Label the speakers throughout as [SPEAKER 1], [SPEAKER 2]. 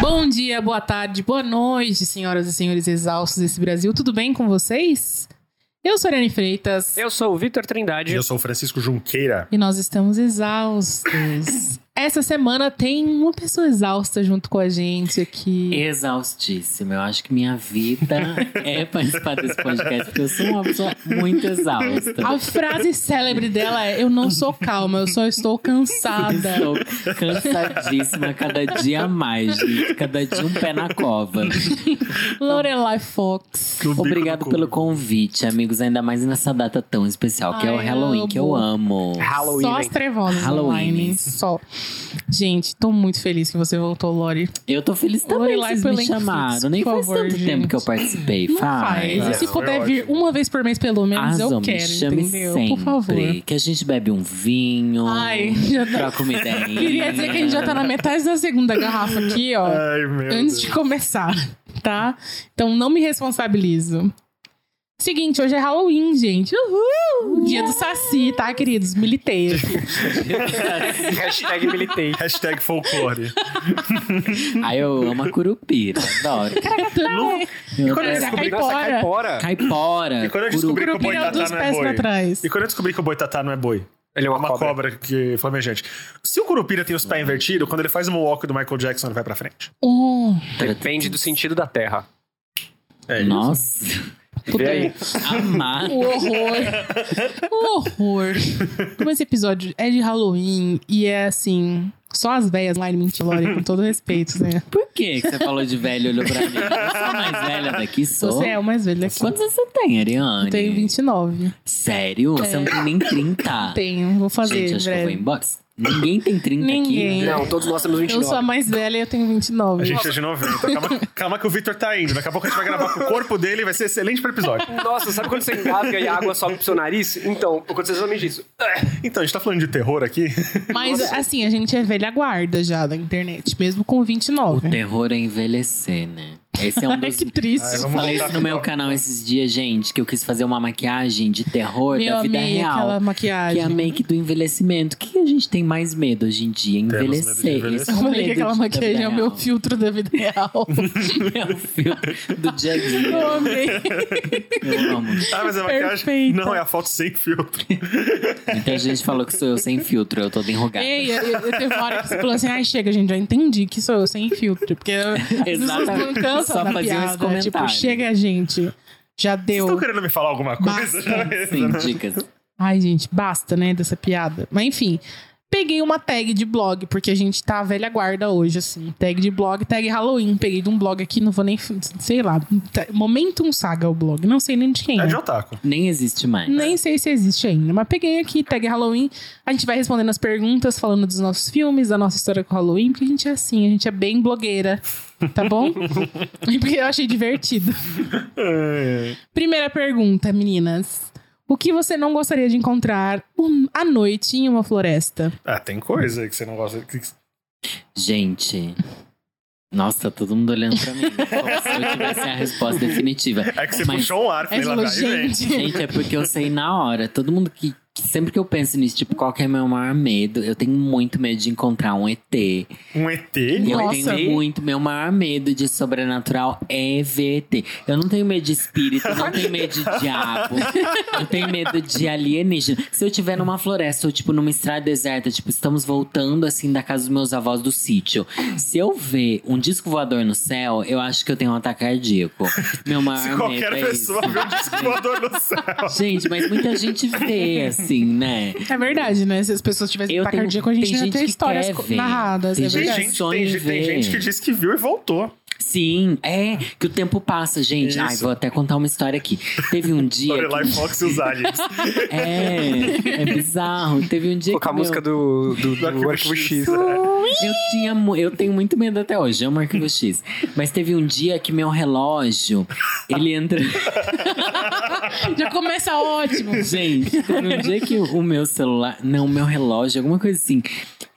[SPEAKER 1] Bom dia, boa tarde, boa noite, senhoras e senhores exaustos desse Brasil. Tudo bem com vocês? Eu sou a Ariane Freitas
[SPEAKER 2] Eu sou o Vitor Trindade.
[SPEAKER 3] Eu sou o Francisco Junqueira.
[SPEAKER 1] e nós estamos exaustos. Essa semana tem uma pessoa exausta junto com a gente aqui.
[SPEAKER 4] Exaustíssimo. Eu acho que minha vida é participar desse podcast, porque eu sou uma pessoa muito exausta.
[SPEAKER 1] A frase célebre dela é: Eu não sou calma, eu só estou cansada.
[SPEAKER 4] Estou cansadíssima cada dia a mais, gente. cada dia um pé na cova.
[SPEAKER 1] Lorelai Fox.
[SPEAKER 3] Que o bico
[SPEAKER 4] Obrigado
[SPEAKER 3] do cu.
[SPEAKER 4] pelo convite, amigos, ainda mais nessa data tão especial que é o
[SPEAKER 1] Ai,
[SPEAKER 4] Halloween,
[SPEAKER 1] amo.
[SPEAKER 4] que eu amo.
[SPEAKER 2] Halloween.
[SPEAKER 1] Só as trevosas
[SPEAKER 4] Halloween.
[SPEAKER 1] online. Só. Gente, tô muito fez que você voltou, Lori.
[SPEAKER 4] Eu tô feliz também
[SPEAKER 1] Lorelai
[SPEAKER 4] que vocês me
[SPEAKER 1] Spelling
[SPEAKER 4] chamaram.
[SPEAKER 1] Fix,
[SPEAKER 4] Nem
[SPEAKER 1] por
[SPEAKER 4] faz
[SPEAKER 1] favor,
[SPEAKER 4] tanto tempo
[SPEAKER 1] gente.
[SPEAKER 4] que eu participei,
[SPEAKER 1] Não
[SPEAKER 4] faz.
[SPEAKER 1] faz. E
[SPEAKER 3] É,
[SPEAKER 1] se
[SPEAKER 3] foi
[SPEAKER 1] puder vir
[SPEAKER 3] ótimo.
[SPEAKER 1] uma vez por mês, pelo menos,
[SPEAKER 4] Arrasou,
[SPEAKER 1] eu quero,
[SPEAKER 4] me chame
[SPEAKER 1] entendeu?
[SPEAKER 4] sempre.
[SPEAKER 1] Por favor.
[SPEAKER 4] Que a gente bebe um vinho,
[SPEAKER 1] Ai, já tá-
[SPEAKER 4] troca uma ideia.
[SPEAKER 1] Queria dizer que a gente já tá na metade da segunda garrafa aqui, ó.
[SPEAKER 3] Ai, meu
[SPEAKER 1] antes
[SPEAKER 3] Deus.
[SPEAKER 1] de começar, tá? Então não me responsabilizo. Seguinte, hoje é Halloween, gente. Uhul! Dia do Saci, tá, queridos? Militei.
[SPEAKER 2] Hashtag militei.
[SPEAKER 3] Hashtag folclore.
[SPEAKER 4] Aí eu amo a curupira, adoro.
[SPEAKER 2] E
[SPEAKER 4] Eu
[SPEAKER 2] quando eu
[SPEAKER 4] adoro.
[SPEAKER 2] descobri que nossa caipora,
[SPEAKER 4] Caipora.
[SPEAKER 3] E quando eu descobri que o boi
[SPEAKER 1] Curupira
[SPEAKER 3] tatá
[SPEAKER 1] dos
[SPEAKER 3] não é
[SPEAKER 1] pés pra
[SPEAKER 3] boi.
[SPEAKER 1] trás.
[SPEAKER 3] E quando eu descobri que o boi tatá não é boi.
[SPEAKER 2] ele é
[SPEAKER 3] É
[SPEAKER 2] uma,
[SPEAKER 3] uma
[SPEAKER 2] cobra.
[SPEAKER 3] cobra que flamejante. Se o Curupira tem os pés invertidos, quando ele faz o walk do Michael Jackson, ele vai pra frente.
[SPEAKER 1] Oh,
[SPEAKER 2] Depende do sentido da terra.
[SPEAKER 3] É isso.
[SPEAKER 4] Nossa,
[SPEAKER 1] puta,
[SPEAKER 2] aí?
[SPEAKER 4] amar.
[SPEAKER 1] o horror. O horror. Como esse episódio é de Halloween e é assim... Só as velhas lá em Mintilore, com todo respeito, né?
[SPEAKER 4] Por que que você falou de velho olhou pra mim? Eu sou a mais velha daqui, sou.
[SPEAKER 1] Você é o mais velho aqui.
[SPEAKER 4] Quantos anos você tem, Ariane?
[SPEAKER 1] Eu tenho É. 29.
[SPEAKER 4] Sério? Você não tem nem 30?
[SPEAKER 1] Tenho, vou fazer
[SPEAKER 4] Gente,
[SPEAKER 1] em
[SPEAKER 4] acho que eu vou
[SPEAKER 1] breve.
[SPEAKER 4] embora. Ninguém tem 30
[SPEAKER 1] Ninguém.
[SPEAKER 4] aqui.
[SPEAKER 1] É.
[SPEAKER 2] Não, todos nós temos
[SPEAKER 1] Eu
[SPEAKER 2] 29.
[SPEAKER 1] sou a mais velha e eu tenho 29.
[SPEAKER 3] A gente é de 90. Calma, calma que o Victor tá indo. Daqui a pouco a gente vai gravar com o corpo dele e vai ser excelente pro episódio.
[SPEAKER 2] Nossa, sabe quando você engasga e a água sobe pro seu nariz? Então, aconteceu exatamente isso.
[SPEAKER 3] Então, a gente tá falando de terror aqui.
[SPEAKER 1] Mas assim, a gente é velha guarda já da internet, mesmo com 29.
[SPEAKER 4] O terror é envelhecer, né? Esse é um
[SPEAKER 1] Ai,
[SPEAKER 4] dos...
[SPEAKER 1] que triste.
[SPEAKER 3] Ai,
[SPEAKER 4] Eu
[SPEAKER 3] Vamos
[SPEAKER 4] falei
[SPEAKER 3] voltar
[SPEAKER 4] isso no meu canal esses dias, gente, que eu quis fazer uma maquiagem de terror
[SPEAKER 1] Meu,
[SPEAKER 4] da vida
[SPEAKER 1] amei
[SPEAKER 4] real.
[SPEAKER 1] aquela
[SPEAKER 4] Que é
[SPEAKER 1] maquiagem.
[SPEAKER 4] a make do envelhecimento. O que que a gente tem mais medo hoje em dia?
[SPEAKER 3] medo de
[SPEAKER 4] Envelhecer.
[SPEAKER 3] envelhecer.
[SPEAKER 4] Esse é
[SPEAKER 1] Eu
[SPEAKER 4] o
[SPEAKER 1] falei
[SPEAKER 4] medo
[SPEAKER 1] que aquela
[SPEAKER 4] de- da
[SPEAKER 1] maquiagem
[SPEAKER 4] vida
[SPEAKER 1] é o meu
[SPEAKER 4] real.
[SPEAKER 1] filtro da vida real.
[SPEAKER 4] É o filtro do dia a
[SPEAKER 1] Eu
[SPEAKER 4] dia.
[SPEAKER 1] amei.
[SPEAKER 4] Eu amo.
[SPEAKER 3] Ah, mas a maquiagem.
[SPEAKER 1] Perfeita.
[SPEAKER 3] Não, é a foto sem filtro.
[SPEAKER 4] Então a gente falou que sou eu sem filtro, eu tô enrugada.
[SPEAKER 1] Ei, eu, eu- eu teve uma hora que você falou assim: ai, chega, gente, já entendi que sou eu sem filtro. Porque eu- as pessoas não
[SPEAKER 4] Exatamente.
[SPEAKER 1] cansam
[SPEAKER 4] Só
[SPEAKER 1] da
[SPEAKER 4] faziam esse
[SPEAKER 1] piada. tipo,
[SPEAKER 4] comentário.
[SPEAKER 1] chega, gente. Já
[SPEAKER 3] Vocês estão
[SPEAKER 1] deu.
[SPEAKER 3] querendo me falar alguma coisa?
[SPEAKER 4] Sim,
[SPEAKER 3] né?
[SPEAKER 4] dicas.
[SPEAKER 1] Ai, gente, basta, né, dessa piada. Mas enfim, peguei uma tag de blog, porque a gente tá velha guarda hoje, assim. Tag de blog, tag Halloween. Peguei de um blog aqui, não vou nem. Sei lá. Te- Momentum Saga é o blog. Não sei nem de quem
[SPEAKER 3] É
[SPEAKER 1] é.
[SPEAKER 3] de otaku.
[SPEAKER 4] Nem existe mais.
[SPEAKER 1] Nem sei se existe ainda, mas peguei aqui, tag Halloween. A gente vai respondendo as perguntas, falando dos nossos filmes, da nossa história com Halloween, porque a gente é assim, a gente é bem blogueira, tá bom? E porque eu achei divertido. Primeira pergunta, meninas. O que você não gostaria de encontrar um- à noite em uma floresta?
[SPEAKER 3] Ah, tem coisa que você não gosta. que- é que-
[SPEAKER 4] Gente. Nossa, tá todo mundo olhando pra mim. Como se eu tivesse a resposta definitiva.
[SPEAKER 3] É que você
[SPEAKER 4] Mas-
[SPEAKER 3] puxou um ar,
[SPEAKER 1] Aí
[SPEAKER 3] foi
[SPEAKER 1] você
[SPEAKER 3] lá
[SPEAKER 1] falou,
[SPEAKER 3] atrás e vem.
[SPEAKER 1] gente.
[SPEAKER 4] Gente, é porque eu sei na hora. Todo mundo que. que Sempre que eu penso nisso, tipo, qual que é meu maior medo? Eu tenho muito medo de encontrar um ET.
[SPEAKER 3] Um ET?
[SPEAKER 4] Eu
[SPEAKER 1] Nossa.
[SPEAKER 4] tenho muito. Meu maior medo de sobrenatural é VT. Eu não tenho medo de espírito, eu não tenho medo de diabo. Eu tenho medo de alienígena. Se eu estiver numa floresta ou, tipo, numa estrada deserta, tipo, estamos voltando, assim, da casa dos meus avós do sítio. Se eu ver um disco voador no céu, eu acho que eu tenho um ataque cardíaco. Meu maior
[SPEAKER 3] Se
[SPEAKER 4] medo
[SPEAKER 3] qualquer
[SPEAKER 4] é
[SPEAKER 3] pessoa
[SPEAKER 4] isso.
[SPEAKER 3] vê um disco voador no céu.
[SPEAKER 4] Gente, mas muita gente vê, assim, né?
[SPEAKER 1] É verdade, né? Se as pessoas tivessem
[SPEAKER 4] Eu
[SPEAKER 1] ataque
[SPEAKER 4] tenho-
[SPEAKER 1] cardíaco, a gente
[SPEAKER 4] tem
[SPEAKER 1] ia
[SPEAKER 4] gente
[SPEAKER 1] ter
[SPEAKER 4] que
[SPEAKER 1] histórias
[SPEAKER 4] quer
[SPEAKER 1] co-
[SPEAKER 4] ver.
[SPEAKER 1] narradas,
[SPEAKER 4] Tem
[SPEAKER 1] é
[SPEAKER 3] Tem
[SPEAKER 1] verdade.
[SPEAKER 4] Verdade.
[SPEAKER 3] gente, tem,
[SPEAKER 4] Sonho em
[SPEAKER 3] tem
[SPEAKER 4] ver.
[SPEAKER 3] gente que disse que viu e voltou.
[SPEAKER 4] Sim, é que o tempo passa, gente.
[SPEAKER 3] Isso.
[SPEAKER 4] Ai, vou até contar uma história aqui. Teve um dia. que-
[SPEAKER 3] Lorelai Fox e os aliens.
[SPEAKER 4] É, é bizarro. Teve um dia
[SPEAKER 2] Colocar a
[SPEAKER 4] que meu-
[SPEAKER 2] música do, do, do
[SPEAKER 3] Arquivo
[SPEAKER 2] Arquivo
[SPEAKER 3] X.
[SPEAKER 2] X.
[SPEAKER 4] eu tinha, mu- eu tenho muito medo até hoje, é um arquivo X. Mas teve um dia que meu relógio, ele entra.
[SPEAKER 1] Já começa ótimo.
[SPEAKER 4] Gente, teve um dia que o meu celular, não, o meu relógio, alguma coisa assim,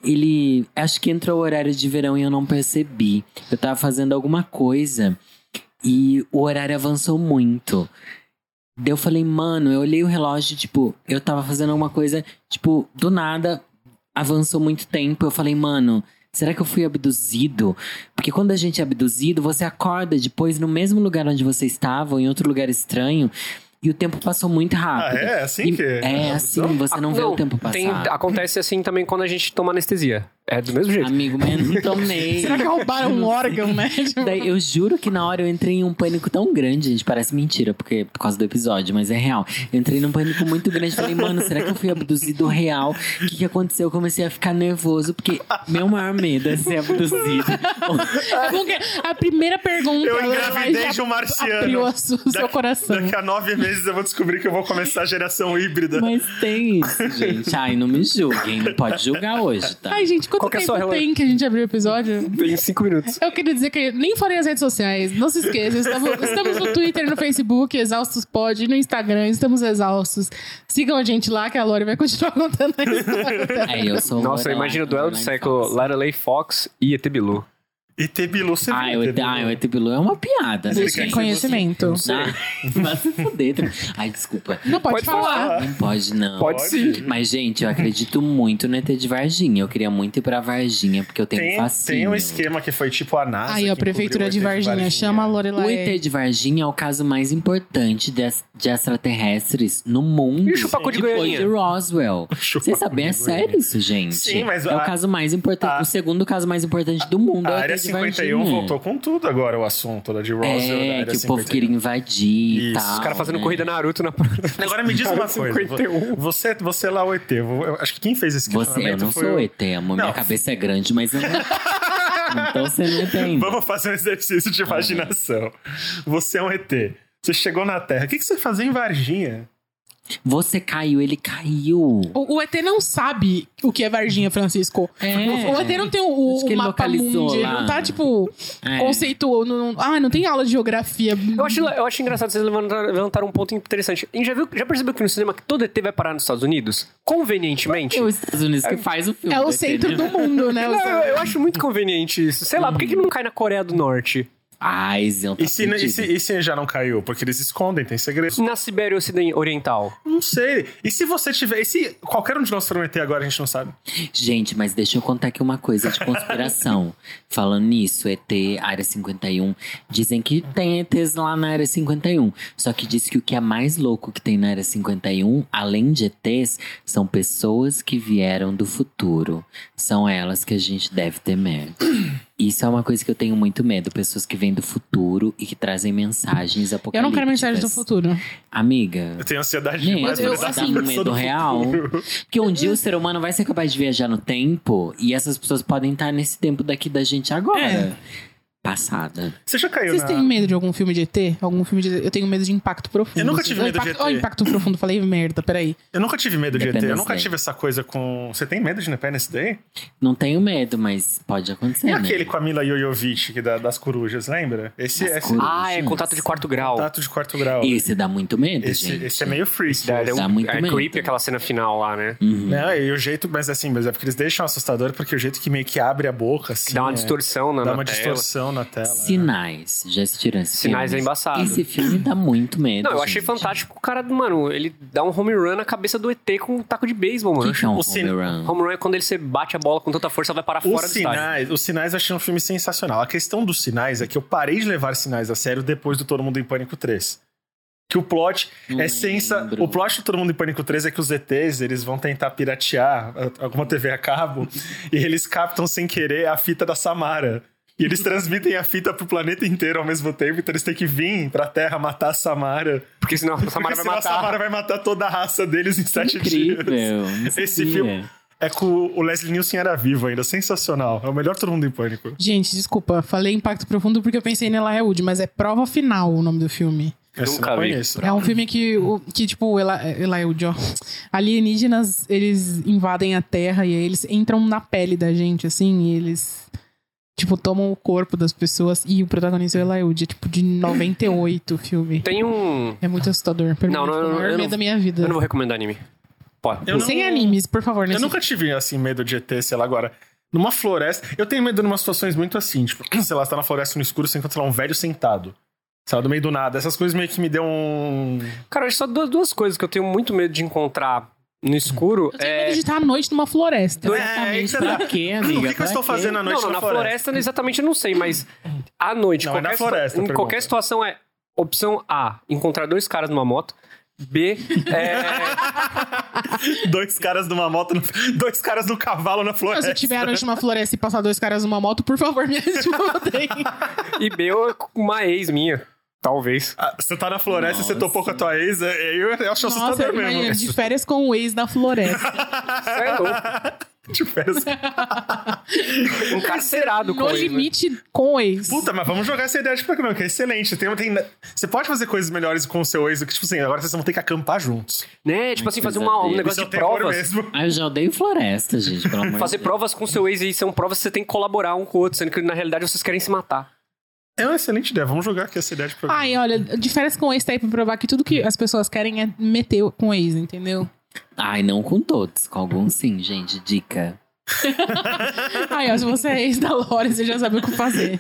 [SPEAKER 4] ele acho que entrou o horário de verão e eu não percebi. Eu tava fazendo alguma coisa e o horário avançou muito. Daí eu falei, mano, eu olhei o relógio, tipo, eu tava fazendo alguma coisa, tipo, do nada avançou muito tempo. Eu falei, mano, Será que eu fui abduzido? Porque quando a gente é abduzido, você acorda depois no mesmo lugar onde você estava, ou em outro lugar estranho, e o tempo passou muito rápido.
[SPEAKER 3] Ah, é? Assim
[SPEAKER 4] E-
[SPEAKER 3] que-
[SPEAKER 4] É, assim, você não, vê o tempo passar.
[SPEAKER 2] tem- acontece assim também quando a gente toma anestesia. É do mesmo jeito.
[SPEAKER 4] Amigo, mas eu não tomei.
[SPEAKER 1] Será que roubaram um órgão, né? Tipo,
[SPEAKER 4] Daí, eu juro que na hora eu entrei em um pânico tão grande, gente. Parece mentira, porque por causa do episódio, mas é real. Eu entrei num pânico muito grande. Falei, mano, será que eu fui abduzido real? O que, que aconteceu? Eu comecei a ficar nervoso, porque meu maior medo é ser abduzido.
[SPEAKER 1] é bom que a primeira pergunta.
[SPEAKER 3] Eu
[SPEAKER 1] ela
[SPEAKER 3] engravidei
[SPEAKER 1] já
[SPEAKER 3] de um marciano.
[SPEAKER 1] Abriu a su- o seu
[SPEAKER 3] Daqui-
[SPEAKER 1] coração.
[SPEAKER 3] Daqui a nove meses eu vou descobrir que eu vou começar a geração híbrida.
[SPEAKER 4] mas tem isso, gente. Ai, não me julguem. Não pode julgar hoje, tá?
[SPEAKER 1] Ai, gente, quanto
[SPEAKER 2] Qual que é a
[SPEAKER 1] tempo
[SPEAKER 2] sua rela-
[SPEAKER 1] tem que a gente abriu o
[SPEAKER 4] Ah,
[SPEAKER 1] episódio?
[SPEAKER 2] Em cinco minutos.
[SPEAKER 1] Eu queria dizer que nem falei as redes sociais. Não se esqueçam, estamos, estamos no Twitter, no Facebook, Exaustos Pod, no Instagram, estamos exaustos. Sigam a gente lá, que a Lori vai continuar contando a história.
[SPEAKER 4] É, eu sou
[SPEAKER 2] Nossa,
[SPEAKER 4] Lorelai,
[SPEAKER 2] imagina o duelo do
[SPEAKER 4] Lorelai
[SPEAKER 2] século
[SPEAKER 4] Fox.
[SPEAKER 2] Lara Lei Fox e ET Bilu.
[SPEAKER 3] E Tebilu, você
[SPEAKER 4] Ah,
[SPEAKER 3] viu
[SPEAKER 4] o ET,
[SPEAKER 3] Tebilu?
[SPEAKER 4] ah, o ET Bilu é uma piada, né?
[SPEAKER 1] Existe
[SPEAKER 4] gente?
[SPEAKER 1] conhecimento.
[SPEAKER 4] Ah, vai se fuder. tá? Ai, desculpa.
[SPEAKER 1] Não pode,
[SPEAKER 2] Pode
[SPEAKER 1] falar.
[SPEAKER 2] falar.
[SPEAKER 4] Não pode, não.
[SPEAKER 2] Pode, sim.
[SPEAKER 4] Mas, gente, eu acredito muito no ET de Varginha. Eu queria muito ir pra Varginha, porque eu tenho
[SPEAKER 3] Tem,
[SPEAKER 4] fascínio.
[SPEAKER 3] tem um esquema que foi tipo a NASA.
[SPEAKER 1] Aí, ó,
[SPEAKER 3] que encobriu o
[SPEAKER 1] Prefeitura
[SPEAKER 3] ET
[SPEAKER 1] de Varginha, chama a
[SPEAKER 4] O
[SPEAKER 1] Lorelai.
[SPEAKER 4] ET de Varginha é o caso mais importante de, de extraterrestres no mundo.
[SPEAKER 2] E o chupacu de
[SPEAKER 4] Depois
[SPEAKER 2] Goianinha?
[SPEAKER 4] de Roswell.
[SPEAKER 3] Chupacu
[SPEAKER 4] Vocês sabem, é
[SPEAKER 3] de Goianinha.
[SPEAKER 4] sério isso, gente?
[SPEAKER 3] Sim, mas
[SPEAKER 4] É o
[SPEAKER 3] a-
[SPEAKER 4] caso mais importante,
[SPEAKER 3] a-
[SPEAKER 4] o segundo caso mais importante do mundo. é
[SPEAKER 3] A
[SPEAKER 4] o ET
[SPEAKER 3] Área
[SPEAKER 4] de
[SPEAKER 3] 51
[SPEAKER 4] Varginha.
[SPEAKER 3] voltou com tudo agora, o assunto da de Roswell. da
[SPEAKER 4] É,
[SPEAKER 3] Área
[SPEAKER 4] que o povo
[SPEAKER 3] 51.
[SPEAKER 4] queria invadir e
[SPEAKER 3] Isso,
[SPEAKER 4] tal.
[SPEAKER 2] Os caras fazendo
[SPEAKER 4] né?
[SPEAKER 2] corrida Naruto na
[SPEAKER 3] Agora me diz uma
[SPEAKER 2] Área
[SPEAKER 3] coisa.
[SPEAKER 2] 51.
[SPEAKER 3] Você, você lá, o ET. vou- eu acho que quem fez esse
[SPEAKER 4] Você, eu
[SPEAKER 3] questionamento
[SPEAKER 4] não
[SPEAKER 3] foi
[SPEAKER 4] sou
[SPEAKER 3] o-
[SPEAKER 4] ET, amor.
[SPEAKER 3] Não.
[SPEAKER 4] Minha cabeça é grande, mas eu não. então você não entende.
[SPEAKER 3] Vamos fazer um exercício de imaginação. Você é um ET. Você chegou na Terra. O que, que você fazia em Varginha?
[SPEAKER 4] Você caiu, ele caiu.
[SPEAKER 1] O, o ET não sabe o que é Varginha, Francisco.
[SPEAKER 4] É.
[SPEAKER 1] O, o ET não tem o, o-
[SPEAKER 4] Acho
[SPEAKER 1] o
[SPEAKER 4] que ele
[SPEAKER 1] mapa
[SPEAKER 4] localizou
[SPEAKER 1] mundi. Ele
[SPEAKER 4] lá.
[SPEAKER 1] não tá, tipo,
[SPEAKER 4] É.
[SPEAKER 1] conceituou. Não, ah, não tem aula de geografia.
[SPEAKER 2] Eu acho, eu acho engraçado vocês levantar- levantaram um ponto interessante. E já, viu, já percebeu que no cinema que todo ET vai parar nos Estados Unidos? Convenientemente.
[SPEAKER 4] É os Estados Unidos que faz o filme.
[SPEAKER 1] É o
[SPEAKER 4] do ET, né?
[SPEAKER 1] centro do mundo, né? O
[SPEAKER 2] Não, eu,
[SPEAKER 1] centro-
[SPEAKER 2] eu acho muito conveniente isso. Sei lá, por que, que não cai na Coreia do Norte?
[SPEAKER 4] Ai, Zion, tá
[SPEAKER 3] E se, e,
[SPEAKER 4] fudido.
[SPEAKER 3] se, e se já não caiu? Porque eles escondem, tem segredo.
[SPEAKER 2] Na Sibéria Ociden- Oriental?
[SPEAKER 3] Não sei. E se você tiver. E se qualquer um de nós for um ET agora, a gente não sabe?
[SPEAKER 4] Gente, mas deixa eu contar aqui uma coisa de conspiração. Falando nisso, ET, Área 51. Dizem que tem ETs lá na Área 51. Só que diz que o que é mais louco que tem na Área 51, além de ETs, são pessoas que vieram do futuro. São elas que a gente deve temer. Isso é uma coisa que eu tenho muito medo. Pessoas que vêm do futuro e que trazem mensagens apocalípticas.
[SPEAKER 1] Eu não quero mensagem do futuro.
[SPEAKER 4] Amiga.
[SPEAKER 3] Eu tenho ansiedade
[SPEAKER 4] Gente,
[SPEAKER 3] demais.
[SPEAKER 1] eu-
[SPEAKER 3] por essa
[SPEAKER 1] assim,
[SPEAKER 3] pessoa
[SPEAKER 4] medo
[SPEAKER 3] do
[SPEAKER 4] real.
[SPEAKER 3] futuro.
[SPEAKER 4] Porque um dia o ser humano vai ser capaz de viajar no tempo e essas pessoas podem estar nesse tempo daqui da gente agora.
[SPEAKER 1] É.
[SPEAKER 4] Passada.
[SPEAKER 3] Você já caiu
[SPEAKER 1] Vocês
[SPEAKER 3] na.
[SPEAKER 1] têm medo de algum filme de ET? Algum filme de... Eu tenho medo de impacto profundo.
[SPEAKER 3] Eu nunca tive
[SPEAKER 1] Ou
[SPEAKER 3] medo de
[SPEAKER 1] impacto...
[SPEAKER 3] ET.
[SPEAKER 1] Ou impacto profundo, falei merda, peraí.
[SPEAKER 3] Eu nunca tive medo de ET. Eu
[SPEAKER 4] Independence
[SPEAKER 3] nunca
[SPEAKER 4] Day.
[SPEAKER 3] tive essa coisa com. Você tem medo de Independence Day?
[SPEAKER 4] Não tenho medo, mas pode acontecer.
[SPEAKER 3] E
[SPEAKER 4] né?
[SPEAKER 3] é aquele com a Mila Jojovic, que da, das corujas, lembra? Esse
[SPEAKER 4] Das
[SPEAKER 3] é esse
[SPEAKER 4] corujas.
[SPEAKER 2] Ah, é contato de quarto grau.
[SPEAKER 3] contato de quarto grau.
[SPEAKER 4] Esse dá muito medo,
[SPEAKER 3] Esse,
[SPEAKER 4] gente.
[SPEAKER 3] esse é meio freak.
[SPEAKER 2] Dá- dá
[SPEAKER 4] Dá
[SPEAKER 2] um-
[SPEAKER 4] muito
[SPEAKER 2] é
[SPEAKER 4] medo.
[SPEAKER 2] creepy aquela cena final lá, né?
[SPEAKER 4] Uhum.
[SPEAKER 3] Né? E o jeito, mas assim, mas é porque eles deixam assustador, porque o jeito que meio que abre a boca, assim.
[SPEAKER 2] Que dá uma
[SPEAKER 3] é-
[SPEAKER 2] distorção na,
[SPEAKER 3] Dá
[SPEAKER 2] na
[SPEAKER 3] uma
[SPEAKER 2] tela.
[SPEAKER 3] distorção na tela. né?
[SPEAKER 4] Sinais. Já assistiram esse
[SPEAKER 2] Sinais é
[SPEAKER 4] filme?
[SPEAKER 2] embaçado.
[SPEAKER 4] Esse filme dá muito medo.
[SPEAKER 2] Não, eu achei
[SPEAKER 4] gente.
[SPEAKER 2] fantástico o cara, mano, ele dá um home run na cabeça do ET com um taco de beisebol, mano.
[SPEAKER 4] O que é um
[SPEAKER 3] O
[SPEAKER 4] home
[SPEAKER 3] sin-
[SPEAKER 4] run?
[SPEAKER 2] Home run é quando ele você bate a bola com tanta força, ela vai parar fora
[SPEAKER 3] Os
[SPEAKER 2] do estádio.
[SPEAKER 3] sinais, os sinais eu achei um filme sensacional. A questão dos sinais é que eu parei de levar sinais a sério depois do Todo Mundo em Pânico 3. Que o plot
[SPEAKER 4] Não
[SPEAKER 3] é sensa...
[SPEAKER 4] lembro.
[SPEAKER 3] O plot do Todo Mundo em Pânico 3 é que os ETs, eles vão tentar piratear a- alguma TV a cabo e eles captam sem querer a fita da Samara. E eles transmitem a fita pro planeta inteiro ao mesmo tempo, então eles têm que vir pra Terra matar a Samara.
[SPEAKER 2] Porque senão a Samara
[SPEAKER 3] Porque
[SPEAKER 2] vai
[SPEAKER 3] senão a
[SPEAKER 2] matar.
[SPEAKER 3] Samara vai matar toda a raça deles em sete dias.
[SPEAKER 4] Incrível. não
[SPEAKER 3] Esse
[SPEAKER 4] sabia.
[SPEAKER 3] filme- É que o o Leslie Nielsen era vivo ainda, sensacional. É o melhor Todo Mundo em Pânico.
[SPEAKER 1] Gente, desculpa, falei impacto profundo porque eu pensei em Elijah Wood, mas é Prova Final o nome do filme.
[SPEAKER 3] Esse
[SPEAKER 2] Nunca
[SPEAKER 3] eu não
[SPEAKER 2] vi.
[SPEAKER 3] conheço.
[SPEAKER 1] É um filme que, o- que tipo, Ela- Elijah Wood, ó. Alienígenas, eles invadem a Terra e aí eles entram na pele da gente, assim, e eles... Tipo, tomam o corpo das pessoas e o protagonista é o Elijah Wood, é tipo de 98 o filme.
[SPEAKER 2] Tem um.
[SPEAKER 1] É muito assustador. Pra mim,
[SPEAKER 2] Não, não,
[SPEAKER 1] foi o
[SPEAKER 2] eu-
[SPEAKER 1] maior
[SPEAKER 2] eu
[SPEAKER 1] medo
[SPEAKER 2] não-
[SPEAKER 1] da minha vida.
[SPEAKER 2] Eu não vou recomendar anime. Pode.
[SPEAKER 3] Eu não-
[SPEAKER 1] Sem animes, por favor, né?
[SPEAKER 3] Eu
[SPEAKER 1] nesse
[SPEAKER 3] nunca tive, assim, medo de ET, sei lá, agora. Numa floresta. Eu tenho medo de umas situações muito assim, tipo, sei lá, você tá na floresta no escuro, você encontra sei lá, um velho sentado. Sei lá, do meio do nada. Essas coisas meio que me deu um.
[SPEAKER 2] Cara, acho só duas, duas coisas que eu tenho muito medo de encontrar no escuro.
[SPEAKER 1] Eu tenho
[SPEAKER 2] É...
[SPEAKER 1] medo de estar à noite numa floresta.
[SPEAKER 3] Dois- É,
[SPEAKER 4] Exatamente.
[SPEAKER 3] isso é da-
[SPEAKER 4] pra quê,
[SPEAKER 3] O que
[SPEAKER 4] amiga?
[SPEAKER 3] que,
[SPEAKER 4] Pra
[SPEAKER 3] eu estou
[SPEAKER 4] quê?
[SPEAKER 3] fazendo à noite
[SPEAKER 2] não, não,
[SPEAKER 3] na
[SPEAKER 2] na
[SPEAKER 3] floresta?
[SPEAKER 2] floresta exatamente eu não sei, mas à noite,
[SPEAKER 3] Não, é
[SPEAKER 2] qualquer,
[SPEAKER 3] na floresta,
[SPEAKER 2] situa- em
[SPEAKER 3] pergunta.
[SPEAKER 2] qualquer situação é opção A, encontrar dois caras numa moto, B, é,
[SPEAKER 3] Dois caras numa moto, no- dois caras no cavalo na
[SPEAKER 1] Então,
[SPEAKER 3] floresta.
[SPEAKER 1] se eu tiver à noite numa floresta e passar dois caras numa moto, por favor, me ajudem.
[SPEAKER 2] e B, eu- uma ex minha, talvez.
[SPEAKER 3] Ah, Você tá na floresta e você topou com a tua ex, é- eu, eu acho
[SPEAKER 1] Nossa,
[SPEAKER 3] assustador
[SPEAKER 1] eu imagino,
[SPEAKER 3] mesmo.
[SPEAKER 1] de férias com o ex na floresta.
[SPEAKER 2] Isso é louco.
[SPEAKER 3] De férias.
[SPEAKER 2] Encarcerado com
[SPEAKER 1] No
[SPEAKER 2] ex, né?
[SPEAKER 1] limite com o ex.
[SPEAKER 3] Puta, mas vamos jogar essa ideia de programa, que é excelente. Tem, tem, você pode fazer coisas melhores com o seu ex do que, tipo assim, agora vocês vão ter que acampar juntos.
[SPEAKER 2] Né? Tipo assim, fazer
[SPEAKER 4] coisa
[SPEAKER 2] uma- um
[SPEAKER 4] dele.
[SPEAKER 3] Isso
[SPEAKER 2] negócio
[SPEAKER 3] é o
[SPEAKER 2] de
[SPEAKER 3] terror
[SPEAKER 2] provas.
[SPEAKER 3] mesmo. né?
[SPEAKER 4] Ah, eu já odeio floresta, gente, pelo amor de
[SPEAKER 2] Fazer
[SPEAKER 4] Deus.
[SPEAKER 2] provas com seu ex e são provas que você tem que colaborar um com o outro, sendo que na realidade vocês querem se matar.
[SPEAKER 3] É uma excelente ideia, vamos jogar aqui essa ideia de programa.
[SPEAKER 1] Ai, olha, de férias com o ex tá aí pra provar que tudo que as pessoas querem é meter com o ex, entendeu?
[SPEAKER 4] Ai, não com todos, com alguns sim, gente. Dica.
[SPEAKER 1] Ai, ó, se você é ex da Lore, você já sabe o que fazer.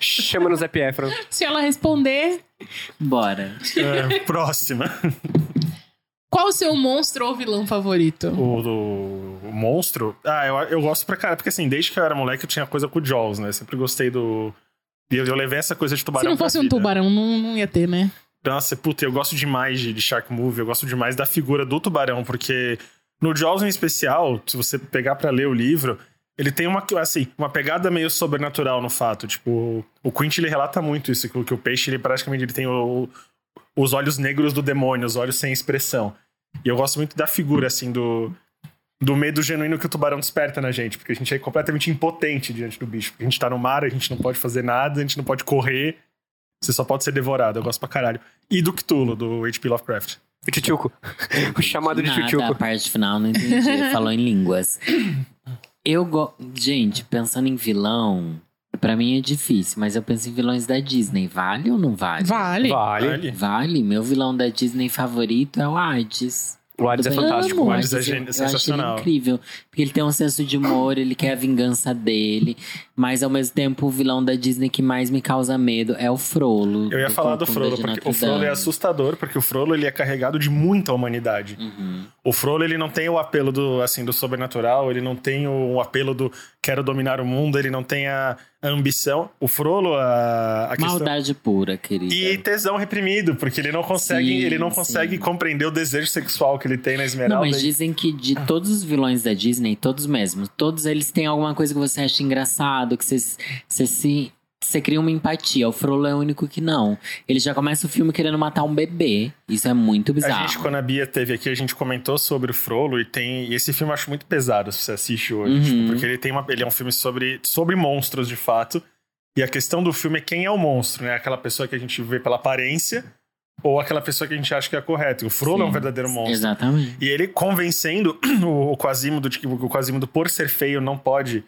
[SPEAKER 2] Chama no Zé Piefra.
[SPEAKER 1] Se ela responder,
[SPEAKER 4] Bora.
[SPEAKER 3] É, próxima.
[SPEAKER 1] qual o seu monstro ou vilão favorito?
[SPEAKER 3] O, do- o monstro. Ah, eu, eu gosto pra caralho, porque assim, desde que eu era moleque eu tinha coisa com o Jaws, né? Sempre gostei do. E eu, eu levei essa coisa de
[SPEAKER 1] Se
[SPEAKER 3] tubarão.
[SPEAKER 1] não
[SPEAKER 3] pra
[SPEAKER 1] fosse um
[SPEAKER 3] vida.
[SPEAKER 1] tubarão, não, não ia ter, né?
[SPEAKER 3] Nossa, puta, eu gosto demais de, de Shark Movie, eu gosto demais da figura do tubarão, porque no Jaws em especial, se você pegar pra ler o livro, ele tem uma, assim, uma pegada meio sobrenatural no fato. Tipo, o Quint ele relata muito isso, que, o- que o peixe ele praticamente ele tem o- os olhos negros do demônio, os olhos sem expressão. E eu gosto muito da figura, assim, do, do medo genuíno que o tubarão desperta na gente, porque a gente é completamente impotente diante do bicho. Porque a gente tá no mar, a gente não pode fazer nada, a gente não pode correr. Você só pode ser devorado, eu gosto pra caralho. E do Cthulhu, do H.P. Lovecraft.
[SPEAKER 2] O Tchutchuco. O chamado de
[SPEAKER 4] Nada, A
[SPEAKER 2] Tchutchuco.
[SPEAKER 4] parte final não entendi. Ele Falou em línguas. Eu gosto. Gente, pensando em vilão, pra mim é difícil, mas eu penso em vilões da Disney. Vale ou não vale?
[SPEAKER 1] Vale.
[SPEAKER 2] Vale.
[SPEAKER 4] Vale. Meu vilão da Disney favorito é o Hades.
[SPEAKER 2] O Hades é
[SPEAKER 4] Tudo bem?
[SPEAKER 2] fantástico.
[SPEAKER 4] Amo
[SPEAKER 3] O Hades é gen-
[SPEAKER 4] eu- eu acho
[SPEAKER 3] sensacional.
[SPEAKER 4] ele incrível. Porque ele tem um senso de humor, ele quer a vingança dele. Mas ao mesmo tempo, o vilão da Disney que mais me causa medo é o Frollo.
[SPEAKER 3] Eu ia falar do
[SPEAKER 4] Corcunda
[SPEAKER 3] Frollo,
[SPEAKER 4] de
[SPEAKER 3] porque o
[SPEAKER 4] Notre
[SPEAKER 3] Frollo é
[SPEAKER 4] Dame.
[SPEAKER 3] assustador, porque o Frollo ele é carregado de muita humanidade.
[SPEAKER 4] Uhum.
[SPEAKER 3] O Frollo ele não tem o apelo do assim do sobrenatural, ele não tem o, o apelo do quero dominar o mundo, ele não tem a, a ambição. O Frollo a, a questão
[SPEAKER 4] Maldade pura, querida.
[SPEAKER 3] e tesão reprimido, porque ele não consegue,
[SPEAKER 4] Sim,
[SPEAKER 3] ele não
[SPEAKER 4] sim.
[SPEAKER 3] consegue compreender o desejo sexual que ele tem na Esmeralda.
[SPEAKER 4] Não, mas dizem que de todos os vilões da Disney, todos mesmos, todos eles têm alguma coisa que você acha engraçado, que você, você se. Você cria uma empatia. O Frollo é o único que não. Ele já começa o filme querendo matar um bebê. Isso é muito
[SPEAKER 3] A
[SPEAKER 4] bizarro.
[SPEAKER 3] gente, quando a Bia teve aqui, a gente comentou sobre o Frollo e tem. E esse filme eu acho muito pesado se você assiste hoje.
[SPEAKER 4] Uhum.
[SPEAKER 3] tipo, porque ele tem uma. Ele é um filme sobre, sobre monstros, de fato. E a questão do filme é quem é o monstro, né? Aquela pessoa que a gente vê pela aparência ou aquela pessoa que a gente acha que é correta. E O Frollo é um
[SPEAKER 4] Sim.
[SPEAKER 3] verdadeiro monstro.
[SPEAKER 4] Exatamente.
[SPEAKER 3] E ele convencendo o, o Quasimodo de que o Quasimodo, por ser feio, não pode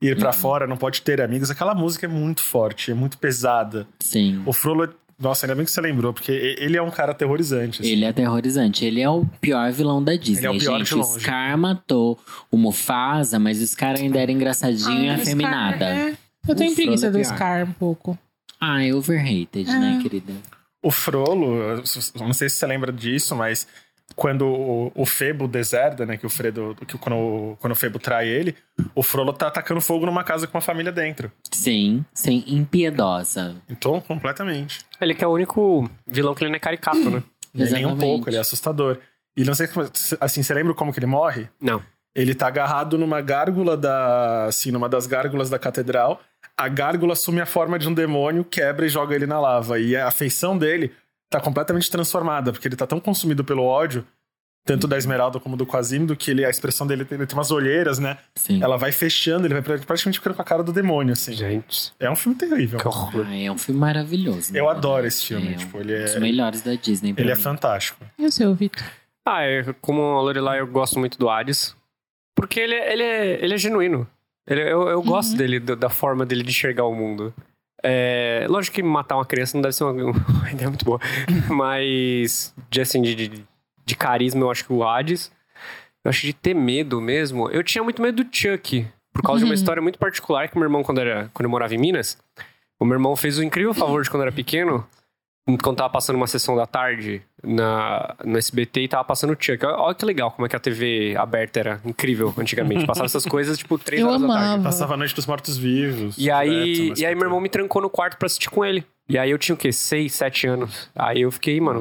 [SPEAKER 3] ir pra
[SPEAKER 4] Uhum.
[SPEAKER 3] fora, não pode ter amigos. Aquela música é muito forte, é muito pesada.
[SPEAKER 4] Sim.
[SPEAKER 3] O Frollo. Nossa, ainda bem que você lembrou, porque e- ele é um cara aterrorizante. assim.
[SPEAKER 4] Ele é aterrorizante. Ele é o pior vilão da Disney,
[SPEAKER 3] Ele é o pior
[SPEAKER 4] gente.
[SPEAKER 3] de
[SPEAKER 4] O
[SPEAKER 3] longe.
[SPEAKER 4] Scar matou o Mufasa, mas o Scar ainda era engraçadinho e
[SPEAKER 1] Ah, o Scar,
[SPEAKER 4] afeminada.
[SPEAKER 1] é. Eu
[SPEAKER 4] O
[SPEAKER 1] tenho preguiça
[SPEAKER 3] né,
[SPEAKER 4] Frollo é
[SPEAKER 1] do
[SPEAKER 4] pior.
[SPEAKER 1] Scar um pouco.
[SPEAKER 4] Ai, overrated, né,
[SPEAKER 1] Ah.
[SPEAKER 4] querida?
[SPEAKER 3] O Frollo, eu não sei se você lembra disso, mas quando o, o Febo deserda, né, que o Fredo, que o- quando, o- quando o Febo trai ele, o Frollo tá atacando fogo numa casa com uma família dentro.
[SPEAKER 4] Sim, sim, impiedosa.
[SPEAKER 3] Então, completamente.
[SPEAKER 2] Ele que é o único vilão que ele não é caricato, né?
[SPEAKER 3] Não é nem um
[SPEAKER 4] Exatamente.
[SPEAKER 3] pouco, ele é assustador. E não sei como- assim, você lembra como que ele morre?
[SPEAKER 2] Não.
[SPEAKER 3] Ele tá agarrado numa gárgula da, assim, numa das gárgulas da catedral. A gárgula assume a forma de um demônio, quebra e joga ele na lava. E a feição dele tá completamente transformada, porque ele tá tão consumido pelo ódio, tanto da Esmeralda como do Quasimodo, que ele, a expressão dele ele tem umas olheiras, né?
[SPEAKER 4] Sim.
[SPEAKER 3] Ela vai fechando, ele vai pra- praticamente ficando com a cara do demônio, assim.
[SPEAKER 2] Gente,
[SPEAKER 3] É um filme terrível.
[SPEAKER 2] que horror.
[SPEAKER 4] Ai, é um filme maravilhoso. né?
[SPEAKER 3] Eu adoro esse filme,
[SPEAKER 4] É,
[SPEAKER 3] tipo, ele
[SPEAKER 4] um dos
[SPEAKER 3] é,
[SPEAKER 4] melhores da Disney. pra
[SPEAKER 3] ele é
[SPEAKER 4] mim.
[SPEAKER 3] fantástico.
[SPEAKER 1] E o seu, Vitor?
[SPEAKER 2] Ah, é, como a Lorelai, eu gosto muito do Hades. Porque ele, é- ele, é, ele é genuíno. Ele- é, eu eu gosto dele, do- da forma dele de enxergar o mundo. É, lógico que matar uma criança não deve ser uma, uma ideia muito boa. Mas, de, assim, de, de, de carisma, eu acho que o Hades. Eu acho que de ter medo mesmo. Eu tinha muito medo do Chuck. Por causa de uma
[SPEAKER 1] Uhum.
[SPEAKER 2] história muito um particular que meu irmão, quando, era, quando eu morava em Minas, o meu irmão fez o incrível favor de quando eu era pequeno quando tava passando uma sessão da tarde na, no SBT e tava passando o Chuck. Olha olha que legal como é que a TV aberta era incrível antigamente. Passava essas coisas, tipo, três
[SPEAKER 1] Eu
[SPEAKER 2] horas da tarde.
[SPEAKER 1] amava.
[SPEAKER 3] Passava a noite dos mortos-vivos.
[SPEAKER 2] E aí,
[SPEAKER 3] direto, mas-
[SPEAKER 2] e aí meu irmão me trancou no quarto pra assistir com ele. E aí eu tinha o quê? Seis, sete anos. Aí eu fiquei, mano.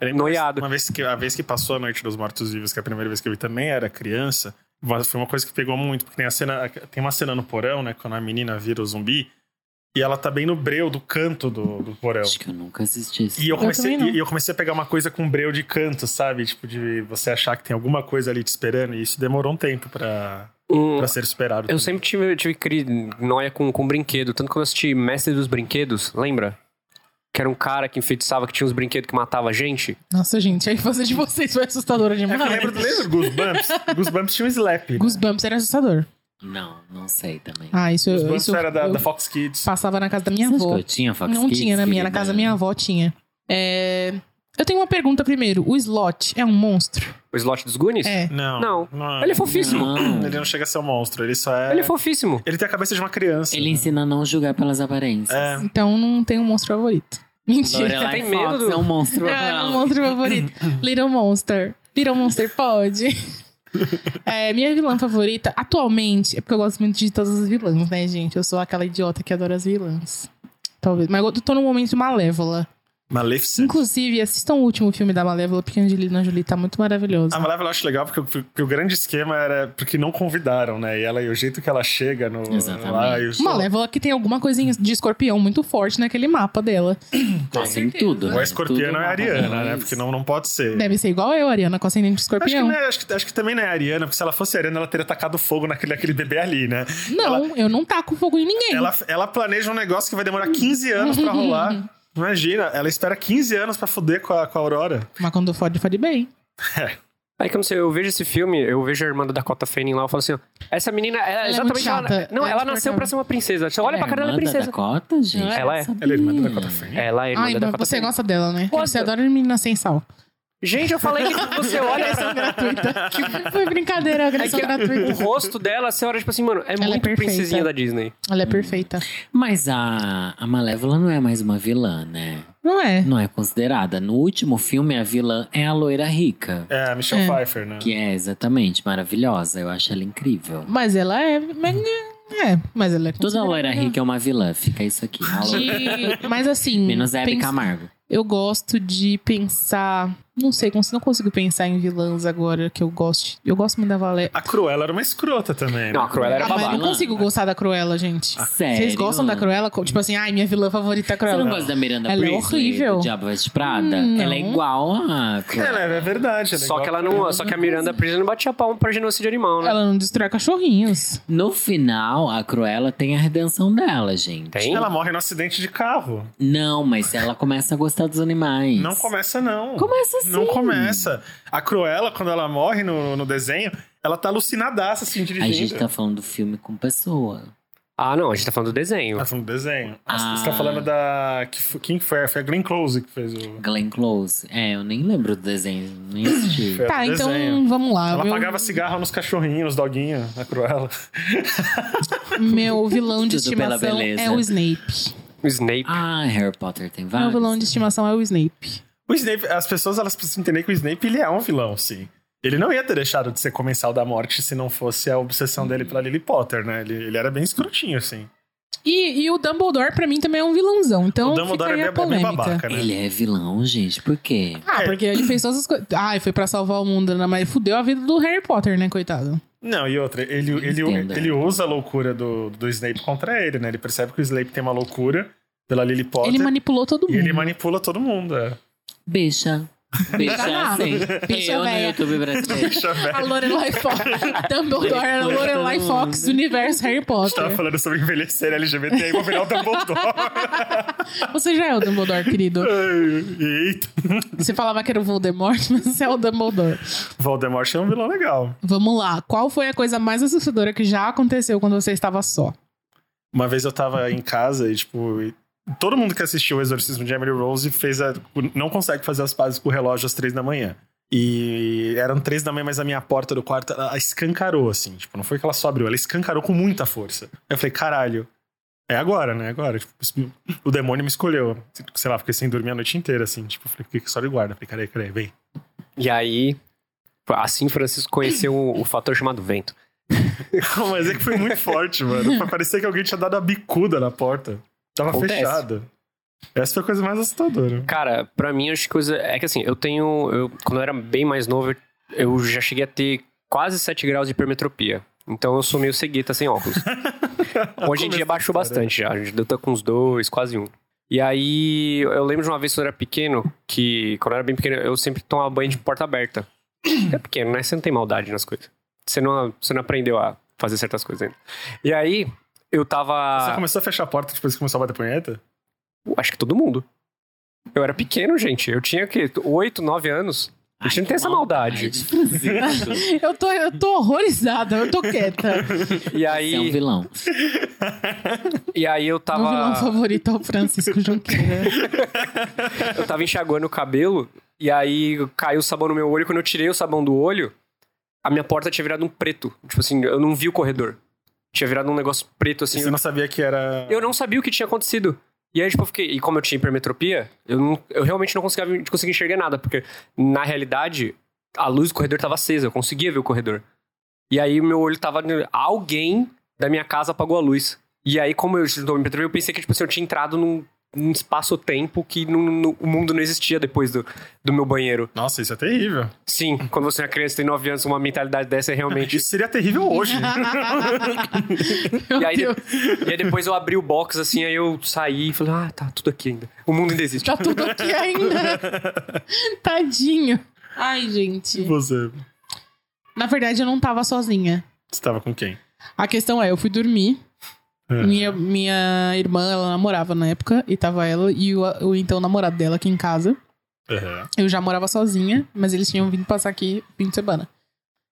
[SPEAKER 3] Eu lembro
[SPEAKER 2] noiado.
[SPEAKER 3] Uma vez que, a vez que passou a Noite dos Mortos-Vivos, que é a primeira vez que eu vi também era criança, mas foi uma coisa que pegou muito, porque tem, a cena, tem uma cena no porão, né? Quando a menina vira o zumbi, e ela tá bem no breu do canto do, do porão.
[SPEAKER 4] Acho que eu nunca assisti isso.
[SPEAKER 3] E eu comecei,
[SPEAKER 1] também não.
[SPEAKER 3] e eu comecei a pegar uma coisa com breu de canto, sabe? Tipo, de você achar que tem alguma coisa ali te esperando, e isso demorou um tempo pra,
[SPEAKER 2] hum,
[SPEAKER 3] pra ser superado.
[SPEAKER 2] eu
[SPEAKER 3] também.
[SPEAKER 2] sempre tive, tive cri- noia com, com brinquedo. Tanto que eu assisti Mestre dos Brinquedos, lembra? Que era um cara que enfeitiçava, que tinha uns brinquedos que matava a gente.
[SPEAKER 1] Nossa, gente, a infância de vocês foi assustadora
[SPEAKER 3] É
[SPEAKER 1] demais.
[SPEAKER 3] que lembra, lembra do Goosebumps? Goosebumps tinha um slap.
[SPEAKER 1] Goosebumps era assustador.
[SPEAKER 4] Não, não sei também.
[SPEAKER 1] Ah, isso,
[SPEAKER 3] Goosebumps
[SPEAKER 1] isso
[SPEAKER 3] era da,
[SPEAKER 1] eu
[SPEAKER 3] da Fox Kids.
[SPEAKER 1] passava na casa da minha
[SPEAKER 4] Você acha
[SPEAKER 1] avó.
[SPEAKER 4] que eu tinha Fox
[SPEAKER 1] Não
[SPEAKER 4] Kids,
[SPEAKER 1] tinha na minha, na
[SPEAKER 4] querida?
[SPEAKER 1] casa da minha avó tinha. É, Eu tenho uma pergunta primeiro. O Slot é um monstro?
[SPEAKER 2] O slot dos Goonies?
[SPEAKER 1] É.
[SPEAKER 3] Não.
[SPEAKER 2] Não.
[SPEAKER 3] não é.
[SPEAKER 2] Ele é fofíssimo.
[SPEAKER 4] Não.
[SPEAKER 3] Ele não chega a ser um monstro, ele só é.
[SPEAKER 2] Ele é fofíssimo.
[SPEAKER 3] Ele tem a cabeça de uma criança.
[SPEAKER 4] Ele ensina a não julgar pelas aparências.
[SPEAKER 3] É.
[SPEAKER 1] Então não tem um monstro favorito. Mentira.
[SPEAKER 4] Lorelai
[SPEAKER 2] Tem medo
[SPEAKER 4] Fox
[SPEAKER 2] do-
[SPEAKER 4] é um monstro.
[SPEAKER 1] Ah, meu monstro favorito. Little Monster. Little Monster pode. É, minha vilã favorita, atualmente, é porque eu gosto muito de todas as vilãs, né, gente? Eu sou aquela idiota que adora as vilãs. Talvez. Mas eu tô num momento de Malévola.
[SPEAKER 3] Maleficent.
[SPEAKER 1] Inclusive, assistam o último filme da Malévola, porque a Angelina Jolie tá muito maravilhosa.
[SPEAKER 3] A Malévola eu acho legal porque, o- porque o grande esquema era porque não convidaram, né? E ela e o jeito que ela chega no.
[SPEAKER 4] Exatamente.
[SPEAKER 3] Lá, e o-
[SPEAKER 1] Malévola que tem alguma coisinha de escorpião muito forte naquele mapa dela.
[SPEAKER 4] Nossa, em
[SPEAKER 1] certeza.
[SPEAKER 4] tudo.
[SPEAKER 3] o
[SPEAKER 4] né?
[SPEAKER 3] escorpião
[SPEAKER 4] Tudo
[SPEAKER 3] não é a
[SPEAKER 4] uma
[SPEAKER 3] Ariana,
[SPEAKER 4] parada.
[SPEAKER 3] né? Porque não, não pode ser.
[SPEAKER 1] Deve ser igual eu, Ariana, com ascendente de
[SPEAKER 3] Acho que,
[SPEAKER 1] escorpião.
[SPEAKER 3] não é- acho, que, acho que também não é a Ariana, porque se ela fosse a Ariana, ela teria tacado fogo naquele, naquele bebê ali, né?
[SPEAKER 1] Não, eu não taco fogo em ninguém.
[SPEAKER 3] Ela, ela planeja um negócio que vai demorar 15 anos pra rolar. Imagina, ela espera 15 anos pra foder com a, com a Aurora.
[SPEAKER 1] Mas quando fode, fode bem.
[SPEAKER 2] Aí que eu não sei, eu vejo esse filme, eu vejo a irmã da Dakota Fanning lá, eu falo assim, ó, essa menina, ela,
[SPEAKER 1] é
[SPEAKER 2] exatamente,
[SPEAKER 1] muito
[SPEAKER 2] ela,
[SPEAKER 1] chata,
[SPEAKER 2] não,
[SPEAKER 1] é
[SPEAKER 2] ela
[SPEAKER 1] insuportável.
[SPEAKER 2] nasceu pra ser uma princesa. Você olha pra cara, ela é
[SPEAKER 4] irmã da
[SPEAKER 2] princesa.
[SPEAKER 4] Dakota, gente.
[SPEAKER 2] Ela é.
[SPEAKER 3] Ela é irmã da Dakota Fanning.
[SPEAKER 2] Ela é irmã
[SPEAKER 1] assim. Ai,
[SPEAKER 2] da
[SPEAKER 1] mas
[SPEAKER 2] Dakota
[SPEAKER 1] você
[SPEAKER 2] Fanning.
[SPEAKER 1] gosta dela, né?
[SPEAKER 2] Gosto.
[SPEAKER 1] Você adora menina sem sal.
[SPEAKER 2] Gente, eu falei que você olha
[SPEAKER 1] Agressão gratuita. Foi brincadeira, agressão
[SPEAKER 2] o
[SPEAKER 1] gratuita.
[SPEAKER 2] rosto dela, você olha tipo assim, mano, é
[SPEAKER 1] Ela é
[SPEAKER 2] muito
[SPEAKER 1] perfeita.
[SPEAKER 2] princesinha da Disney.
[SPEAKER 1] Ela é perfeita.
[SPEAKER 4] Mas a, a Malévola não é mais uma vilã, né?
[SPEAKER 1] Não é?
[SPEAKER 4] Não é considerada. No último filme, a vilã é a loira rica.
[SPEAKER 3] É, a Michelle
[SPEAKER 1] É.
[SPEAKER 3] Pfeiffer, né?
[SPEAKER 4] Que é exatamente maravilhosa. Eu acho ela incrível.
[SPEAKER 1] Mas ela é. Mas, é, mas ela é.
[SPEAKER 4] Toda
[SPEAKER 1] considerada-
[SPEAKER 4] loira rica é uma vilã. Fica isso aqui. A loira-
[SPEAKER 1] De- Mas assim.
[SPEAKER 4] Menos Hebe
[SPEAKER 1] pens-
[SPEAKER 4] Camargo.
[SPEAKER 1] Eu gosto de pensar. Não sei, cons- não consigo pensar em vilãs agora que eu goste. Eu gosto muito da Valé.
[SPEAKER 3] A Cruella era uma escrota também.
[SPEAKER 2] Não,
[SPEAKER 3] né?
[SPEAKER 2] a Cruella era
[SPEAKER 1] Ah, mas eu
[SPEAKER 2] babá.
[SPEAKER 1] não
[SPEAKER 4] babá.
[SPEAKER 1] consigo gostar da Cruella, gente.
[SPEAKER 3] Ah,
[SPEAKER 4] Sério?
[SPEAKER 1] Vocês gostam da Cruella? Co- Tipo assim, ai, minha vilã favorita é a
[SPEAKER 4] Você não
[SPEAKER 1] Cruella.
[SPEAKER 4] gosta da Miranda
[SPEAKER 1] Ela é
[SPEAKER 4] Priestley?
[SPEAKER 1] horrível.
[SPEAKER 4] do Diabo Veste Prada?
[SPEAKER 1] Hum,
[SPEAKER 4] Ela é
[SPEAKER 1] não.
[SPEAKER 4] igual a... Cruella.
[SPEAKER 3] Ela era É, né, verdade.
[SPEAKER 2] Só que ela não, só que a Miranda Priestley não batia palma pra genocídio animal, né?
[SPEAKER 1] Ela não destrói cachorrinhos.
[SPEAKER 4] No final, a Cruella tem a redenção dela, gente.
[SPEAKER 2] Tem?
[SPEAKER 3] Ela morre no acidente de carro.
[SPEAKER 4] Não, mas ela começa a gostar dos animais.
[SPEAKER 3] Não começa, não.
[SPEAKER 4] Começa assim.
[SPEAKER 3] Não começa. A Cruella, quando ela morre no, no desenho, ela tá alucinadaça, assim, dirigindo.
[SPEAKER 4] A gente tá falando do filme com pessoa.
[SPEAKER 2] Ah, não, a gente tá falando do desenho.
[SPEAKER 3] Tá falando do desenho. Ah.
[SPEAKER 4] Ah.
[SPEAKER 3] Você tá falando da... que fo- Quem foi? Foi a Glenn Close que fez o...
[SPEAKER 4] Glenn Close. É, eu nem lembro do desenho, nem assisti.
[SPEAKER 3] Foi
[SPEAKER 1] Tá,
[SPEAKER 3] do
[SPEAKER 1] então
[SPEAKER 3] desenho.
[SPEAKER 1] vamos lá.
[SPEAKER 3] Ela
[SPEAKER 1] Meu-
[SPEAKER 3] pagava cigarro nos cachorrinhos, nos doguinhos, a Cruella.
[SPEAKER 1] Meu vilão de
[SPEAKER 4] Tudo pela
[SPEAKER 1] estimação
[SPEAKER 4] beleza.
[SPEAKER 1] é o Snape.
[SPEAKER 2] O Snape.
[SPEAKER 4] ah, Harry Potter tem
[SPEAKER 1] Meu
[SPEAKER 4] vários.
[SPEAKER 1] vilão de estimação é o Snape.
[SPEAKER 3] O Snape, as pessoas, elas precisam entender que o Snape, ele é um vilão, sim. Ele não ia ter deixado de ser comensal da morte se não fosse a obsessão dele pela Lily Potter, né? Ele, ele era bem escrotinho, assim.
[SPEAKER 1] E, e o Dumbledore, pra mim, também é um vilãozão. Então,
[SPEAKER 3] o Dumbledore é
[SPEAKER 1] fica aí
[SPEAKER 3] bem,
[SPEAKER 1] a
[SPEAKER 3] bem
[SPEAKER 1] polêmica.
[SPEAKER 3] babaca, né?
[SPEAKER 4] Ele é vilão, gente, por quê?
[SPEAKER 1] Ah, porque ele fez todas as coisas. Ai, foi pra salvar o mundo, né? Mas fudeu a vida do Harry Potter, né, coitado?
[SPEAKER 3] Não, e outra, ele, ele,
[SPEAKER 4] Entendo,
[SPEAKER 3] ele usa a loucura do, do Snape contra ele, né? Ele percebe que o Snape tem uma loucura pela Lily Potter.
[SPEAKER 1] Ele manipulou todo
[SPEAKER 3] E
[SPEAKER 1] mundo.
[SPEAKER 3] ele manipula todo mundo, é.
[SPEAKER 4] Bicha. Bicha é
[SPEAKER 1] Tá.
[SPEAKER 4] assim.
[SPEAKER 1] Bicha
[SPEAKER 4] eu
[SPEAKER 1] véia.
[SPEAKER 4] no YouTube brasileiro.
[SPEAKER 3] Deixa
[SPEAKER 1] A
[SPEAKER 3] velho.
[SPEAKER 1] Lorelai Fox. Dumbledore era a Lorelai Fox do universo Harry
[SPEAKER 3] Estava
[SPEAKER 1] Potter.
[SPEAKER 3] falando sobre envelhecer LGBT e vou virar o Dumbledore.
[SPEAKER 1] Você já é o Dumbledore, querido.
[SPEAKER 3] Eita.
[SPEAKER 1] Você falava que era o Voldemort, mas você é o Dumbledore.
[SPEAKER 3] Voldemort é um vilão legal.
[SPEAKER 1] Vamos lá. Qual foi a coisa mais assustadora que já aconteceu quando você estava só?
[SPEAKER 3] Uma vez eu tava em casa e, tipo, e todo mundo que assistiu o Exorcismo de Emily Rose fez a, não consegue fazer as pazes com o relógio às três da manhã. E eram três da manhã, mas a minha porta do quarto ela escancarou, assim. Tipo, não foi que ela só abriu, ela escancarou com muita força. Aí Eu falei, caralho, É agora, né? Agora. Tipo, isso- o demônio me escolheu. Sei lá, fiquei sem dormir a noite inteira, assim. Tipo, falei, fiquei só de guarda. Falei, peraí, peraí, vem.
[SPEAKER 2] E aí, assim Francisco conheceu o, o fator chamado vento.
[SPEAKER 3] Não, mas é que foi muito forte, mano. Parecia que alguém tinha dado a bicuda na porta. Tava
[SPEAKER 2] Acontece.
[SPEAKER 3] fechada. Essa foi a coisa mais assustadora.
[SPEAKER 2] Cara, pra mim, acho que coisa. É que assim, eu tenho. eu- quando eu era bem mais novo, eu- eu já cheguei a ter quase 7 graus de hipermetropia. Então eu sou meio cegueta sem óculos. Hoje em dia baixou
[SPEAKER 3] né?
[SPEAKER 2] bastante já. Eu tô com uns dois, quase um. E aí, eu lembro de uma vez quando eu era pequeno, que quando eu era bem pequeno, eu sempre tomava banho de porta aberta. É pequeno, né? Você não tem maldade nas coisas. Você não, você não aprendeu a fazer certas coisas ainda. E aí, eu
[SPEAKER 1] Ah.
[SPEAKER 3] Você
[SPEAKER 2] tava.
[SPEAKER 3] começou a fechar a porta depois que começou a bater punheta?
[SPEAKER 2] Acho que todo mundo. Eu era pequeno, gente. Eu tinha o quê? 8, 9 anos. A gente não tem essa maldade.
[SPEAKER 4] Você
[SPEAKER 1] Eu tô, eu tô horrorizada, eu tô quieta.
[SPEAKER 2] E
[SPEAKER 4] é um
[SPEAKER 2] aí,
[SPEAKER 4] vilão. Um
[SPEAKER 2] e aí eu
[SPEAKER 1] Meu vilão
[SPEAKER 2] tava.
[SPEAKER 1] favorito é o Francisco Junqueira.
[SPEAKER 2] Eu tava enxaguando o cabelo. E aí caiu o sabão no meu olho. Quando eu tirei o sabão do olho, a minha porta tinha virado um preto. Tipo assim, eu não vi o corredor. Tinha virado um negócio preto assim.
[SPEAKER 3] Você não sabia que era.
[SPEAKER 2] Eu não sabia o que tinha acontecido. E aí, tipo, eu fiquei. E como eu tinha hipermetropia, eu, não- eu realmente não conseguia, conseguia enxergar nada, porque na realidade, a luz do corredor tava acesa, eu conseguia ver o corredor. E aí, o meu olho tava. Alguém da minha casa apagou a luz. E aí, como eu estou hipermetropia, eu pensei que, tipo, assim, eu tinha entrado num, num espaço-tempo que não- não- o mundo não existia depois do, do meu banheiro.
[SPEAKER 3] Nossa, isso é terrível.
[SPEAKER 2] Sim, quando você é uma criança tem 9 anos, uma mentalidade dessa é realmente.
[SPEAKER 3] Isso seria terrível hoje.
[SPEAKER 1] Meu
[SPEAKER 2] E aí, de-
[SPEAKER 1] Deus,
[SPEAKER 2] e aí depois eu abri o box, assim, aí eu saí e falei, ah, tá tudo aqui ainda. O mundo ainda existe.
[SPEAKER 1] tá tudo aqui ainda. Tadinho. Ai, gente.
[SPEAKER 3] Você
[SPEAKER 1] Na verdade, eu não tava sozinha.
[SPEAKER 3] estava com quem?
[SPEAKER 1] A questão é, eu fui dormir.
[SPEAKER 3] É.
[SPEAKER 1] Minha, minha irmã, ela namorava na época, e tava ela e o, o então namorado dela aqui em casa.
[SPEAKER 3] Uhum.
[SPEAKER 1] Eu já morava sozinha, mas eles tinham vindo passar aqui fim de semana.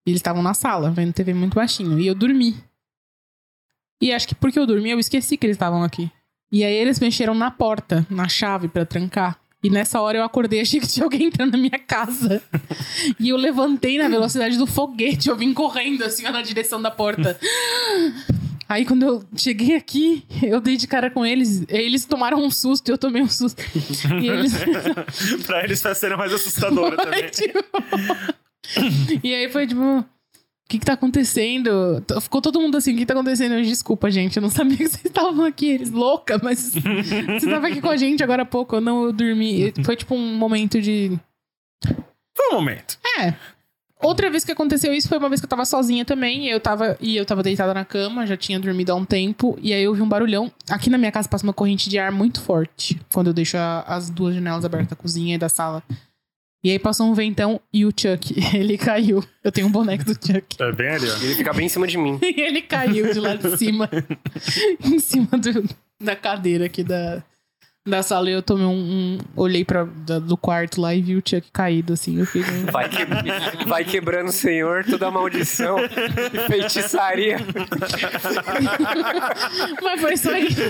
[SPEAKER 1] E eles estavam na sala, vendo TV muito baixinho. E eu dormi. E acho que porque eu dormi, eu esqueci que eles estavam aqui. E aí eles mexeram na porta, na chave, pra trancar. E nessa hora eu acordei achei que tinha alguém entrando na minha casa. e eu levantei na velocidade do foguete. Eu vim correndo, assim, ó, na direção da porta. Aí quando eu cheguei aqui, eu dei de cara com eles. Eles tomaram um susto e eu tomei um susto. E eles
[SPEAKER 3] pra eles foi a cena mais assustadora
[SPEAKER 1] Aí,
[SPEAKER 3] também.
[SPEAKER 1] tipo, e aí foi tipo. O que que tá acontecendo? T- Ficou todo mundo assim, o que tá acontecendo? Eu, Desculpa, gente, eu não sabia que vocês estavam aqui, eles louca, mas você tava aqui com a gente agora há pouco, eu não eu dormi. E Foi tipo um momento de...
[SPEAKER 3] Foi um momento.
[SPEAKER 1] É. Outra vez que aconteceu isso foi uma vez que eu tava sozinha também, e eu tava, e eu tava deitada na cama, já tinha dormido há um tempo, e aí eu vi um barulhão. Aqui na minha casa passa uma corrente de ar muito forte, quando eu deixo a- as duas janelas abertas da cozinha e da sala. E aí passou um ventão e o Chuck, ele caiu. Eu tenho um boneco do Chuck.
[SPEAKER 3] É bem ali, ó.
[SPEAKER 2] Ele fica bem em cima de mim.
[SPEAKER 1] E ele caiu de lá de cima, em cima do- da cadeira aqui da, da sala, e eu tomei um... um- olhei pra, da- do quarto lá e vi o Chuck caído, assim, eu fiquei... "Hum,
[SPEAKER 2] Vai, que- vai quebrando o Senhor, toda maldição e feitiçaria.
[SPEAKER 1] Mas foi só isso.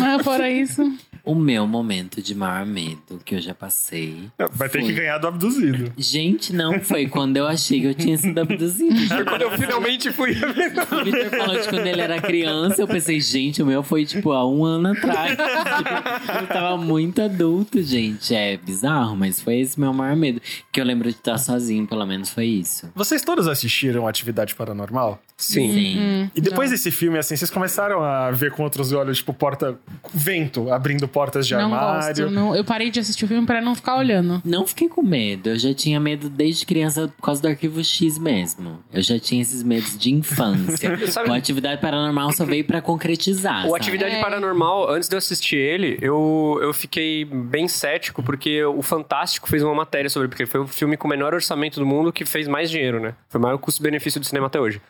[SPEAKER 1] Mas fora isso.
[SPEAKER 4] O meu momento de maior medo que eu já passei.
[SPEAKER 3] Vai ter
[SPEAKER 4] foi-
[SPEAKER 3] que ganhar do abduzido.
[SPEAKER 4] Gente, não foi quando eu achei que eu tinha sido abduzido.
[SPEAKER 2] Foi quando eu finalmente fui.
[SPEAKER 4] O Victor falou de quando ele era criança, eu pensei, gente, o meu foi tipo há um ano atrás. Tipo, eu tava muito adulto, gente. É bizarro, mas foi esse meu maior medo. Que eu lembro de estar sozinho, pelo menos foi isso.
[SPEAKER 3] Vocês todos assistiram Atividade Paranormal?
[SPEAKER 2] Sim.
[SPEAKER 4] Sim.
[SPEAKER 3] E depois desse filme, assim, vocês começaram a ver com outros olhos, tipo, porta. vento abrindo portas de
[SPEAKER 1] não
[SPEAKER 3] armário.
[SPEAKER 1] gosto. não- eu parei de assistir o filme pra não ficar olhando.
[SPEAKER 4] Não fiquei com medo. Eu já tinha medo desde criança por causa do arquivo X mesmo. Eu já tinha esses medos de infância.
[SPEAKER 2] Sabe-
[SPEAKER 4] O atividade paranormal só veio pra concretizar.
[SPEAKER 2] O
[SPEAKER 4] sabe?
[SPEAKER 2] Atividade
[SPEAKER 1] É.
[SPEAKER 2] Paranormal, antes de eu assistir ele, eu, eu fiquei bem cético, porque o Fantástico fez uma matéria sobre, porque foi o filme com o menor orçamento do mundo que fez mais dinheiro, né? Foi o maior custo-benefício do cinema até hoje.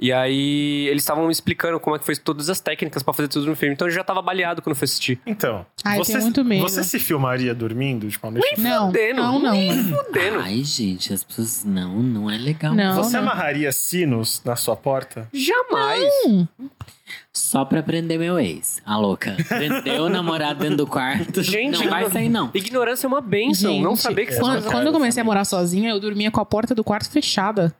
[SPEAKER 2] E aí, eles estavam me explicando como é que foi todas as técnicas pra fazer tudo no filme. Então, eu já tava baleado quando fui assistir.
[SPEAKER 3] Então.
[SPEAKER 1] Ai, eu
[SPEAKER 3] você,
[SPEAKER 1] tenho muito medo.
[SPEAKER 3] você se filmaria dormindo, tipo, ao noite?
[SPEAKER 1] Não,
[SPEAKER 2] fudendo.
[SPEAKER 1] não, não.
[SPEAKER 2] Fudendo.
[SPEAKER 4] Ai, gente, as pessoas. Não, não é legal.
[SPEAKER 1] Não.
[SPEAKER 3] Você amarraria sinos na sua porta?
[SPEAKER 2] Jamais.
[SPEAKER 4] Só pra prender meu ex, a louca. Prendeu o namorado dentro do quarto.
[SPEAKER 2] Gente,
[SPEAKER 4] não vai
[SPEAKER 2] igno-
[SPEAKER 4] sair, não.
[SPEAKER 2] Ignorância é uma benção. não
[SPEAKER 1] Gente,
[SPEAKER 2] saber que
[SPEAKER 1] quando,
[SPEAKER 2] você
[SPEAKER 1] quando eu comecei a morar sozinha, eu dormia com a porta do quarto fechada.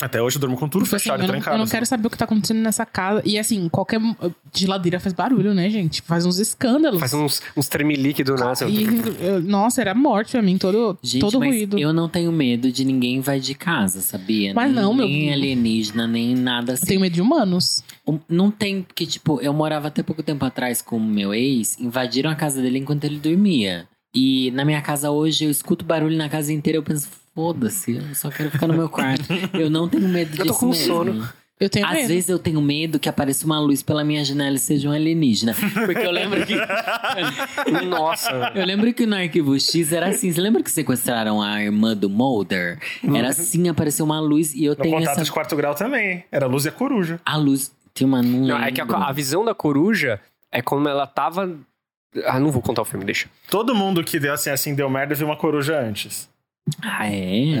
[SPEAKER 3] Até hoje eu durmo com tudo
[SPEAKER 1] Tipo assim,
[SPEAKER 3] fechado
[SPEAKER 1] eu,
[SPEAKER 3] e
[SPEAKER 1] não,
[SPEAKER 3] trancado.
[SPEAKER 1] eu não
[SPEAKER 3] assim.
[SPEAKER 1] quero saber o que tá acontecendo nessa casa. E assim, qualquer geladeira faz barulho, né, gente? Faz uns escândalos.
[SPEAKER 2] Faz um uns, uns tremelique do nada. assim,
[SPEAKER 1] E, eu- nossa, era morte pra mim, todo,
[SPEAKER 4] Gente,
[SPEAKER 1] todo
[SPEAKER 4] mas
[SPEAKER 1] ruído.
[SPEAKER 4] eu não tenho medo de ninguém vai de casa, sabia?
[SPEAKER 1] Mas
[SPEAKER 4] nem,
[SPEAKER 1] não, meu-
[SPEAKER 4] Nem alienígena, nem nada
[SPEAKER 1] Eu
[SPEAKER 4] assim.
[SPEAKER 1] tenho medo de humanos.
[SPEAKER 4] Um- Não tem, porque, tipo, eu morava até pouco tempo atrás com o meu ex, invadiram a casa dele enquanto ele dormia. E na minha casa hoje eu escuto barulho na casa inteira, eu penso, foda-se, eu só quero ficar no meu quarto. eu não tenho medo disso.
[SPEAKER 2] Eu tô com
[SPEAKER 4] mesmo.
[SPEAKER 2] sono.
[SPEAKER 1] Eu tenho
[SPEAKER 4] Às
[SPEAKER 1] medo.
[SPEAKER 4] vezes eu tenho medo que apareça uma luz pela minha janela e seja um alienígena. Porque eu lembro que.
[SPEAKER 2] Nossa.
[SPEAKER 4] Eu lembro que no Arquivo X era assim. Você lembra que sequestraram a irmã do Mulder? Era assim, apareceu uma luz e eu
[SPEAKER 3] No
[SPEAKER 4] tenho
[SPEAKER 3] contato
[SPEAKER 4] essa.
[SPEAKER 3] de quarto grau também. hein? Era a luz e a coruja.
[SPEAKER 4] A luz. Tem uma. Não,
[SPEAKER 2] Não, é que a,
[SPEAKER 4] lembro.
[SPEAKER 2] a visão da coruja é como ela tava. Ah, não vou contar o filme, deixa.
[SPEAKER 3] Todo mundo que deu assim, assim, deu merda, viu uma coruja antes.
[SPEAKER 4] Ah, é?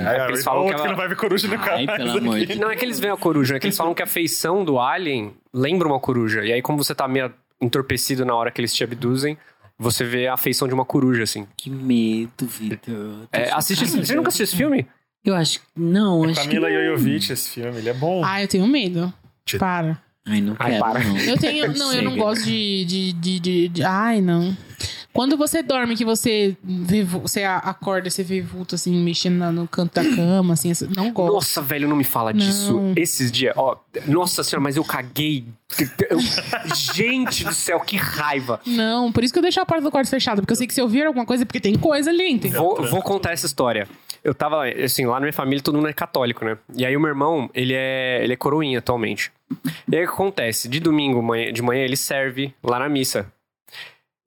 [SPEAKER 3] Aí,
[SPEAKER 2] porque
[SPEAKER 3] ó,
[SPEAKER 2] eles
[SPEAKER 3] ó,
[SPEAKER 2] falam que
[SPEAKER 3] outro
[SPEAKER 2] ela-
[SPEAKER 3] que não vai ver coruja nunca
[SPEAKER 4] Ai,
[SPEAKER 3] mais.
[SPEAKER 4] pelo amor de
[SPEAKER 2] Não é que eles veem a coruja, é que eles falam que a feição do alien lembra uma coruja. E aí, como você tá meio entorpecido na hora que eles te abduzem, você vê a feição de uma coruja, assim.
[SPEAKER 4] Que medo, Vitor.
[SPEAKER 2] É, assiste esse- Você nunca assistiu esse filme?
[SPEAKER 4] Eu acho. Não, acho
[SPEAKER 3] Camila
[SPEAKER 4] que. não.
[SPEAKER 3] Jojovic, esse filme, ele é bom.
[SPEAKER 1] Ah, eu tenho medo.
[SPEAKER 3] Tira.
[SPEAKER 1] Para.
[SPEAKER 4] Ai, não
[SPEAKER 2] Ai,
[SPEAKER 4] quero.
[SPEAKER 2] para.
[SPEAKER 4] Não.
[SPEAKER 1] Eu tenho. Não, eu não
[SPEAKER 2] Chega.
[SPEAKER 1] gosto de, de, de, de- de- Ai, não. Quando você dorme, que você, vê, vo- você a- acorda, você vê vulto assim, mexendo na- no canto da cama, assim, assim, não gosto.
[SPEAKER 2] Nossa, velho, não me fala
[SPEAKER 1] Não.
[SPEAKER 2] disso. Esses dias, ó. Nossa senhora, mas eu caguei. Eu- gente do céu, que raiva.
[SPEAKER 1] Não, por isso que eu deixo a porta do quarto fechada, porque eu sei que se eu vir alguma coisa, é porque tem coisa ali, entendeu?
[SPEAKER 2] Vou, vou contar essa história. Eu tava, assim, lá na minha família todo mundo é católico, né? E aí o meu irmão, ele é, ele é coroinha atualmente. E aí o que acontece? De domingo manhã- de manhã ele serve lá na missa.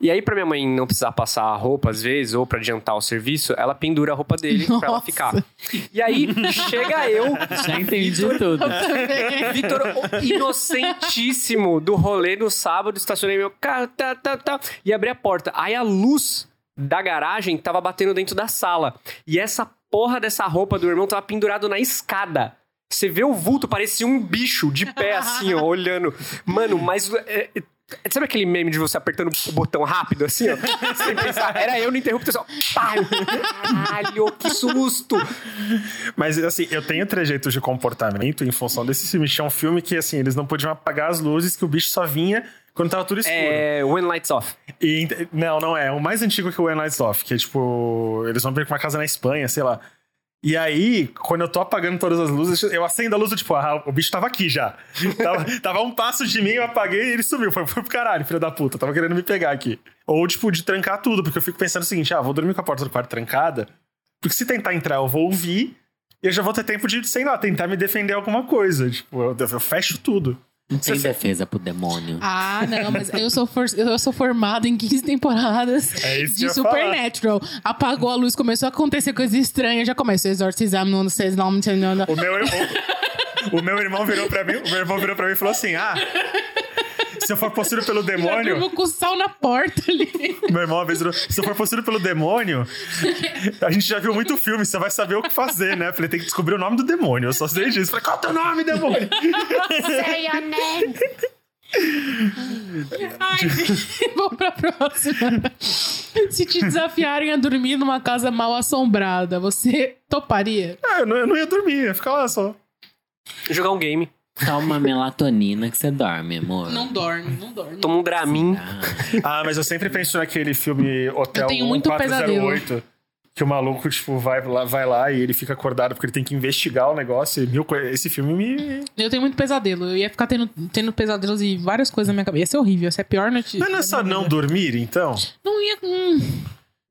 [SPEAKER 2] E aí pra minha mãe não precisar passar a roupa às vezes, ou pra adiantar o serviço, ela pendura a roupa dele pra ela
[SPEAKER 1] Nossa.
[SPEAKER 2] ficar. E aí chega eu,
[SPEAKER 4] Já entendi tudo.
[SPEAKER 2] Vitor, o inocentíssimo do rolê no sábado, estacionei meu carro, tá, tá, tá, e abri a porta. Aí a luz da garagem tava batendo dentro da sala. E essa porra dessa roupa do irmão tava pendurado na escada. Você vê o vulto, parecia um bicho de pé assim, ó, olhando. Mano, mas. é, é, Sabe aquele meme de você apertando o botão rápido, assim, ó? Sem pensar, era eu no interruptor, só... Pá! Caralho, que susto!
[SPEAKER 3] Mas, assim, eu tenho trejeitos de comportamento em função desse filme. Tinha um filme que, assim, eles não podiam apagar as luzes, que o bicho só vinha quando tava tudo escuro.
[SPEAKER 2] É... When Lights Off.
[SPEAKER 3] E ent- não, não é. É O mais antigo que o When Lights Off, que é tipo. Eles vão abrir uma casa na Espanha, sei lá. E aí, quando eu tô apagando todas as luzes, eu acendo a luz, eu, tipo, ah, o bicho tava aqui já. tava, tava a um passo de mim, eu apaguei e ele sumiu. Foi, foi pro caralho, filho da puta. Tava querendo me pegar aqui. Ou, tipo, de trancar tudo, porque eu fico pensando o seguinte: ah, vou dormir com a porta do quarto trancada. Porque se tentar entrar, eu vou ouvir. E eu já vou ter tempo de, sei lá, tentar me defender alguma coisa. Tipo, eu, eu fecho tudo.
[SPEAKER 4] Não tem defesa pro demônio.
[SPEAKER 1] Ah, não, mas eu sou, for- eu sou formada em 15 temporadas
[SPEAKER 3] É isso que eu
[SPEAKER 1] de
[SPEAKER 3] ia falar.
[SPEAKER 1] Supernatural. Apagou a luz, começou a acontecer coisa estranha, já começou a exorcizar, não sei, não, não, sei, não, não.
[SPEAKER 3] O meu irmão, o meu irmão virou para mim, o meu irmão virou para mim e falou assim: "Ah, se eu for possuído pelo
[SPEAKER 1] Já
[SPEAKER 3] demônio,
[SPEAKER 1] durmo com sal na porta ali.
[SPEAKER 3] meu irmão uma vez virou, se eu for possuído pelo demônio, a gente já viu muito filme, você vai saber o que fazer, né? Eu Falei, tem que descobrir o nome do demônio. Eu só sei disso. Eu Falei, qual é o teu nome, demônio?
[SPEAKER 1] Say your name. Ai, vamos pra próxima. Se te desafiarem a dormir numa casa mal assombrada, você toparia?
[SPEAKER 3] Ah, eu, não, eu não ia dormir, eu ia ficar lá só.
[SPEAKER 2] Jogar um game,
[SPEAKER 4] Toma melatonina que você dorme, amor.
[SPEAKER 1] Não dorme, não dorme.
[SPEAKER 2] tomar um Dramin.
[SPEAKER 3] Ah, mas eu sempre penso naquele filme Hotel um
[SPEAKER 1] Eu tenho muito
[SPEAKER 3] 408. Que o maluco, tipo, vai lá, vai lá e ele fica acordado porque ele tem que investigar o negócio. e mil coi- Esse filme me,
[SPEAKER 1] Eu tenho muito pesadelo. Eu ia ficar tendo, tendo pesadelos e várias coisas na minha cabeça. Ia ser horrível. Ia ser a pior noite.
[SPEAKER 3] Não é só
[SPEAKER 1] né?
[SPEAKER 3] não dormir, então?
[SPEAKER 1] Não ia. hum,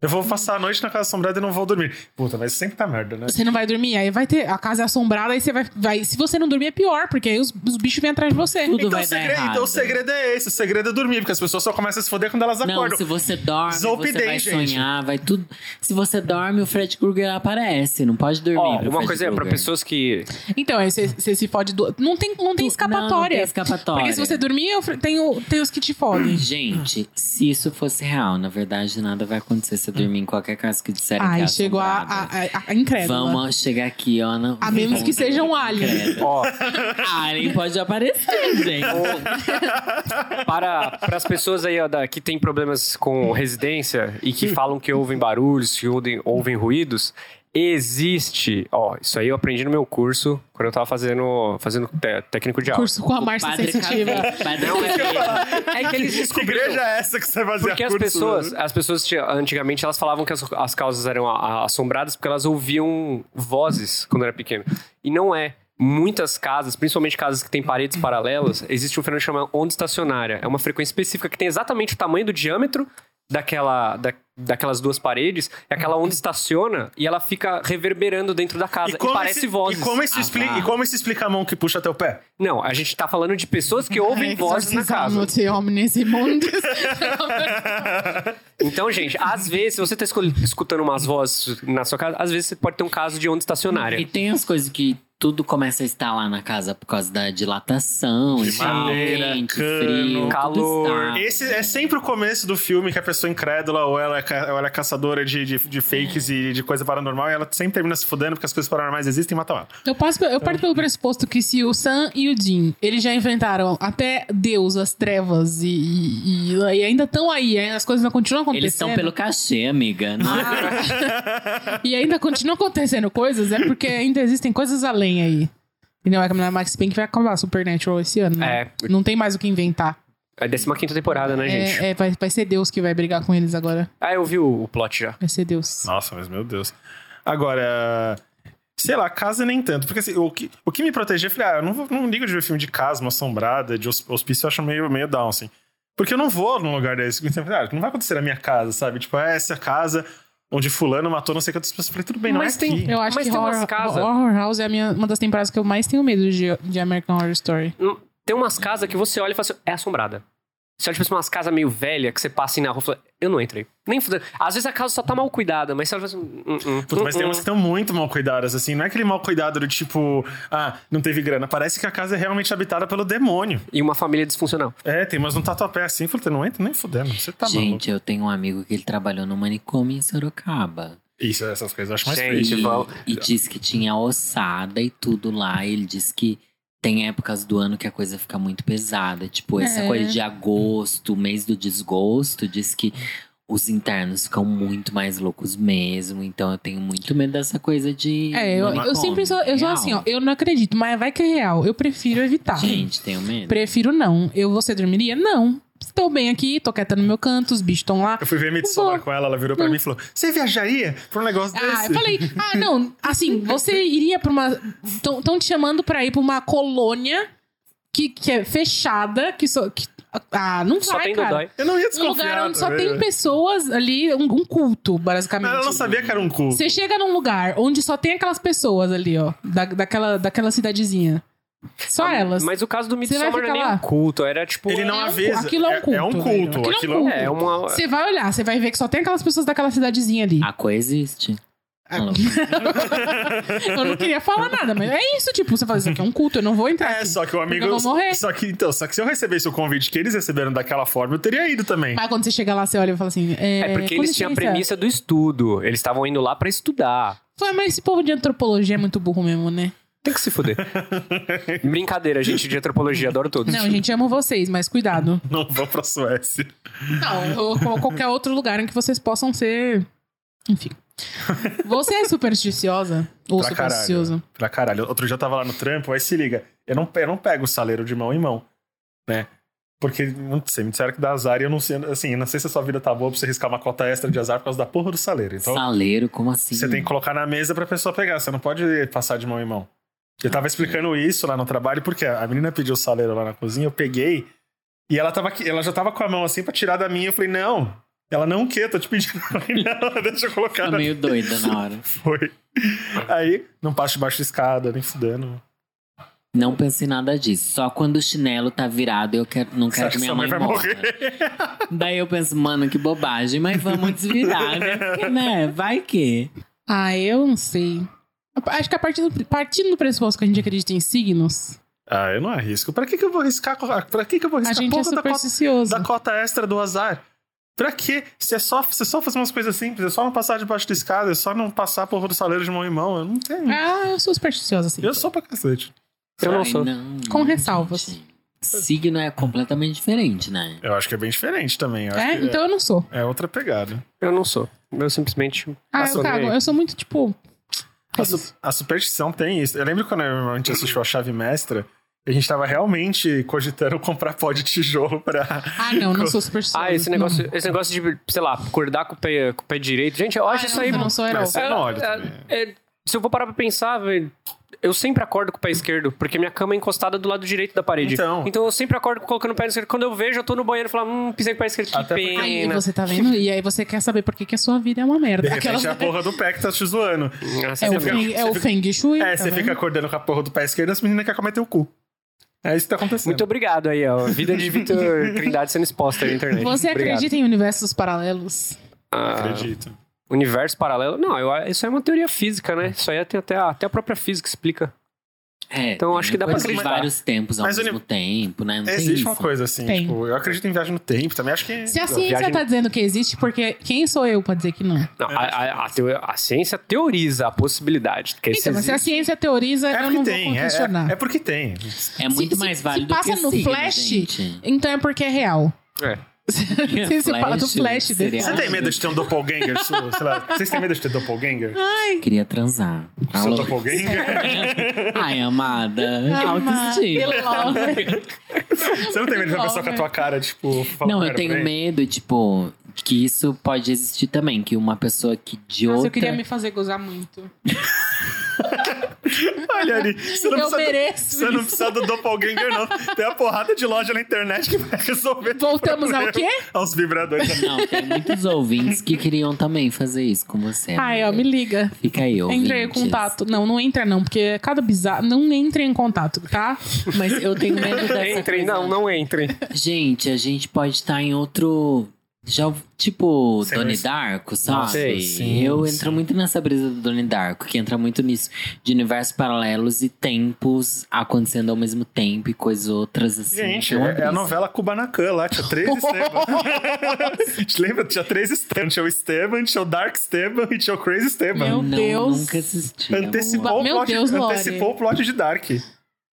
[SPEAKER 3] Eu vou passar a noite na casa assombrada e não vou dormir. Puta, mas sempre tá merda, né?
[SPEAKER 1] você não vai dormir. Aí vai ter. A casa é assombrada. Aí você vai. vai se você não dormir, é pior. Porque aí os, os bichos vêm atrás de você.
[SPEAKER 4] Tudo
[SPEAKER 3] Então
[SPEAKER 4] vai
[SPEAKER 3] o, segredo,
[SPEAKER 4] dar errado.
[SPEAKER 3] então o segredo é esse, o segredo é dormir, porque as pessoas só começam a se foder quando elas
[SPEAKER 4] Não,
[SPEAKER 3] acordam.
[SPEAKER 4] se você dorme,
[SPEAKER 3] Zolpidem,
[SPEAKER 4] você vai
[SPEAKER 3] gente.
[SPEAKER 4] sonhar, vai tudo. Se você dorme, o Fred Krueger aparece. Não pode dormir.
[SPEAKER 2] Ó,
[SPEAKER 4] pro
[SPEAKER 2] uma
[SPEAKER 4] Fred
[SPEAKER 2] coisa é, pra
[SPEAKER 4] Krueger.
[SPEAKER 2] pessoas que.
[SPEAKER 1] Então, aí você você se fode do. Não tem, não tem
[SPEAKER 4] Não, não
[SPEAKER 1] escapatória.
[SPEAKER 4] tem escapatória.
[SPEAKER 1] Porque se você dormir, eu fr- tem, o- tem os que te fodem.
[SPEAKER 4] Gente, se isso fosse real, na verdade nada vai acontecer se eu dormir em qualquer casa que disserem que é
[SPEAKER 1] Ai, chegou a, a,
[SPEAKER 4] assombrada.
[SPEAKER 1] a- a incrédula.
[SPEAKER 4] Vamos chegar aqui, ó. Não,
[SPEAKER 1] A menos que seja um alien.
[SPEAKER 2] Ó,
[SPEAKER 4] Alien pode aparecer, gente.
[SPEAKER 2] para as pessoas aí ó, da- que Hum. têm problemas com residência e que falam que ouvem barulhos, que ouvem, ouvem ruídos, Existe, ó, isso aí eu aprendi no meu curso, quando eu tava fazendo, fazendo té- técnico de aula.
[SPEAKER 1] Curso com a Márcia
[SPEAKER 4] Padre
[SPEAKER 1] Sensitiva.
[SPEAKER 4] Caveiras. Padre Caveiras.
[SPEAKER 2] É que eles
[SPEAKER 3] Que igreja é essa que você fazia
[SPEAKER 2] Porque as
[SPEAKER 3] curso,
[SPEAKER 2] pessoas,
[SPEAKER 3] né?
[SPEAKER 2] as pessoas tinham- antigamente elas falavam que as, as causas eram a- a- assombradas porque elas ouviam vozes quando era pequeno. E não é. Muitas casas, principalmente casas que têm paredes paralelas, existe um fenômeno chamado onda estacionária. É uma frequência específica que tem exatamente o tamanho do diâmetro daquela, da- daquelas duas paredes. E aquela onda estaciona e ela fica reverberando dentro da casa. E, parece
[SPEAKER 3] esse-
[SPEAKER 2] vozes.
[SPEAKER 3] E como, isso
[SPEAKER 4] Ah,
[SPEAKER 3] explica,
[SPEAKER 4] tá.
[SPEAKER 3] e como isso explica a mão que puxa teu pé?
[SPEAKER 2] Não, a gente tá falando de pessoas que ouvem vozes na casa.
[SPEAKER 1] Exorcizamo te omnes imundis.
[SPEAKER 2] Então, gente, às vezes, se você tá escol- escutando umas vozes na sua casa, às vezes você pode ter um caso de onda
[SPEAKER 4] E
[SPEAKER 2] estacionária.
[SPEAKER 4] tem as coisas que tudo começa a estalar na casa por causa da dilatação, de
[SPEAKER 3] madeira, cano,
[SPEAKER 4] frio, tudo
[SPEAKER 2] calor.
[SPEAKER 4] estala.
[SPEAKER 3] Esse é sempre o começo do filme que a pessoa é incrédula ou ela é, ca- ou ela é caçadora de, de- de fakes e de coisa paranormal e ela sempre termina se fudendo porque as coisas paranormais existem e matam ela.
[SPEAKER 1] Eu, passo, eu parto pelo pressuposto que se o Sam e o Jim, eles já inventaram até Deus, as trevas e, e- e- e ainda estão aí, ainda as coisas ainda continuam tá acontecendo. Ah,
[SPEAKER 4] Eles estão pelo cachê, amiga. Não é?
[SPEAKER 1] E ainda continuam acontecendo coisas, é porque ainda existem coisas além aí. E não é que a Max Pink vai acabar Supernatural esse ano, né?
[SPEAKER 2] É,
[SPEAKER 1] Não tem mais o que inventar.
[SPEAKER 2] é a 15 temporada, né, gente?
[SPEAKER 1] É, é, vai, vai ser Deus que vai brigar com eles agora.
[SPEAKER 2] Ah, eu vi o, o plot já.
[SPEAKER 1] Vai ser Deus.
[SPEAKER 3] Nossa, mas meu Deus. Agora, sei lá, casa nem tanto. Porque assim, o, que, o que me protegia, eu falei, ah, eu não, vou- não ligo de ver filme de casma assombrada, de hos- hospício, eu acho meio, meio down, assim. Porque eu não vou num lugar desse. Eu falei, ah, não vai acontecer na minha casa, sabe? Tipo, ah, essa é a casa onde fulano matou não sei quantas pessoas. Eu falei, tudo bem, não
[SPEAKER 2] Mas
[SPEAKER 3] é
[SPEAKER 2] tem-
[SPEAKER 3] aqui.
[SPEAKER 1] Eu acho
[SPEAKER 2] Mas
[SPEAKER 1] que
[SPEAKER 2] tem umas
[SPEAKER 1] Horror,
[SPEAKER 2] casas-
[SPEAKER 1] Horror House é a minha, uma das temporadas que eu mais tenho medo de, de American Horror Story.
[SPEAKER 2] Hum, Tem umas casas que você olha e fala assim, é assombrada. Você olha, tipo, assim, umas casas meio velha que você passa assim na rua e fala, eu não entrei. Nem fudendo. Às vezes a casa só tá mal cuidada, mas você olha e fala assim, hum, hum,
[SPEAKER 3] Puta, mas
[SPEAKER 2] hum,
[SPEAKER 3] tem
[SPEAKER 2] hum.
[SPEAKER 3] umas que estão muito mal cuidadas, assim. Não é aquele mal cuidado do tipo, ah, não teve grana. Parece que a casa é realmente habitada pelo demônio.
[SPEAKER 2] E uma família disfuncional.
[SPEAKER 3] É, tem umas no tatuapé assim. Eu falei, não entra nem fudendo. Você tá maluco.
[SPEAKER 4] Gente, eu tenho um amigo que ele trabalhou no manicômio em Sorocaba.
[SPEAKER 3] Isso, essas coisas eu acho mais
[SPEAKER 2] Gente,
[SPEAKER 3] triste.
[SPEAKER 4] E,
[SPEAKER 2] val-
[SPEAKER 4] e diz que tinha ossada e tudo lá. E ele diz que tem épocas do ano que a coisa fica muito pesada. Tipo, essa
[SPEAKER 1] É.
[SPEAKER 4] coisa de agosto, mês do desgosto, diz que os internos ficam muito mais loucos mesmo. Então eu tenho muito medo dessa coisa de.
[SPEAKER 1] É, eu, eu
[SPEAKER 4] manicômio,
[SPEAKER 1] sempre sou, eu sou
[SPEAKER 4] real.
[SPEAKER 1] assim, ó. Eu não acredito, mas vai que é real. Eu prefiro evitar.
[SPEAKER 4] Gente, tenho medo.
[SPEAKER 1] Prefiro não. Eu, você dormiria? Não. Estou bem aqui, tô quieta no meu canto, os bichos estão lá.
[SPEAKER 3] Eu fui ver Midsommar
[SPEAKER 1] Vou.
[SPEAKER 3] com ela, ela virou pra mim e falou: Você viajaria pra um negócio desse?
[SPEAKER 1] Ah, eu falei, ah, não, assim, você iria pra uma. Estão te chamando pra ir pra uma colônia que, que é fechada, que só. Que, ah, não
[SPEAKER 2] Só
[SPEAKER 1] vai,
[SPEAKER 2] tem
[SPEAKER 1] cara.
[SPEAKER 2] Dodói.
[SPEAKER 3] Eu não ia
[SPEAKER 1] Um
[SPEAKER 3] desconfiar.
[SPEAKER 1] lugar onde só
[SPEAKER 3] também,
[SPEAKER 1] tem
[SPEAKER 3] né?
[SPEAKER 1] pessoas ali, um, um culto, basicamente.
[SPEAKER 3] Ela não sabia que era um cu.
[SPEAKER 1] Você chega num lugar onde só tem aquelas pessoas ali, ó. Da, daquela, daquela cidadezinha. Só elas.
[SPEAKER 2] Ah, Mas o caso do
[SPEAKER 1] Você vai
[SPEAKER 2] Midsommar não é
[SPEAKER 1] ficar
[SPEAKER 2] nem
[SPEAKER 1] lá?
[SPEAKER 2] um culto, era tipo...
[SPEAKER 3] Ele
[SPEAKER 1] É
[SPEAKER 3] não
[SPEAKER 1] um cu-
[SPEAKER 3] avisa.
[SPEAKER 1] aquilo é um culto,
[SPEAKER 3] É, um
[SPEAKER 1] velho. Aquilo
[SPEAKER 3] culto.
[SPEAKER 1] é um
[SPEAKER 3] Aquilo é
[SPEAKER 1] culto.
[SPEAKER 2] É, uma...
[SPEAKER 1] Você vai olhar, você vai ver que só tem aquelas pessoas daquela cidadezinha ali.
[SPEAKER 4] A coisa existe. Alô.
[SPEAKER 1] Eu não queria falar nada, mas é isso, tipo, você fala, isso aqui é um culto, eu não vou entrar.
[SPEAKER 3] É,
[SPEAKER 1] aqui.
[SPEAKER 3] só que o amigo.
[SPEAKER 1] Porque eu vou morrer.
[SPEAKER 3] Só que, então, só que se eu recebesse o convite que eles receberam daquela forma, eu teria ido também.
[SPEAKER 1] Aí quando você chega lá, você olha e fala assim. É,
[SPEAKER 2] É porque
[SPEAKER 1] com
[SPEAKER 2] eles tinham a
[SPEAKER 1] licença.
[SPEAKER 2] premissa do estudo. Eles estavam indo lá pra estudar.
[SPEAKER 1] Foi, mas esse povo de antropologia é muito burro mesmo, né?
[SPEAKER 2] Tem que se fuder. Brincadeira, gente, de antropologia, adoro todos.
[SPEAKER 1] Não, gente, amo vocês, mas cuidado.
[SPEAKER 3] Não vou pra Suécia.
[SPEAKER 1] Não, ou qual- qualquer outro lugar em que vocês possam ser. Enfim. Você é supersticiosa? Ou
[SPEAKER 3] pra
[SPEAKER 1] supersticioso?
[SPEAKER 3] caralho. né? Pra caralho. Outro dia eu tava lá no trampo, aí se liga. Eu não, eu não pego o saleiro de mão em mão, né? Porque, não sei, me disseram que dá azar e eu não sei, assim, eu não sei se a sua vida tá boa pra você riscar uma cota extra de azar por causa da porra do saleiro. Então,
[SPEAKER 4] Saleiro, como assim?
[SPEAKER 3] Você tem que colocar na mesa pra pessoa pegar. Você não pode passar de mão em mão. Eu
[SPEAKER 4] Ah,
[SPEAKER 3] tava explicando isso lá no trabalho, porque a menina pediu o saleiro lá na cozinha, eu peguei. E ela, tava, aqui- ela já tava com a mão assim pra tirar da minha. Eu falei, não. Ela, não o quê? Tô te pedindo. Eu falei, não, deixa eu colocar.
[SPEAKER 4] Tô
[SPEAKER 3] na-
[SPEAKER 4] meio doida na hora.
[SPEAKER 3] Foi. Aí, não passo debaixo da escada, nem fudendo.
[SPEAKER 4] Não penso em nada disso. Só quando o chinelo tá virado, eu quero, não
[SPEAKER 3] Você
[SPEAKER 4] quero
[SPEAKER 3] acha
[SPEAKER 4] que
[SPEAKER 3] que sua
[SPEAKER 4] minha mãe,
[SPEAKER 3] mãe
[SPEAKER 4] né?
[SPEAKER 3] vai
[SPEAKER 4] morra.
[SPEAKER 3] morrer?
[SPEAKER 4] Daí eu penso, mano, que bobagem, mas vamos desvirar, né? Porque, né? Vai que.
[SPEAKER 1] Ah, eu não sei. Acho que a partir do, partindo do pressuposto que a gente acredita em signos,
[SPEAKER 3] Ah, eu não arrisco. Pra que que eu vou arriscar? co- Pra que que eu vou
[SPEAKER 1] a
[SPEAKER 3] arriscar
[SPEAKER 1] gente é
[SPEAKER 3] porra tá da cota
[SPEAKER 1] supersticioso.
[SPEAKER 3] da cota extra do azar. Pra quê? Se é só, se é só fazer umas coisas simples, é só não passar debaixo da escada, é só não passar a porra do saleiro de mão em mão. Eu não tenho.
[SPEAKER 1] Ah, eu sou supersticiosa, sim.
[SPEAKER 3] Eu sou pra cacete.
[SPEAKER 2] Eu não
[SPEAKER 4] Ai,
[SPEAKER 2] sou.
[SPEAKER 4] não,
[SPEAKER 1] Com
[SPEAKER 4] não,
[SPEAKER 1] ressalvas.
[SPEAKER 4] gente. Signo é completamente diferente, né?
[SPEAKER 3] Eu acho que é bem diferente também. Eu acho
[SPEAKER 1] É?
[SPEAKER 3] que
[SPEAKER 1] Então eu não sou.
[SPEAKER 3] é, é outra pegada.
[SPEAKER 2] Eu não sou. Eu simplesmente...
[SPEAKER 1] Ah, eu
[SPEAKER 2] passou nem
[SPEAKER 1] cago.
[SPEAKER 2] aí.
[SPEAKER 1] Eu sou muito, tipo,
[SPEAKER 3] A, su- a superstição tem isso. Eu lembro quando a gente assistiu a Chave Mestra, a gente tava realmente cogitando comprar pó de tijolo pra.
[SPEAKER 1] Ah, não, não sou supersticiosa.
[SPEAKER 2] Ah, esse negócio, esse negócio de, sei lá, acordar com o pé, com o pé direito. Gente, eu acho
[SPEAKER 1] Ah,
[SPEAKER 2] isso
[SPEAKER 1] não,
[SPEAKER 2] aí.
[SPEAKER 1] eu não sou herói.
[SPEAKER 3] Mas você não olha também.
[SPEAKER 2] é- é- se eu for parar pra pensar, velho, eu sempre acordo com o pé esquerdo, porque minha cama é encostada do lado direito da parede.
[SPEAKER 3] Então.
[SPEAKER 2] eu sempre acordo colocando o pé esquerdo. Quando eu vejo, eu tô no banheiro e falo, hum, pisei com o pé esquerdo, que
[SPEAKER 3] Até porque-
[SPEAKER 2] pena.
[SPEAKER 1] Aí você tá vendo? E aí você quer saber por que, que a sua vida é uma merda.
[SPEAKER 3] De repente é a porra do pé que tá te zoando.
[SPEAKER 2] Nossa,
[SPEAKER 1] É o,
[SPEAKER 2] você fica-
[SPEAKER 1] feng, é o Feng Shui.
[SPEAKER 3] É,
[SPEAKER 1] tá
[SPEAKER 3] você
[SPEAKER 1] vendo?
[SPEAKER 3] fica acordando com a porra do pé esquerdo e as meninas querem comer teu cu. É isso que tá acontecendo.
[SPEAKER 2] Muito obrigado aí, ó. Vida de Vitor Trindade sendo exposta aí na internet.
[SPEAKER 1] Você
[SPEAKER 2] Obrigado.
[SPEAKER 1] acredita em universos paralelos?
[SPEAKER 2] Ah,
[SPEAKER 3] Acredito.
[SPEAKER 2] universo paralelo? Não, eu- isso aí é uma teoria física, né? Isso aí tem até, a- até a própria física explica.
[SPEAKER 4] É,
[SPEAKER 2] Então,
[SPEAKER 4] tem
[SPEAKER 2] acho que dá pra
[SPEAKER 4] coisas de
[SPEAKER 2] acreditar.
[SPEAKER 4] vários tempos ao
[SPEAKER 3] Mas ele-
[SPEAKER 4] mesmo tempo, né? Não tem
[SPEAKER 3] Existe
[SPEAKER 4] isso.
[SPEAKER 3] uma coisa assim,
[SPEAKER 1] Tem.
[SPEAKER 3] tipo, eu acredito em viagem no tempo também, acho que.
[SPEAKER 1] Se a
[SPEAKER 2] Não,
[SPEAKER 1] ciência
[SPEAKER 2] viagem-
[SPEAKER 1] tá dizendo que existe, porque quem sou eu pra dizer que não? Então,
[SPEAKER 2] Não, a, a- a teo- a ciência teoriza a possibilidade. Que
[SPEAKER 1] Então, mas se a
[SPEAKER 2] existe.
[SPEAKER 1] ciência teoriza, eu
[SPEAKER 3] É
[SPEAKER 1] não
[SPEAKER 3] porque tem,
[SPEAKER 1] vou
[SPEAKER 3] é,
[SPEAKER 1] questionar.
[SPEAKER 3] é, é porque tem.
[SPEAKER 4] É muito
[SPEAKER 1] se-
[SPEAKER 4] mais
[SPEAKER 1] se
[SPEAKER 4] válido
[SPEAKER 1] passa
[SPEAKER 4] que
[SPEAKER 1] no
[SPEAKER 4] signo,
[SPEAKER 1] Flash,
[SPEAKER 4] gente.
[SPEAKER 1] Então é porque é real.
[SPEAKER 2] É.
[SPEAKER 1] se você fala do Flash dele.
[SPEAKER 3] Você
[SPEAKER 4] Ai,
[SPEAKER 3] tem medo de ter um doppelganger? sua? Sei lá, vocês têm medo de ter doppelganger?
[SPEAKER 4] Queria transar.
[SPEAKER 3] Seu
[SPEAKER 1] Ah,
[SPEAKER 4] Alô?
[SPEAKER 3] doppelganger?
[SPEAKER 4] Ai, amada.
[SPEAKER 1] Calma,
[SPEAKER 4] Autoestima.
[SPEAKER 1] pelo amor.
[SPEAKER 3] Você não tem medo de ver a pessoa com a
[SPEAKER 1] né?
[SPEAKER 3] tua cara, tipo, falando,
[SPEAKER 4] Não, eu
[SPEAKER 3] "Pera,
[SPEAKER 4] tenho
[SPEAKER 3] peraí"?
[SPEAKER 4] medo, tipo, que isso pode existir também. Que uma pessoa que de
[SPEAKER 1] Nossa, eu
[SPEAKER 4] outra...
[SPEAKER 1] queria me fazer gozar muito.
[SPEAKER 3] Olha ali, você não,
[SPEAKER 1] Eu
[SPEAKER 3] precisa,
[SPEAKER 1] mereço
[SPEAKER 3] você não
[SPEAKER 1] isso.
[SPEAKER 3] precisa do doppelganger, não. Tem uma porrada de loja na internet que vai resolver. teu
[SPEAKER 1] Voltamos ao
[SPEAKER 3] problema.
[SPEAKER 1] quê?
[SPEAKER 3] Aos vibradores.
[SPEAKER 4] Não, tem muitos ouvintes que queriam também fazer isso com você.
[SPEAKER 1] Ai, ó,
[SPEAKER 4] É, amiga.
[SPEAKER 1] me liga.
[SPEAKER 4] Fica aí, ouvintes.
[SPEAKER 1] Entrei um em contato. Não, não entra não, porque é cada bizarro. Não entre em contato, tá?
[SPEAKER 4] Mas eu tenho medo dessa
[SPEAKER 2] É. Entrem,
[SPEAKER 4] coisa.
[SPEAKER 2] não, não entrem.
[SPEAKER 4] Gente, a gente pode estar em outro. Já, ouvi- tipo,
[SPEAKER 3] Você
[SPEAKER 4] Doni
[SPEAKER 3] não-
[SPEAKER 4] Darko, sabe?
[SPEAKER 2] Sei,
[SPEAKER 3] sim,
[SPEAKER 4] eu
[SPEAKER 3] sim.
[SPEAKER 4] entro muito nessa brisa do Doni Darko, que entra muito nisso de universos paralelos e tempos acontecendo ao mesmo tempo e coisas outras assim.
[SPEAKER 3] Gente,
[SPEAKER 4] é uma
[SPEAKER 3] é, é a
[SPEAKER 4] brisa.
[SPEAKER 3] novela Kubanacan lá, tinha três Esteban. Lembra? Tinha três Esteban. Tinha o Esteban, tinha o Dark Esteban e tinha o Crazy Esteban.
[SPEAKER 1] Meu
[SPEAKER 4] Não,
[SPEAKER 1] Deus.
[SPEAKER 4] Nunca assisti. amor.
[SPEAKER 3] Antecipou,
[SPEAKER 1] Meu
[SPEAKER 3] o plot,
[SPEAKER 1] Deus, Lore.
[SPEAKER 3] antecipou o plot de Dark.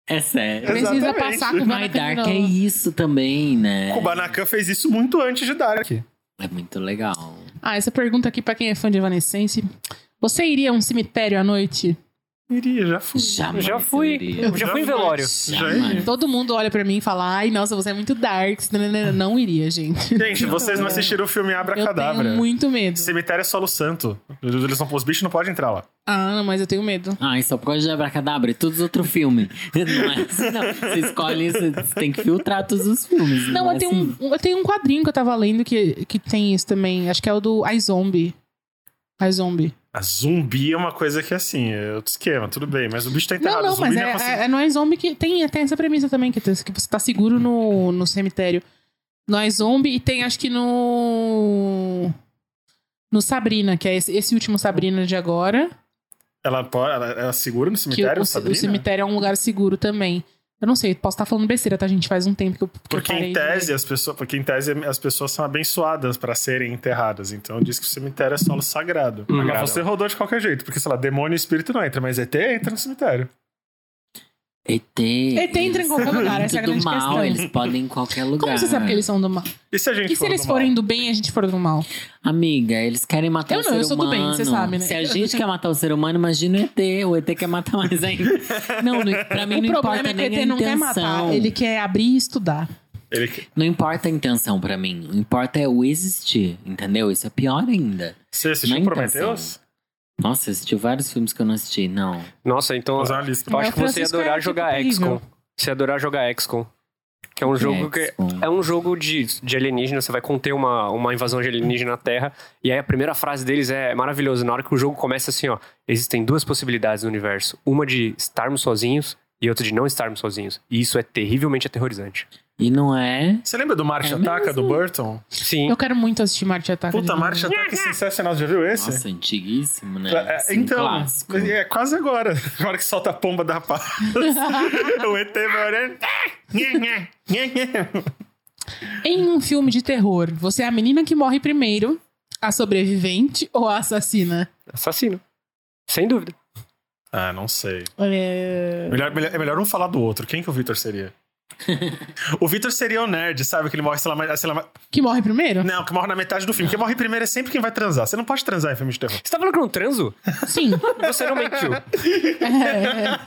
[SPEAKER 4] É sério.
[SPEAKER 1] Precisa
[SPEAKER 3] Exatamente.
[SPEAKER 1] passar com o
[SPEAKER 4] My
[SPEAKER 1] Banacan
[SPEAKER 4] Dark
[SPEAKER 1] de
[SPEAKER 4] é
[SPEAKER 1] novo.
[SPEAKER 4] isso também,
[SPEAKER 2] É.
[SPEAKER 4] né?
[SPEAKER 3] Kubanacan fez isso muito antes de Dark.
[SPEAKER 4] É muito legal.
[SPEAKER 1] Ah, essa pergunta aqui pra quem é fã de Evanescence. Você iria a um cemitério à noite?
[SPEAKER 3] Iria, já fui.
[SPEAKER 4] Jamais
[SPEAKER 2] Já fui.
[SPEAKER 4] iria.
[SPEAKER 2] Já fui em velório.
[SPEAKER 3] Já iria.
[SPEAKER 1] Todo mundo olha pra mim e fala: Ai, nossa, você é muito dark. Não iria, gente.
[SPEAKER 3] Gente, vocês não assistiram o filme Abra
[SPEAKER 1] Eu
[SPEAKER 3] Cadabra.
[SPEAKER 1] tenho muito medo.
[SPEAKER 3] Cemitério é solo santo. Eles não, os bichos não podem entrar lá.
[SPEAKER 1] Ah, mas eu tenho medo.
[SPEAKER 4] Ai, só por causa de Abracadabra e todos os outros filmes. Não é assim, não. Você escolhe, você tem que filtrar todos os filmes.
[SPEAKER 1] Não,
[SPEAKER 4] é
[SPEAKER 1] eu tenho,
[SPEAKER 4] assim.
[SPEAKER 1] um, eu tenho um quadrinho que eu tava lendo que, que tem isso também. Acho que é o do iZombie. iZombie.
[SPEAKER 3] A zumbi é uma coisa que, assim, é outro esquema, tudo bem. Mas o bicho tá
[SPEAKER 1] Não,
[SPEAKER 3] enterrado. o
[SPEAKER 1] não,
[SPEAKER 3] zumbi
[SPEAKER 1] mas
[SPEAKER 3] não
[SPEAKER 1] é,
[SPEAKER 3] ia conseguir-
[SPEAKER 1] é, é no iZombie que tem, tem essa premissa também, que, que você tá seguro no, no cemitério. No iZombie e tem, acho que no... No Sabrina, que é esse, esse último Sabrina de agora.
[SPEAKER 3] Ela, pode, ela, ela segura no
[SPEAKER 1] Que
[SPEAKER 3] cemitério,
[SPEAKER 1] o, o,
[SPEAKER 3] Sabrina?
[SPEAKER 1] cemitério é um lugar seguro também. Eu não sei, posso estar falando besteira, tá, gente? Faz um tempo que eu, que eu
[SPEAKER 3] Porque
[SPEAKER 1] parei
[SPEAKER 3] em,
[SPEAKER 1] de ler.
[SPEAKER 3] tese, as pessoas, porque em tese as pessoas são abençoadas pra serem enterradas. Então diz que o cemitério é solo sagrado.
[SPEAKER 2] Hum.
[SPEAKER 3] Agora você rodou de qualquer jeito, porque, sei lá, demônio e espírito não entra, mas ET entra no cemitério.
[SPEAKER 4] ET.
[SPEAKER 1] ET entra em qualquer lugar, essa é a grande
[SPEAKER 4] do mal,
[SPEAKER 1] questão.
[SPEAKER 4] eles podem ir em qualquer lugar.
[SPEAKER 1] Como você sabe que eles são do mal?
[SPEAKER 3] E se a gente
[SPEAKER 1] E se
[SPEAKER 3] for
[SPEAKER 1] eles
[SPEAKER 3] do mal?
[SPEAKER 1] forem do bem e a gente for do mal?
[SPEAKER 4] Amiga, eles querem matar
[SPEAKER 1] Eu
[SPEAKER 4] o
[SPEAKER 1] não,
[SPEAKER 4] ser
[SPEAKER 1] eu sou do
[SPEAKER 4] humano.
[SPEAKER 1] bem, você sabe, né?
[SPEAKER 4] Se a gente quer matar o ser humano, imagina o ET. O ET quer matar mais ainda. Não, não pra mim
[SPEAKER 1] o
[SPEAKER 4] não
[SPEAKER 1] problema
[SPEAKER 4] importa
[SPEAKER 1] é que o
[SPEAKER 4] nem
[SPEAKER 1] ET
[SPEAKER 4] a
[SPEAKER 1] não
[SPEAKER 4] intenção.
[SPEAKER 1] quer matar, ele quer abrir e estudar.
[SPEAKER 3] Ele-
[SPEAKER 4] Não importa a intenção pra mim. O que importa é o existir, entendeu? Isso é pior ainda.
[SPEAKER 3] Você assistiu
[SPEAKER 4] Na
[SPEAKER 3] Prometheus?
[SPEAKER 4] Nossa, eu assisti vários filmes que eu não assisti. Não.
[SPEAKER 2] Nossa, então
[SPEAKER 3] Vamos fazer uma lista.
[SPEAKER 2] eu
[SPEAKER 1] Mas
[SPEAKER 2] acho que você ia
[SPEAKER 1] Francisco é
[SPEAKER 2] adorar
[SPEAKER 1] um tipo
[SPEAKER 2] jogar
[SPEAKER 1] terrível.
[SPEAKER 2] XCOM. Você ia adorar jogar XCOM. Que é um jogo que.
[SPEAKER 4] XCOM.
[SPEAKER 2] É um jogo de, de alienígena, você vai conter uma, uma invasão de alienígena na Terra. E aí a primeira frase deles é maravilhosa. Na hora que o jogo começa assim, ó. Existem duas possibilidades no universo. Uma de estarmos sozinhos e outra de não estarmos sozinhos. E isso é terrivelmente aterrorizante.
[SPEAKER 4] E não é.
[SPEAKER 3] Você lembra do Marcha
[SPEAKER 4] É
[SPEAKER 3] Ataca, do Burton?
[SPEAKER 2] Sim.
[SPEAKER 1] Eu quero muito assistir Marte Ataca. de
[SPEAKER 3] Puta,
[SPEAKER 1] novo.
[SPEAKER 3] Marcha Ataca é sensacional, já viu esse?
[SPEAKER 4] Nossa, antiguíssimo, né?
[SPEAKER 3] É,
[SPEAKER 4] Assim,
[SPEAKER 3] então,
[SPEAKER 4] clássico.
[SPEAKER 3] mas é quase agora. Agora que solta a pomba da rapaz. o ET vai olhando.
[SPEAKER 1] Em um filme de terror, você é a menina que morre primeiro, a sobrevivente ou a assassina?
[SPEAKER 2] Assassino. Sem dúvida.
[SPEAKER 3] ah, não sei.
[SPEAKER 1] É...
[SPEAKER 3] é Melhor, melhor- é melhor um falar do outro. Quem que o Victor seria? O Victor seria o nerd, sabe? Que ele morre, sei lá, mas- sei lá, mas-
[SPEAKER 1] Que morre primeiro?
[SPEAKER 3] Não, que morre na metade do filme. Quem morre primeiro é sempre quem vai transar. Você não pode transar em filme de terror.
[SPEAKER 2] Você tá falando que eu não transo?
[SPEAKER 1] Sim.
[SPEAKER 2] Você não mentiu.
[SPEAKER 1] É.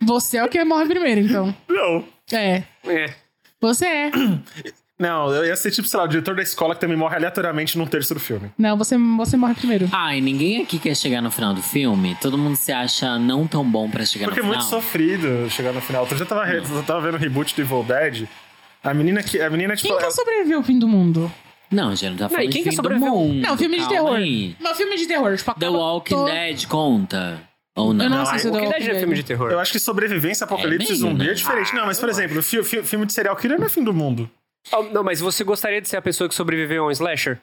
[SPEAKER 1] Você é o que morre primeiro, então.
[SPEAKER 3] Não.
[SPEAKER 1] É.
[SPEAKER 2] É.
[SPEAKER 1] Você é.
[SPEAKER 3] Não, eu ia ser tipo, sei lá, o diretor da escola que também morre aleatoriamente num terço do filme.
[SPEAKER 1] Não, você, você morre primeiro.
[SPEAKER 4] Ai, ninguém aqui quer chegar no final do filme. Todo mundo se acha não tão bom pra chegar
[SPEAKER 3] Porque é
[SPEAKER 4] no final.
[SPEAKER 3] muito sofrido chegar no final. Eu já tava, re- eu tava vendo o reboot do Evil Dead. A menina que. A menina, tipo.
[SPEAKER 1] Quem que é sobreviveu ao fim do mundo?
[SPEAKER 4] Não, já não tá falando
[SPEAKER 2] e quem que
[SPEAKER 4] de fim do
[SPEAKER 2] sobreviveu?
[SPEAKER 4] mundo.
[SPEAKER 1] Não, é um filme de
[SPEAKER 4] calma
[SPEAKER 1] terror.
[SPEAKER 4] aí.
[SPEAKER 1] Não, filme de terror. Tipo,
[SPEAKER 4] The
[SPEAKER 1] acaba
[SPEAKER 4] Walking
[SPEAKER 1] todo-
[SPEAKER 4] Dead conta. Ou não?
[SPEAKER 1] Eu não,
[SPEAKER 3] Não,
[SPEAKER 1] assisto
[SPEAKER 2] O
[SPEAKER 1] The
[SPEAKER 2] que
[SPEAKER 1] Walking
[SPEAKER 2] é filme de
[SPEAKER 1] Dead.
[SPEAKER 2] terror?
[SPEAKER 3] Eu acho que sobrevivência, apocalipse
[SPEAKER 4] É,
[SPEAKER 3] e zumbi
[SPEAKER 4] meio,
[SPEAKER 3] é diferente.
[SPEAKER 4] né?
[SPEAKER 3] Não, mas, por exemplo, fi- fi- filme de serial killer não é fim do mundo.
[SPEAKER 2] Ah, Não, mas você gostaria de ser a pessoa que sobreviveu a um slasher?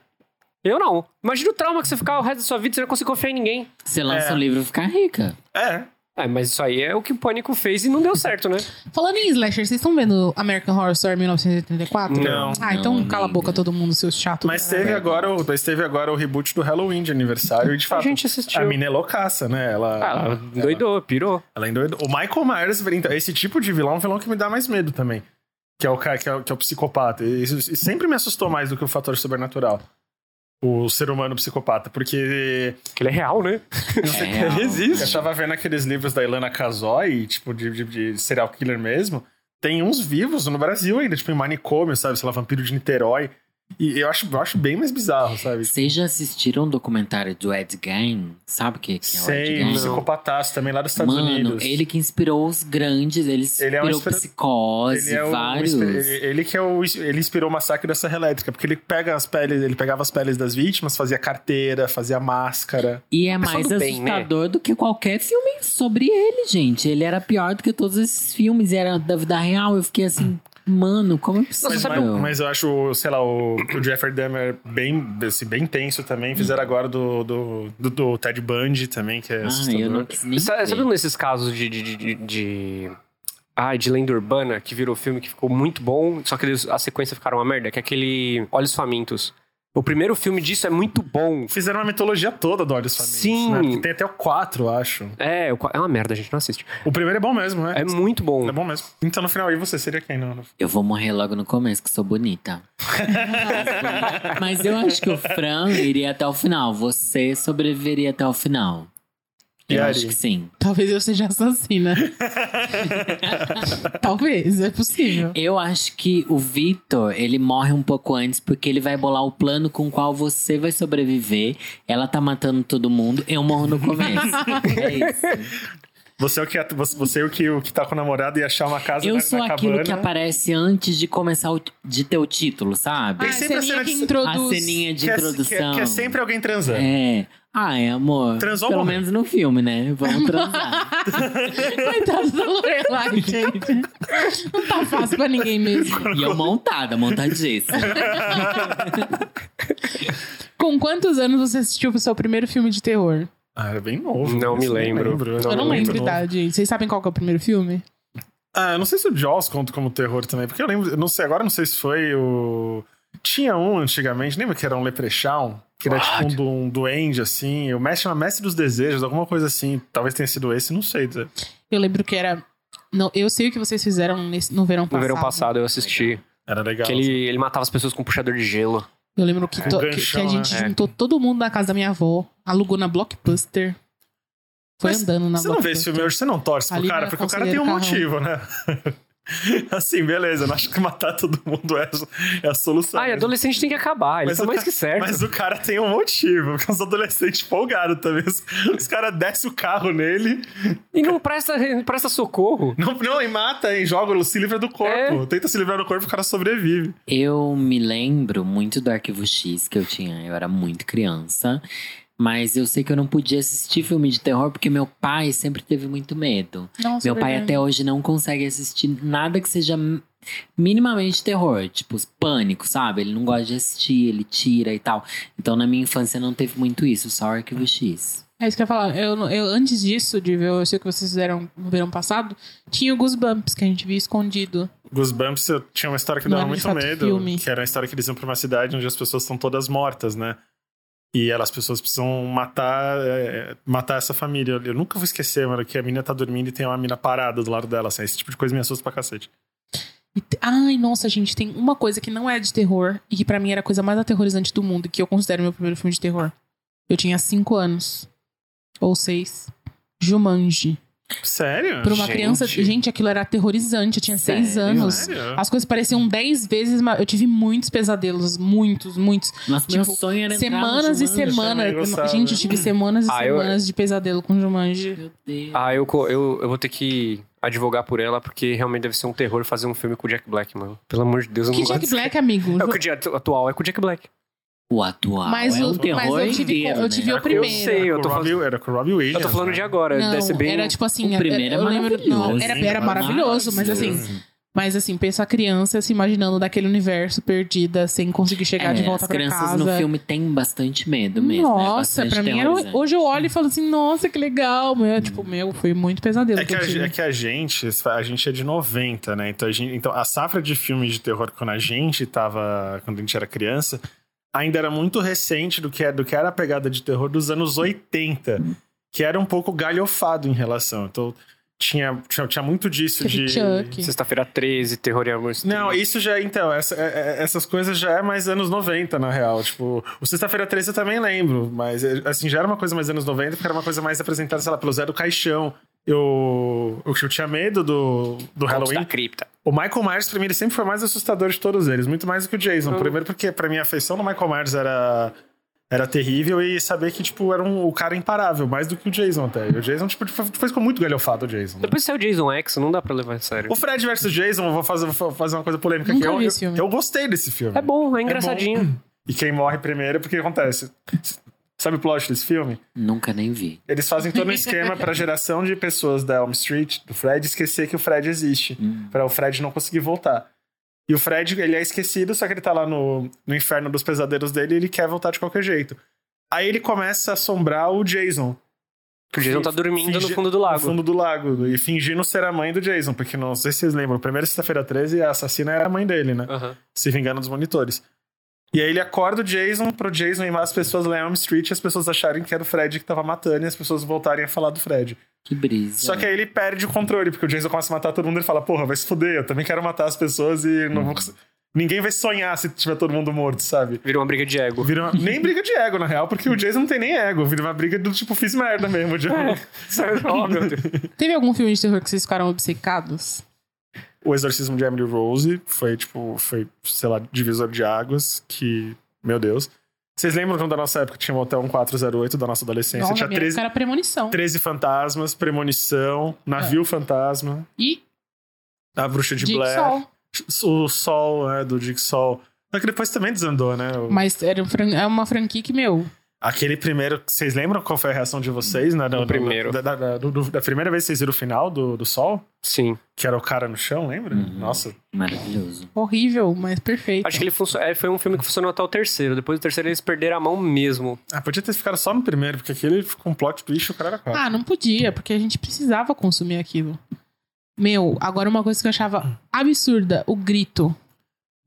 [SPEAKER 2] Eu não. Imagina o trauma que você ficar o resto da sua vida, você não consegue confiar em ninguém.
[SPEAKER 4] Você lança
[SPEAKER 3] É.
[SPEAKER 4] um livro e fica rica.
[SPEAKER 3] É.
[SPEAKER 2] Ah, mas isso aí é o que o Pânico fez e não deu certo, né?
[SPEAKER 1] Falando em slasher, vocês estão vendo American Horror Story 1984?
[SPEAKER 3] Não.
[SPEAKER 1] Ah, então
[SPEAKER 4] Não,
[SPEAKER 1] cala a boca
[SPEAKER 4] amiga.
[SPEAKER 1] todo mundo, seus chatos.
[SPEAKER 3] Mas teve, agora, o- mas teve agora o reboot do Halloween de aniversário. E de fato,
[SPEAKER 2] gente assistiu.
[SPEAKER 3] a mina é loucaça, né? Ela,
[SPEAKER 2] Ah, ela doidou, pirou.
[SPEAKER 3] Ela endoidou. O Michael Myers, então, esse tipo de vilão é um vilão que me dá mais medo também. Que é o, cara- que é, o- que é o psicopata. E Isso isso sempre me assustou mais do que o fator sobrenatural. O ser humano psicopata. Porque
[SPEAKER 2] Que ele é real, né?
[SPEAKER 4] É
[SPEAKER 3] ele
[SPEAKER 4] real.
[SPEAKER 3] existe. Eu tava vendo aqueles livros da Ilana Kazoy, tipo, de, de- de serial killer mesmo. Tem uns vivos no Brasil ainda, tipo, em manicômio, sabe? Sei lá, vampiro de Niterói. E eu acho, eu acho bem mais bizarro, sabe?
[SPEAKER 4] Vocês já assistiram um documentário do Ed Gein? Sabe o que, que é o Ed
[SPEAKER 3] Sem
[SPEAKER 4] Gein?
[SPEAKER 3] um psicopataço também lá dos Estados
[SPEAKER 4] Mano,
[SPEAKER 3] Unidos.
[SPEAKER 4] ele que inspirou os grandes,
[SPEAKER 3] Ele é
[SPEAKER 4] ele inspirou
[SPEAKER 3] um inspira-
[SPEAKER 4] psicose,
[SPEAKER 3] Ele, é o-
[SPEAKER 4] vários.
[SPEAKER 3] o, ele, ele que é o, ele inspirou o massacre da Serra Elétrica, porque ele pega as peles, ele pegava as peles das vítimas, fazia carteira, fazia máscara.
[SPEAKER 4] E é
[SPEAKER 2] Pessoal
[SPEAKER 4] mais
[SPEAKER 2] do Tá bem, né?
[SPEAKER 4] assustador do que qualquer filme sobre ele, gente. Ele era pior do que todos esses filmes, era da vida real. Eu fiquei assim, mano, como é possível?
[SPEAKER 3] Mas, mas,
[SPEAKER 2] um-
[SPEAKER 3] mas eu acho, sei lá, o, o Jeffrey Dahmer bem, assim, bem tenso também. Fizeram agora do, do, do, do Ted Bundy também, que é
[SPEAKER 4] ah,
[SPEAKER 3] assustador.
[SPEAKER 4] eu não quis nem
[SPEAKER 2] Sabe, sabe
[SPEAKER 4] ver.
[SPEAKER 2] um desses casos de. de, de, de, de- Ah, de lenda urbana, que virou filme que ficou muito bom, só que eles- a sequência ficaram uma merda, que é aquele Olhos Famintos. O primeiro filme disso é muito bom.
[SPEAKER 3] Fizeram uma mitologia toda do Olhos Famintos,
[SPEAKER 2] Sim.
[SPEAKER 3] né? Porque Tem até o 4, eu acho.
[SPEAKER 2] É, o qua- é uma merda, a gente não assiste.
[SPEAKER 3] O primeiro é bom mesmo, né?
[SPEAKER 2] É muito bom.
[SPEAKER 3] É bom mesmo. Então, no final, aí você seria quem? Não, não.
[SPEAKER 4] Eu vou morrer logo no começo, que sou bonita. Mas eu acho que o Fran iria até o final. Você sobreviveria até o final.
[SPEAKER 3] E
[SPEAKER 4] Eu
[SPEAKER 3] Ari?
[SPEAKER 4] acho que sim.
[SPEAKER 1] Talvez eu seja assassina. Talvez, é possível.
[SPEAKER 4] Eu acho que o Vitor, ele morre um pouco antes, porque ele vai bolar o plano com o qual você vai sobreviver. Ela tá matando todo mundo, eu morro no começo. é isso.
[SPEAKER 3] Você é o que, você, você é o, que, o que tá com o namorado e achar uma casa
[SPEAKER 4] Eu
[SPEAKER 3] na,
[SPEAKER 4] sou
[SPEAKER 3] na
[SPEAKER 4] aquilo
[SPEAKER 3] cabana.
[SPEAKER 4] que aparece antes de começar o, de ter o título, sabe?
[SPEAKER 1] Ah,
[SPEAKER 3] sempre a
[SPEAKER 1] ceninha
[SPEAKER 3] cena
[SPEAKER 1] que
[SPEAKER 3] de-
[SPEAKER 4] a
[SPEAKER 1] introduz.
[SPEAKER 4] ceninha de
[SPEAKER 3] Que é- que é-
[SPEAKER 4] introdução.
[SPEAKER 3] que é sempre alguém transando.
[SPEAKER 4] É. Ai, amor.
[SPEAKER 3] Transou
[SPEAKER 4] pelo
[SPEAKER 3] morreu.
[SPEAKER 4] menos no filme, né? Vamos transar.
[SPEAKER 1] Coitada da Lorelai, gente. Não tá fácil pra ninguém mesmo.
[SPEAKER 4] e eu montada, montadíssima.
[SPEAKER 1] Com quantos anos você assistiu o seu primeiro filme de terror?
[SPEAKER 3] Ah, era bem novo.
[SPEAKER 2] Não me
[SPEAKER 3] Esse eu nem
[SPEAKER 2] lembro. Não,
[SPEAKER 1] eu não
[SPEAKER 2] não
[SPEAKER 1] lembro a
[SPEAKER 3] Muito novo.
[SPEAKER 1] idade, gente. Vocês sabem qual que é o primeiro filme?
[SPEAKER 3] Ah, eu não sei se o Jaws conta como terror também, porque eu lembro, eu não sei, agora eu não sei se foi o... Tinha um antigamente, lembra que era um leprechaun? Que era tipo um, du- um duende, assim, o mestre, uma mestre dos desejos, alguma coisa assim. Talvez tenha sido esse, não sei dizer.
[SPEAKER 1] Eu lembro que era. Não, eu sei o que vocês fizeram nesse- no verão
[SPEAKER 2] No
[SPEAKER 1] passado.
[SPEAKER 2] verão passado eu assisti.
[SPEAKER 3] Era legal.
[SPEAKER 2] Que ele, ele matava as pessoas com um puxador de gelo.
[SPEAKER 1] Eu lembro que, to-
[SPEAKER 3] Um
[SPEAKER 1] que-
[SPEAKER 3] ganchão,
[SPEAKER 1] que a gente
[SPEAKER 2] né? É.
[SPEAKER 1] juntou todo mundo na casa da minha avó, alugou na Blockbuster. Foi
[SPEAKER 3] Mas
[SPEAKER 1] andando na
[SPEAKER 3] Você não vê esse
[SPEAKER 1] Blockbuster.
[SPEAKER 3] filme hoje, você não torce pro
[SPEAKER 1] Ali
[SPEAKER 3] cara,
[SPEAKER 1] na
[SPEAKER 3] porque o cara tem um
[SPEAKER 1] Conselheiro
[SPEAKER 3] motivo, né? assim, beleza, eu não acho que matar todo mundo é, é a solução.
[SPEAKER 2] Ah, e
[SPEAKER 3] mas-
[SPEAKER 2] adolescente tem que acabar, ele
[SPEAKER 3] Mas
[SPEAKER 2] tá
[SPEAKER 3] o
[SPEAKER 2] mais
[SPEAKER 3] ca-
[SPEAKER 2] que certo.
[SPEAKER 3] Mas o cara tem um motivo, porque os adolescentes folgados também. Os, os caras descem o carro nele,
[SPEAKER 2] E não presta, não presta socorro.
[SPEAKER 3] não, não e mata, e joga, se livra do corpo.
[SPEAKER 2] É.
[SPEAKER 3] Tenta se livrar do corpo, o cara sobrevive.
[SPEAKER 4] Eu me lembro muito do Arquivo X que eu tinha. Eu era muito criança. Mas eu sei que eu não podia assistir filme de terror porque meu pai sempre teve muito medo.
[SPEAKER 1] Nossa,
[SPEAKER 4] Meu pai
[SPEAKER 1] verdade.
[SPEAKER 4] até hoje não consegue assistir nada que seja m- minimamente terror, tipo os pânico, sabe? Ele não gosta de assistir, ele tira e tal. Então na minha infância não teve muito isso, só Arquivo X.
[SPEAKER 1] É isso que eu ia falar. Eu, não- eu, antes disso, de ver, eu sei o que vocês fizeram no verão passado, tinha o Goosebumps que a gente via escondido.
[SPEAKER 3] Goosebumps eu tinha uma história que
[SPEAKER 1] Não
[SPEAKER 3] dava
[SPEAKER 1] era de
[SPEAKER 3] muito
[SPEAKER 1] fato
[SPEAKER 3] medo.
[SPEAKER 1] filme.
[SPEAKER 3] Que era a história que eles iam pra uma cidade onde as pessoas estão todas mortas, né? E elas, as pessoas precisam matar é, matar essa família. Eu nunca vou esquecer, mano, que a menina tá dormindo e tem uma mina parada do lado dela. Assim, esse tipo de coisa me assusta pra cacete.
[SPEAKER 1] E te- Ai, nossa, gente, tem uma coisa que não é de terror e que pra mim era a coisa mais aterrorizante do mundo, e que eu considero meu primeiro filme de terror. Eu tinha cinco anos. Ou seis. Jumanji.
[SPEAKER 3] Sério?
[SPEAKER 1] Pra uma
[SPEAKER 2] Gente.
[SPEAKER 1] criança. Gente, aquilo era aterrorizante. Eu tinha seis
[SPEAKER 4] Sério?
[SPEAKER 1] anos.
[SPEAKER 3] Sério?
[SPEAKER 1] As coisas pareciam dez vezes, mas eu tive muitos pesadelos. Muitos, muitos.
[SPEAKER 4] Nossa, meu
[SPEAKER 1] Tipo,
[SPEAKER 4] sonho era um entrar no
[SPEAKER 1] Semanas e
[SPEAKER 4] Jumanji.
[SPEAKER 1] semanas.
[SPEAKER 3] também gostava.
[SPEAKER 1] Gente, eu tive semanas e
[SPEAKER 2] Ah, eu-
[SPEAKER 1] semanas de pesadelo com Jumanji.
[SPEAKER 4] Meu Deus.
[SPEAKER 2] Ah, eu, co- eu, eu vou ter que advogar por ela, porque realmente deve ser um terror fazer um filme com o Jack Black, mano. Pelo amor de Deus, eu
[SPEAKER 1] Que
[SPEAKER 2] não gosto.
[SPEAKER 1] Jack Black, amigo?
[SPEAKER 2] É o que o dia atu- atual é com o Jack Black.
[SPEAKER 4] O atual
[SPEAKER 1] Mas
[SPEAKER 4] é
[SPEAKER 1] o-
[SPEAKER 4] um terror
[SPEAKER 1] mas eu tive-
[SPEAKER 4] inteiro,
[SPEAKER 1] eu tive
[SPEAKER 4] né?
[SPEAKER 1] É o primeiro.
[SPEAKER 2] Eu sei, eu tô falando,
[SPEAKER 3] Era com o Robbie Williams.
[SPEAKER 2] eu tô falando
[SPEAKER 3] né?
[SPEAKER 2] de agora. deve ser
[SPEAKER 1] Não,
[SPEAKER 2] bem...
[SPEAKER 1] era tipo assim.
[SPEAKER 4] O primeiro é
[SPEAKER 1] eu lembro-
[SPEAKER 4] maravilhoso.
[SPEAKER 1] não, era, era maravilhoso, mas
[SPEAKER 3] né?
[SPEAKER 1] assim. Mas assim, pensa a criança se imaginando daquele universo perdida, sem conseguir chegar
[SPEAKER 4] É,
[SPEAKER 1] de volta
[SPEAKER 4] as
[SPEAKER 1] pra
[SPEAKER 4] crianças
[SPEAKER 1] casa.
[SPEAKER 4] no filme têm bastante medo mesmo. é
[SPEAKER 1] Nossa,
[SPEAKER 4] bastante
[SPEAKER 1] pra mim era,
[SPEAKER 4] terrorizante. Hum.
[SPEAKER 1] hoje eu olho e falo assim, nossa, que legal. Meu, Tipo, meu, foi muito pesadelo
[SPEAKER 3] É que,
[SPEAKER 1] eu
[SPEAKER 3] a,
[SPEAKER 1] tive.
[SPEAKER 3] gen- é que a gente, a gente é de 90, né? Então a, gente- então a safra de filmes de terror quando a gente tava, quando a gente era criança, ainda era muito recente do que, é- do que era a pegada de terror dos anos 80, que era um pouco galhofado em relação. Então tinha, tinha, tinha muito disso
[SPEAKER 1] Teve
[SPEAKER 3] de...
[SPEAKER 1] Chuck.
[SPEAKER 2] Sexta-feira 13, terror e amor.
[SPEAKER 3] Não, isso já, então, essa- é- é- essas coisas já é mais anos 90, na real. Tipo, o Sexta-feira 13 eu também lembro, mas é, assim, já era uma coisa mais anos 90, porque era uma coisa mais apresentada, sei lá, pelo Zé do Caixão. Eu, eu, eu tinha medo do, do
[SPEAKER 2] Contos da
[SPEAKER 3] Halloween.
[SPEAKER 2] cripta.
[SPEAKER 3] O Michael Myers, pra mim, ele sempre foi mais assustador de todos eles, muito mais do que o Jason.
[SPEAKER 2] Hum.
[SPEAKER 3] Primeiro porque, pra mim, a afeição do Michael Myers era, era terrível e saber que, tipo, era um, o cara imparável, mais do que o Jason até. E o Jason, tipo, depois ficou muito galhofado, o Jason. né?
[SPEAKER 2] Depois saiu o Jason X, não dá pra levar a sério.
[SPEAKER 3] O Fred vs Jason, eu vou fazer, vou fazer uma coisa polêmica
[SPEAKER 1] Nunca
[SPEAKER 3] aqui. Eu-
[SPEAKER 1] vi
[SPEAKER 3] eu,
[SPEAKER 1] esse filme.
[SPEAKER 3] eu gostei desse filme.
[SPEAKER 2] É bom, é engraçadinho.
[SPEAKER 3] E quem morre primeiro, porque acontece. Sabe o plot desse filme?
[SPEAKER 4] Nunca nem vi.
[SPEAKER 3] Eles fazem todo um esquema pra geração de pessoas da Elm Street, do Fred, esquecer que o Fred existe.
[SPEAKER 4] Hum.
[SPEAKER 3] Pra o Fred não conseguir voltar. E o Fred, ele é esquecido, só que ele tá lá no, no inferno dos pesadelos dele e ele quer voltar de qualquer jeito. Aí ele começa a assombrar o Jason.
[SPEAKER 2] O Jason tá dormindo
[SPEAKER 3] Finge-
[SPEAKER 2] no fundo do
[SPEAKER 3] No
[SPEAKER 2] lago.
[SPEAKER 3] fundo do lago. E fingindo ser a mãe do Jason. Porque não sei se vocês lembram. Primeira sexta-feira 13, a assassina era a mãe dele, né?
[SPEAKER 2] Aham.
[SPEAKER 3] se vingando dos monitores. E aí ele acorda o Jason pro Jason ir as pessoas lá em Elm Street e as pessoas acharem que era o Fred que tava matando e as pessoas voltarem a falar do Fred.
[SPEAKER 4] Que brisa.
[SPEAKER 3] Só que aí ele perde o controle, porque o Jason começa a matar todo mundo e ele fala, porra, vai se fuder, eu também quero matar as pessoas e não vou cons- Ninguém vai sonhar se tiver todo mundo morto, sabe?
[SPEAKER 2] Virou uma briga de ego.
[SPEAKER 3] Vira uma- Nem briga de ego, na real, porque o Jason não tem nem ego. Vira uma briga do tipo, fiz merda mesmo. de-
[SPEAKER 2] oh, meu Deus.
[SPEAKER 1] Teve algum filme de terror que vocês ficaram obcecados?
[SPEAKER 3] O Exorcismo de Emily Rose foi, tipo, foi, sei lá, divisor de águas, que, meu Deus. Vocês lembram quando da nossa época tinha o Hotel 1408, da nossa adolescência?
[SPEAKER 1] Nossa,
[SPEAKER 3] tinha
[SPEAKER 1] minha
[SPEAKER 3] 13,
[SPEAKER 1] época era É. premonição.
[SPEAKER 3] 13 fantasmas, premonição, navio fantasma,
[SPEAKER 1] E
[SPEAKER 3] a bruxa de
[SPEAKER 1] Dick
[SPEAKER 3] Blair,
[SPEAKER 1] Sol.
[SPEAKER 3] o sol, né, do Dick Sol. Só que depois também desandou, né? O-
[SPEAKER 1] Mas era um fran- é uma franquia que, meu,
[SPEAKER 3] Aquele primeiro, vocês lembram qual foi a reação de vocês, né? do- do-
[SPEAKER 2] primeiro.
[SPEAKER 3] Da, da- da- do- do- da primeira vez que vocês viram o final do, do sol?
[SPEAKER 2] Sim.
[SPEAKER 3] Que era o cara no chão, lembra?
[SPEAKER 4] Uhum.
[SPEAKER 3] Nossa,
[SPEAKER 4] Maravilhoso.
[SPEAKER 1] horrível, mas perfeito.
[SPEAKER 2] Acho que ele funcio- é, foi um filme que funcionou até o terceiro. Depois do terceiro eles perderam a mão mesmo.
[SPEAKER 3] ah, podia ter ficado só no primeiro, porque aquele ficou um plot twist, o cara era quatro.
[SPEAKER 1] Ah, não podia, porque a gente precisava consumir aquilo. Meu, agora uma coisa que eu achava absurda, o grito.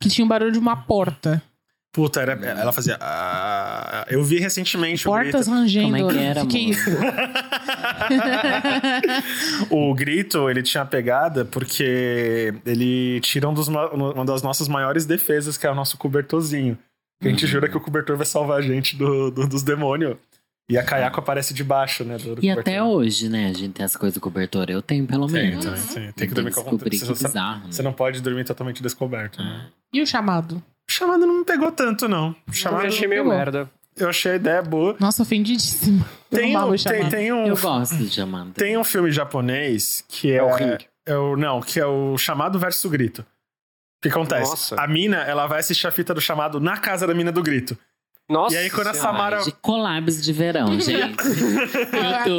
[SPEAKER 1] Que tinha um barulho de uma porta.
[SPEAKER 3] Puta, era, ela fazia. "Ah", eu vi recentemente
[SPEAKER 1] Portas rangendo.
[SPEAKER 4] Como é que era,
[SPEAKER 1] Fiquei-
[SPEAKER 3] o grito. O grito, ele tinha pegada porque ele tira um dos ma- uma das nossas maiores defesas, que é o nosso cobertorzinho. A gente jura que o cobertor vai salvar a gente do, do- dos demônios. E a Kayako aparece debaixo, né? Do, do
[SPEAKER 4] E
[SPEAKER 3] cobertor.
[SPEAKER 4] até hoje, né, a gente tem as coisas cobertor. Eu tenho, pelo
[SPEAKER 3] Tem,
[SPEAKER 4] menos.
[SPEAKER 3] tem, tem, tem que dormir com a
[SPEAKER 4] descobrir que
[SPEAKER 3] você, você-
[SPEAKER 4] bizarro, né?
[SPEAKER 3] você não pode dormir totalmente descoberto. Né?
[SPEAKER 1] e o chamado?
[SPEAKER 3] O chamado não me pegou tanto, não. O
[SPEAKER 2] Mas
[SPEAKER 3] chamado,
[SPEAKER 2] eu achei meio
[SPEAKER 1] pegou.
[SPEAKER 2] merda.
[SPEAKER 3] eu achei a ideia boa.
[SPEAKER 1] Nossa, ofendidíssima. Eu
[SPEAKER 3] Tem
[SPEAKER 1] amava
[SPEAKER 3] um,
[SPEAKER 1] o chamado.
[SPEAKER 3] tem, tem um
[SPEAKER 4] Eu gosto de Amanda.
[SPEAKER 3] Tem um filme japonês que é,
[SPEAKER 2] É o Ring.
[SPEAKER 3] é o- não, que é o chamado versus o grito. O que acontece?
[SPEAKER 2] Nossa.
[SPEAKER 3] A mina, ela vai assistir a fita do chamado na casa da mina do grito.
[SPEAKER 2] Nossa.
[SPEAKER 3] e aí quando a
[SPEAKER 2] Senhora.
[SPEAKER 3] Samara
[SPEAKER 4] De collabs de verão, gente.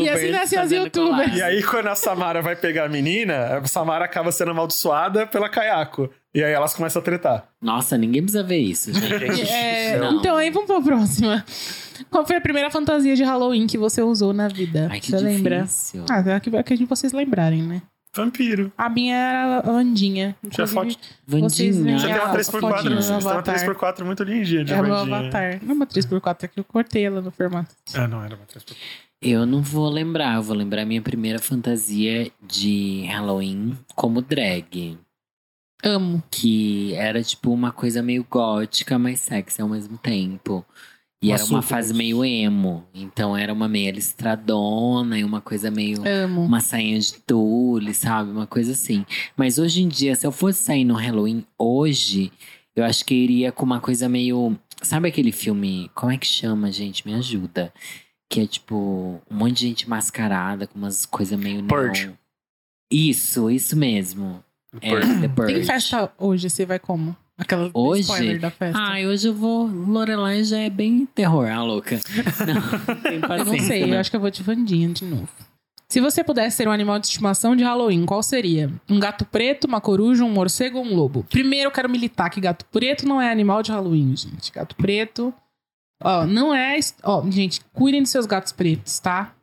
[SPEAKER 1] e assim nascem as
[SPEAKER 4] fazendo
[SPEAKER 1] youtubers.
[SPEAKER 4] collab.
[SPEAKER 3] E aí quando a Samara vai pegar a menina, a Samara acaba sendo amaldiçoada pela Kayako. E aí elas começam a tretar.
[SPEAKER 4] Nossa, ninguém precisa ver isso, gente.
[SPEAKER 1] É,
[SPEAKER 4] Não.
[SPEAKER 1] então aí vamos pra próxima. Qual foi a primeira fantasia de Halloween que você usou na vida?
[SPEAKER 4] Ai, que
[SPEAKER 1] você lembra?
[SPEAKER 4] difícil.
[SPEAKER 1] Ah, é a que, a que vocês lembrarem, né?
[SPEAKER 3] Vampiro.
[SPEAKER 1] A minha era a Vandinha.
[SPEAKER 3] Tinha
[SPEAKER 1] Inclusive,
[SPEAKER 3] foto-
[SPEAKER 1] vocês
[SPEAKER 4] Vandinha.
[SPEAKER 3] Você
[SPEAKER 1] É,
[SPEAKER 3] tem uma
[SPEAKER 1] a
[SPEAKER 3] 3x4,
[SPEAKER 1] fotinha
[SPEAKER 3] né?
[SPEAKER 1] do
[SPEAKER 3] Você tem uma
[SPEAKER 1] Avatar.
[SPEAKER 3] 3x4 muito lindinha de
[SPEAKER 1] Era é o
[SPEAKER 3] bandinha.
[SPEAKER 1] Avatar. Não é uma 3x4, é que eu cortei ela no formato.
[SPEAKER 3] Ah, não, era uma 3x4.
[SPEAKER 4] Eu não vou lembrar, eu vou lembrar minha primeira fantasia de Halloween como drag.
[SPEAKER 1] Amo.
[SPEAKER 4] que era tipo uma coisa meio gótica, mas sexy ao mesmo tempo. E
[SPEAKER 3] Uma
[SPEAKER 4] era uma
[SPEAKER 3] super.
[SPEAKER 4] fase meio emo. Então era uma meia listradona e uma coisa meio.
[SPEAKER 1] Amo.
[SPEAKER 4] Uma sainha de tule, sabe? Uma coisa assim. Mas hoje em dia, se eu fosse sair no Halloween hoje, eu acho que eu iria com uma coisa meio. Sabe aquele filme? Como é que chama, gente? Me ajuda. Que é tipo um monte de gente mascarada, com umas coisas meio. neon.
[SPEAKER 2] Purge.
[SPEAKER 4] Isso, isso mesmo. É, The Purge.
[SPEAKER 1] Tem festa hoje, você vai como? Aquela
[SPEAKER 4] Hoje?
[SPEAKER 1] spoiler da festa.
[SPEAKER 4] Ai, hoje eu vou. Lorelai já é bem terror, a louca. Não, tem
[SPEAKER 1] eu
[SPEAKER 4] paciência.
[SPEAKER 1] não sei, eu
[SPEAKER 4] né?
[SPEAKER 1] acho que eu vou de Vandinha de novo. Se você pudesse ser um animal de estimação de Halloween, qual seria? Um gato preto, uma coruja, um morcego ou um lobo? Primeiro eu quero militar que gato preto não é animal de Halloween, gente. Gato preto. Ó, não é. es- Ó, gente, cuidem dos seus gatos pretos, tá?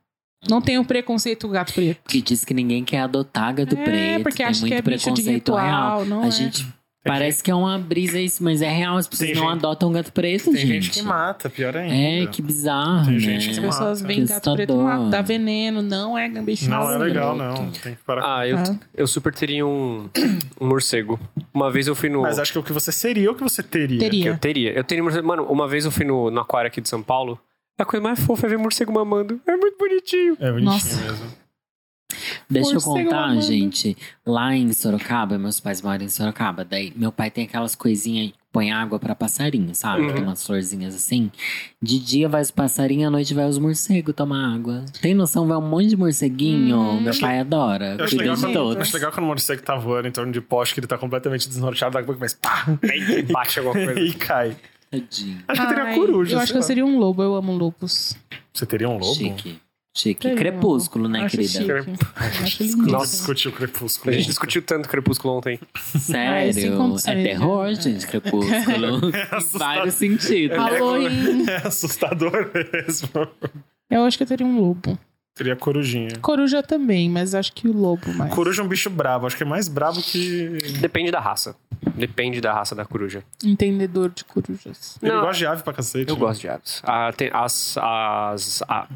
[SPEAKER 1] Não tenham preconceito com gato preto.
[SPEAKER 4] Que diz que ninguém quer adotar gato
[SPEAKER 1] é,
[SPEAKER 4] preto.
[SPEAKER 1] porque
[SPEAKER 4] tem
[SPEAKER 1] acha
[SPEAKER 4] muito
[SPEAKER 1] que é bicho de
[SPEAKER 4] preconceito real.
[SPEAKER 1] ritual, não
[SPEAKER 4] a
[SPEAKER 1] é?
[SPEAKER 4] gente. Parece que é uma brisa isso, mas é real. As pessoas
[SPEAKER 3] Tem
[SPEAKER 4] não
[SPEAKER 3] gente-
[SPEAKER 4] adotam gato preto,
[SPEAKER 3] Tem
[SPEAKER 4] gente.
[SPEAKER 3] gente que mata, pior ainda.
[SPEAKER 4] É, que bizarro.
[SPEAKER 3] Tem
[SPEAKER 4] né?
[SPEAKER 3] gente que
[SPEAKER 1] As
[SPEAKER 3] mata.
[SPEAKER 1] pessoas veem
[SPEAKER 4] Que
[SPEAKER 1] gato preto
[SPEAKER 4] assustador.
[SPEAKER 1] mata, dá veneno, não é bicho de
[SPEAKER 3] Não é
[SPEAKER 1] Halloween.
[SPEAKER 3] legal, não. Tem que parar.
[SPEAKER 2] Ah, eu,
[SPEAKER 1] Tá.
[SPEAKER 2] eu super teria um, um morcego. Uma vez eu fui no.
[SPEAKER 3] Mas acho que o que você seria, o que você teria.
[SPEAKER 1] Teria.
[SPEAKER 2] que eu teria. Eu teria um morcego. Mano, uma vez eu fui no, no aquário aqui de São Paulo. A coisa mais fofa é ver morcego mamando. É muito bonitinho.
[SPEAKER 3] É bonitinho
[SPEAKER 1] Nossa.
[SPEAKER 3] mesmo.
[SPEAKER 4] Deixa eu
[SPEAKER 1] Morcego
[SPEAKER 4] contar,
[SPEAKER 3] né?
[SPEAKER 1] mamando.
[SPEAKER 4] gente. Lá em Sorocaba, meus pais moram em Sorocaba. Daí, meu pai tem aquelas coisinhas que põe água pra passarinho, sabe?
[SPEAKER 2] Uhum.
[SPEAKER 4] Tem umas florzinhas assim. De dia vai os passarinhos, à noite vai os morcegos tomar água. Tem noção? Vai um monte de morceguinho.
[SPEAKER 1] Hum.
[SPEAKER 4] Meu pai adora.
[SPEAKER 3] Uhum. Eu acho,
[SPEAKER 4] Cuida
[SPEAKER 3] legal
[SPEAKER 4] de
[SPEAKER 1] Gente.
[SPEAKER 3] quando,
[SPEAKER 4] todos.
[SPEAKER 3] acho legal quando o morcego tá voando em torno de poste, que ele tá completamente desnorteado, daqui a pouco começa pá!
[SPEAKER 2] Aí bate alguma coisa.
[SPEAKER 3] e cai.
[SPEAKER 4] Tadinho.
[SPEAKER 3] Acho que eu teria
[SPEAKER 1] Ai,
[SPEAKER 3] coruja.
[SPEAKER 1] Eu
[SPEAKER 3] sei
[SPEAKER 1] acho que eu
[SPEAKER 3] lá.
[SPEAKER 1] seria um lobo, eu amo lobos.
[SPEAKER 3] Você teria um lobo?
[SPEAKER 4] Chique. Chique.
[SPEAKER 1] Tem um
[SPEAKER 4] Crepúsculo, né,
[SPEAKER 1] acho
[SPEAKER 4] querida?
[SPEAKER 1] chique. Acho lindíssimo.
[SPEAKER 3] Nossa, discutir o crepúsculo.
[SPEAKER 2] A gente discutiu tanto Crepúsculo ontem.
[SPEAKER 1] Ah, sem
[SPEAKER 4] Sério.
[SPEAKER 1] condições,
[SPEAKER 4] É terror,
[SPEAKER 1] né?
[SPEAKER 4] gente, Crepúsculo. em vários sentidos.
[SPEAKER 1] Halloween.
[SPEAKER 3] É assustador mesmo.
[SPEAKER 1] Eu acho que eu teria um lobo.
[SPEAKER 3] Teria corujinha.
[SPEAKER 1] Coruja também, mas acho que o lobo mais.
[SPEAKER 3] Coruja é um bicho brabo, acho que é mais brabo que.
[SPEAKER 2] Depende da raça. Depende da raça da coruja.
[SPEAKER 1] Entendedor de corujas.
[SPEAKER 3] Ele
[SPEAKER 2] Não.
[SPEAKER 3] gosta de ave pra cacete. né?
[SPEAKER 2] Eu gosto de aves. Ah, tem as, as, ah,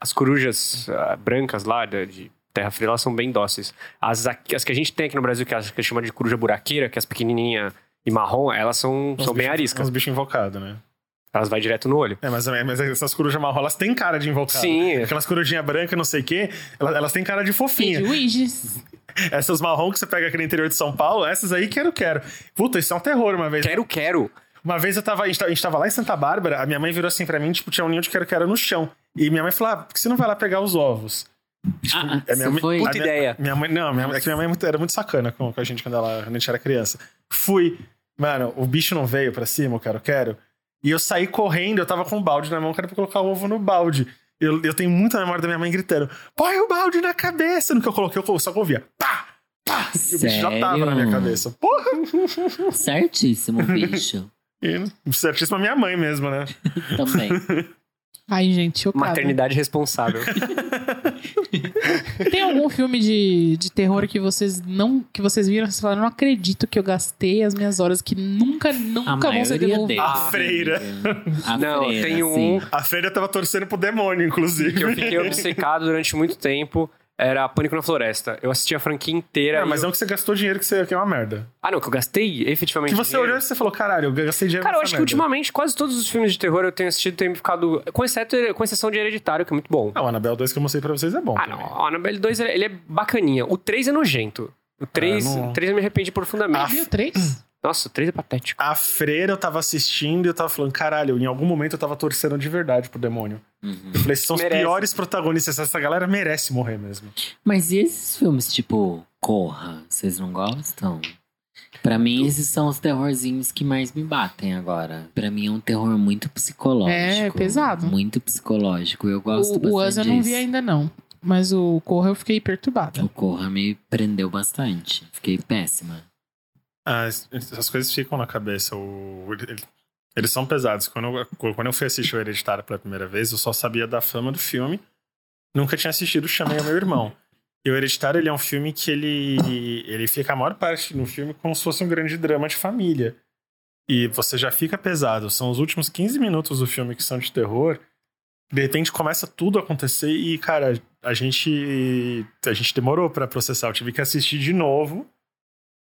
[SPEAKER 2] as corujas ah, brancas lá de, de terra fria, elas são bem dóceis. As, aqui- as que a gente tem aqui no Brasil, que, as, que chama de coruja buraqueira, que é as pequenininha e marrom, elas são,
[SPEAKER 3] Uns
[SPEAKER 2] são bem
[SPEAKER 3] bichos-
[SPEAKER 2] ariscas.
[SPEAKER 3] É Uns bichos invocados, né?
[SPEAKER 2] Elas vai direto no olho.
[SPEAKER 3] É, mas, mas essas corujas marrom, elas têm cara de invocada.
[SPEAKER 2] Sim.
[SPEAKER 3] Aquelas corujinhas brancas, não sei o quê, elas, elas têm cara de
[SPEAKER 1] E de
[SPEAKER 3] fofinha.
[SPEAKER 1] Ouijas.
[SPEAKER 3] Essas marrom que você pega aqui no interior de São Paulo, essas aí, quero, quero. Puta, isso é um terror uma vez.
[SPEAKER 2] Quero, quero.
[SPEAKER 3] Uma vez eu tava, a gente tava- a gente tava lá em Santa Bárbara, a minha mãe virou assim pra mim, tipo, tinha um ninho de quero-quero no chão. E minha mãe falou, ah, por que você não vai lá pegar os ovos?
[SPEAKER 4] Ah,
[SPEAKER 3] É, minha
[SPEAKER 4] você
[SPEAKER 3] mãe-
[SPEAKER 4] foi...
[SPEAKER 3] a
[SPEAKER 2] Puta
[SPEAKER 3] minha-
[SPEAKER 2] ideia.
[SPEAKER 3] Minha mãe, não, minha, é que minha mãe é muito- era muito sacana com, com a gente quando, ela, quando a gente era criança. Fui. Mano, o bicho não veio pra cima, eu quero, quero. E eu saí correndo, eu tava com o balde na mão, que era pra colocar o ovo no balde. Eu, eu tenho muita memória da minha mãe gritando: põe o balde na cabeça! No que eu coloquei, eu só ouvia. Pá! Pá! E o bicho já tava na minha
[SPEAKER 4] Sério?
[SPEAKER 3] cabeça. Porra!
[SPEAKER 4] Certíssimo, bicho.
[SPEAKER 3] E certíssimo a minha mãe mesmo, né?
[SPEAKER 4] Também.
[SPEAKER 1] Ai, gente, chocado.
[SPEAKER 2] Maternidade responsável.
[SPEAKER 1] Tem algum filme de, de terror que vocês não que vocês viram e vocês falaram, não acredito que eu gastei as minhas horas que nunca,
[SPEAKER 4] A
[SPEAKER 1] nunca vão ser
[SPEAKER 4] maioria
[SPEAKER 1] devolvidas.
[SPEAKER 4] deles.
[SPEAKER 3] A freira.
[SPEAKER 4] amiga. A
[SPEAKER 2] Não,
[SPEAKER 4] freira,
[SPEAKER 2] tem
[SPEAKER 4] sim.
[SPEAKER 2] um
[SPEAKER 1] assim.
[SPEAKER 3] A Freira tava torcendo pro demônio,
[SPEAKER 2] que eu
[SPEAKER 3] inclusive.
[SPEAKER 2] fiquei obcecado durante muito tempo. Era Pânico na Floresta. Eu assisti a franquia inteira.
[SPEAKER 3] Ah, mas
[SPEAKER 2] e
[SPEAKER 3] não que você gastou dinheiro que, você, que é uma merda.
[SPEAKER 2] eu- Ah, não, que eu gastei efetivamente.
[SPEAKER 3] Que você
[SPEAKER 2] dinheiro.
[SPEAKER 3] olhou e você falou: caralho, eu gastei dinheiro
[SPEAKER 2] Cara, eu
[SPEAKER 3] nessa
[SPEAKER 2] acho que
[SPEAKER 3] merda.
[SPEAKER 2] ultimamente quase todos os filmes de terror eu tenho assistido têm ficado. Com, exceto, com exceção de Hereditário, que é muito bom.
[SPEAKER 3] Ah, o Anabel 2 que eu mostrei pra vocês é bom.
[SPEAKER 2] Ah,
[SPEAKER 3] também.
[SPEAKER 2] não. O Annabelle 2 ele ele é bacaninha. O 3 é nojento. O 3,
[SPEAKER 3] Ah, não.
[SPEAKER 2] o 3 eu me arrependi
[SPEAKER 1] Você
[SPEAKER 2] profundamente.
[SPEAKER 1] Viu três?
[SPEAKER 2] Nossa, o 3 é patético.
[SPEAKER 3] A freira eu tava assistindo e eu tava falando, caralho, em algum momento eu tava torcendo de verdade pro demônio.
[SPEAKER 4] Uhum.
[SPEAKER 3] Eu falei, esses são os
[SPEAKER 2] Merece.
[SPEAKER 3] piores protagonistas, essa galera merece morrer mesmo.
[SPEAKER 4] Mas e esses filmes, tipo, Corra? Vocês não gostam? Pra mim, esses são os terrorzinhos que mais me batem agora. Pra mim, é um terror muito psicológico.
[SPEAKER 1] É, pesado.
[SPEAKER 4] Muito psicológico. Eu gosto
[SPEAKER 1] O,
[SPEAKER 4] bastante
[SPEAKER 1] o Us eu não vi
[SPEAKER 4] disso.
[SPEAKER 1] ainda, não. Mas o Corra eu fiquei perturbada.
[SPEAKER 4] O Corra me prendeu bastante. Fiquei péssima.
[SPEAKER 3] Ah, es- essas coisas ficam na cabeça. o- ele- eles são pesados. Quando eu, quando eu fui assistir o Hereditário pela primeira vez, eu só sabia da fama do filme. Nunca tinha assistido, chamei o meu irmão. E o Hereditário, ele é um filme que ele, ele fica a maior parte no filme como se fosse um grande drama de família. E você já fica pesado. São os últimos 15 minutos do filme que são de terror. De repente começa tudo a acontecer e, cara, a gente, a gente demorou pra processar. Eu tive que assistir de novo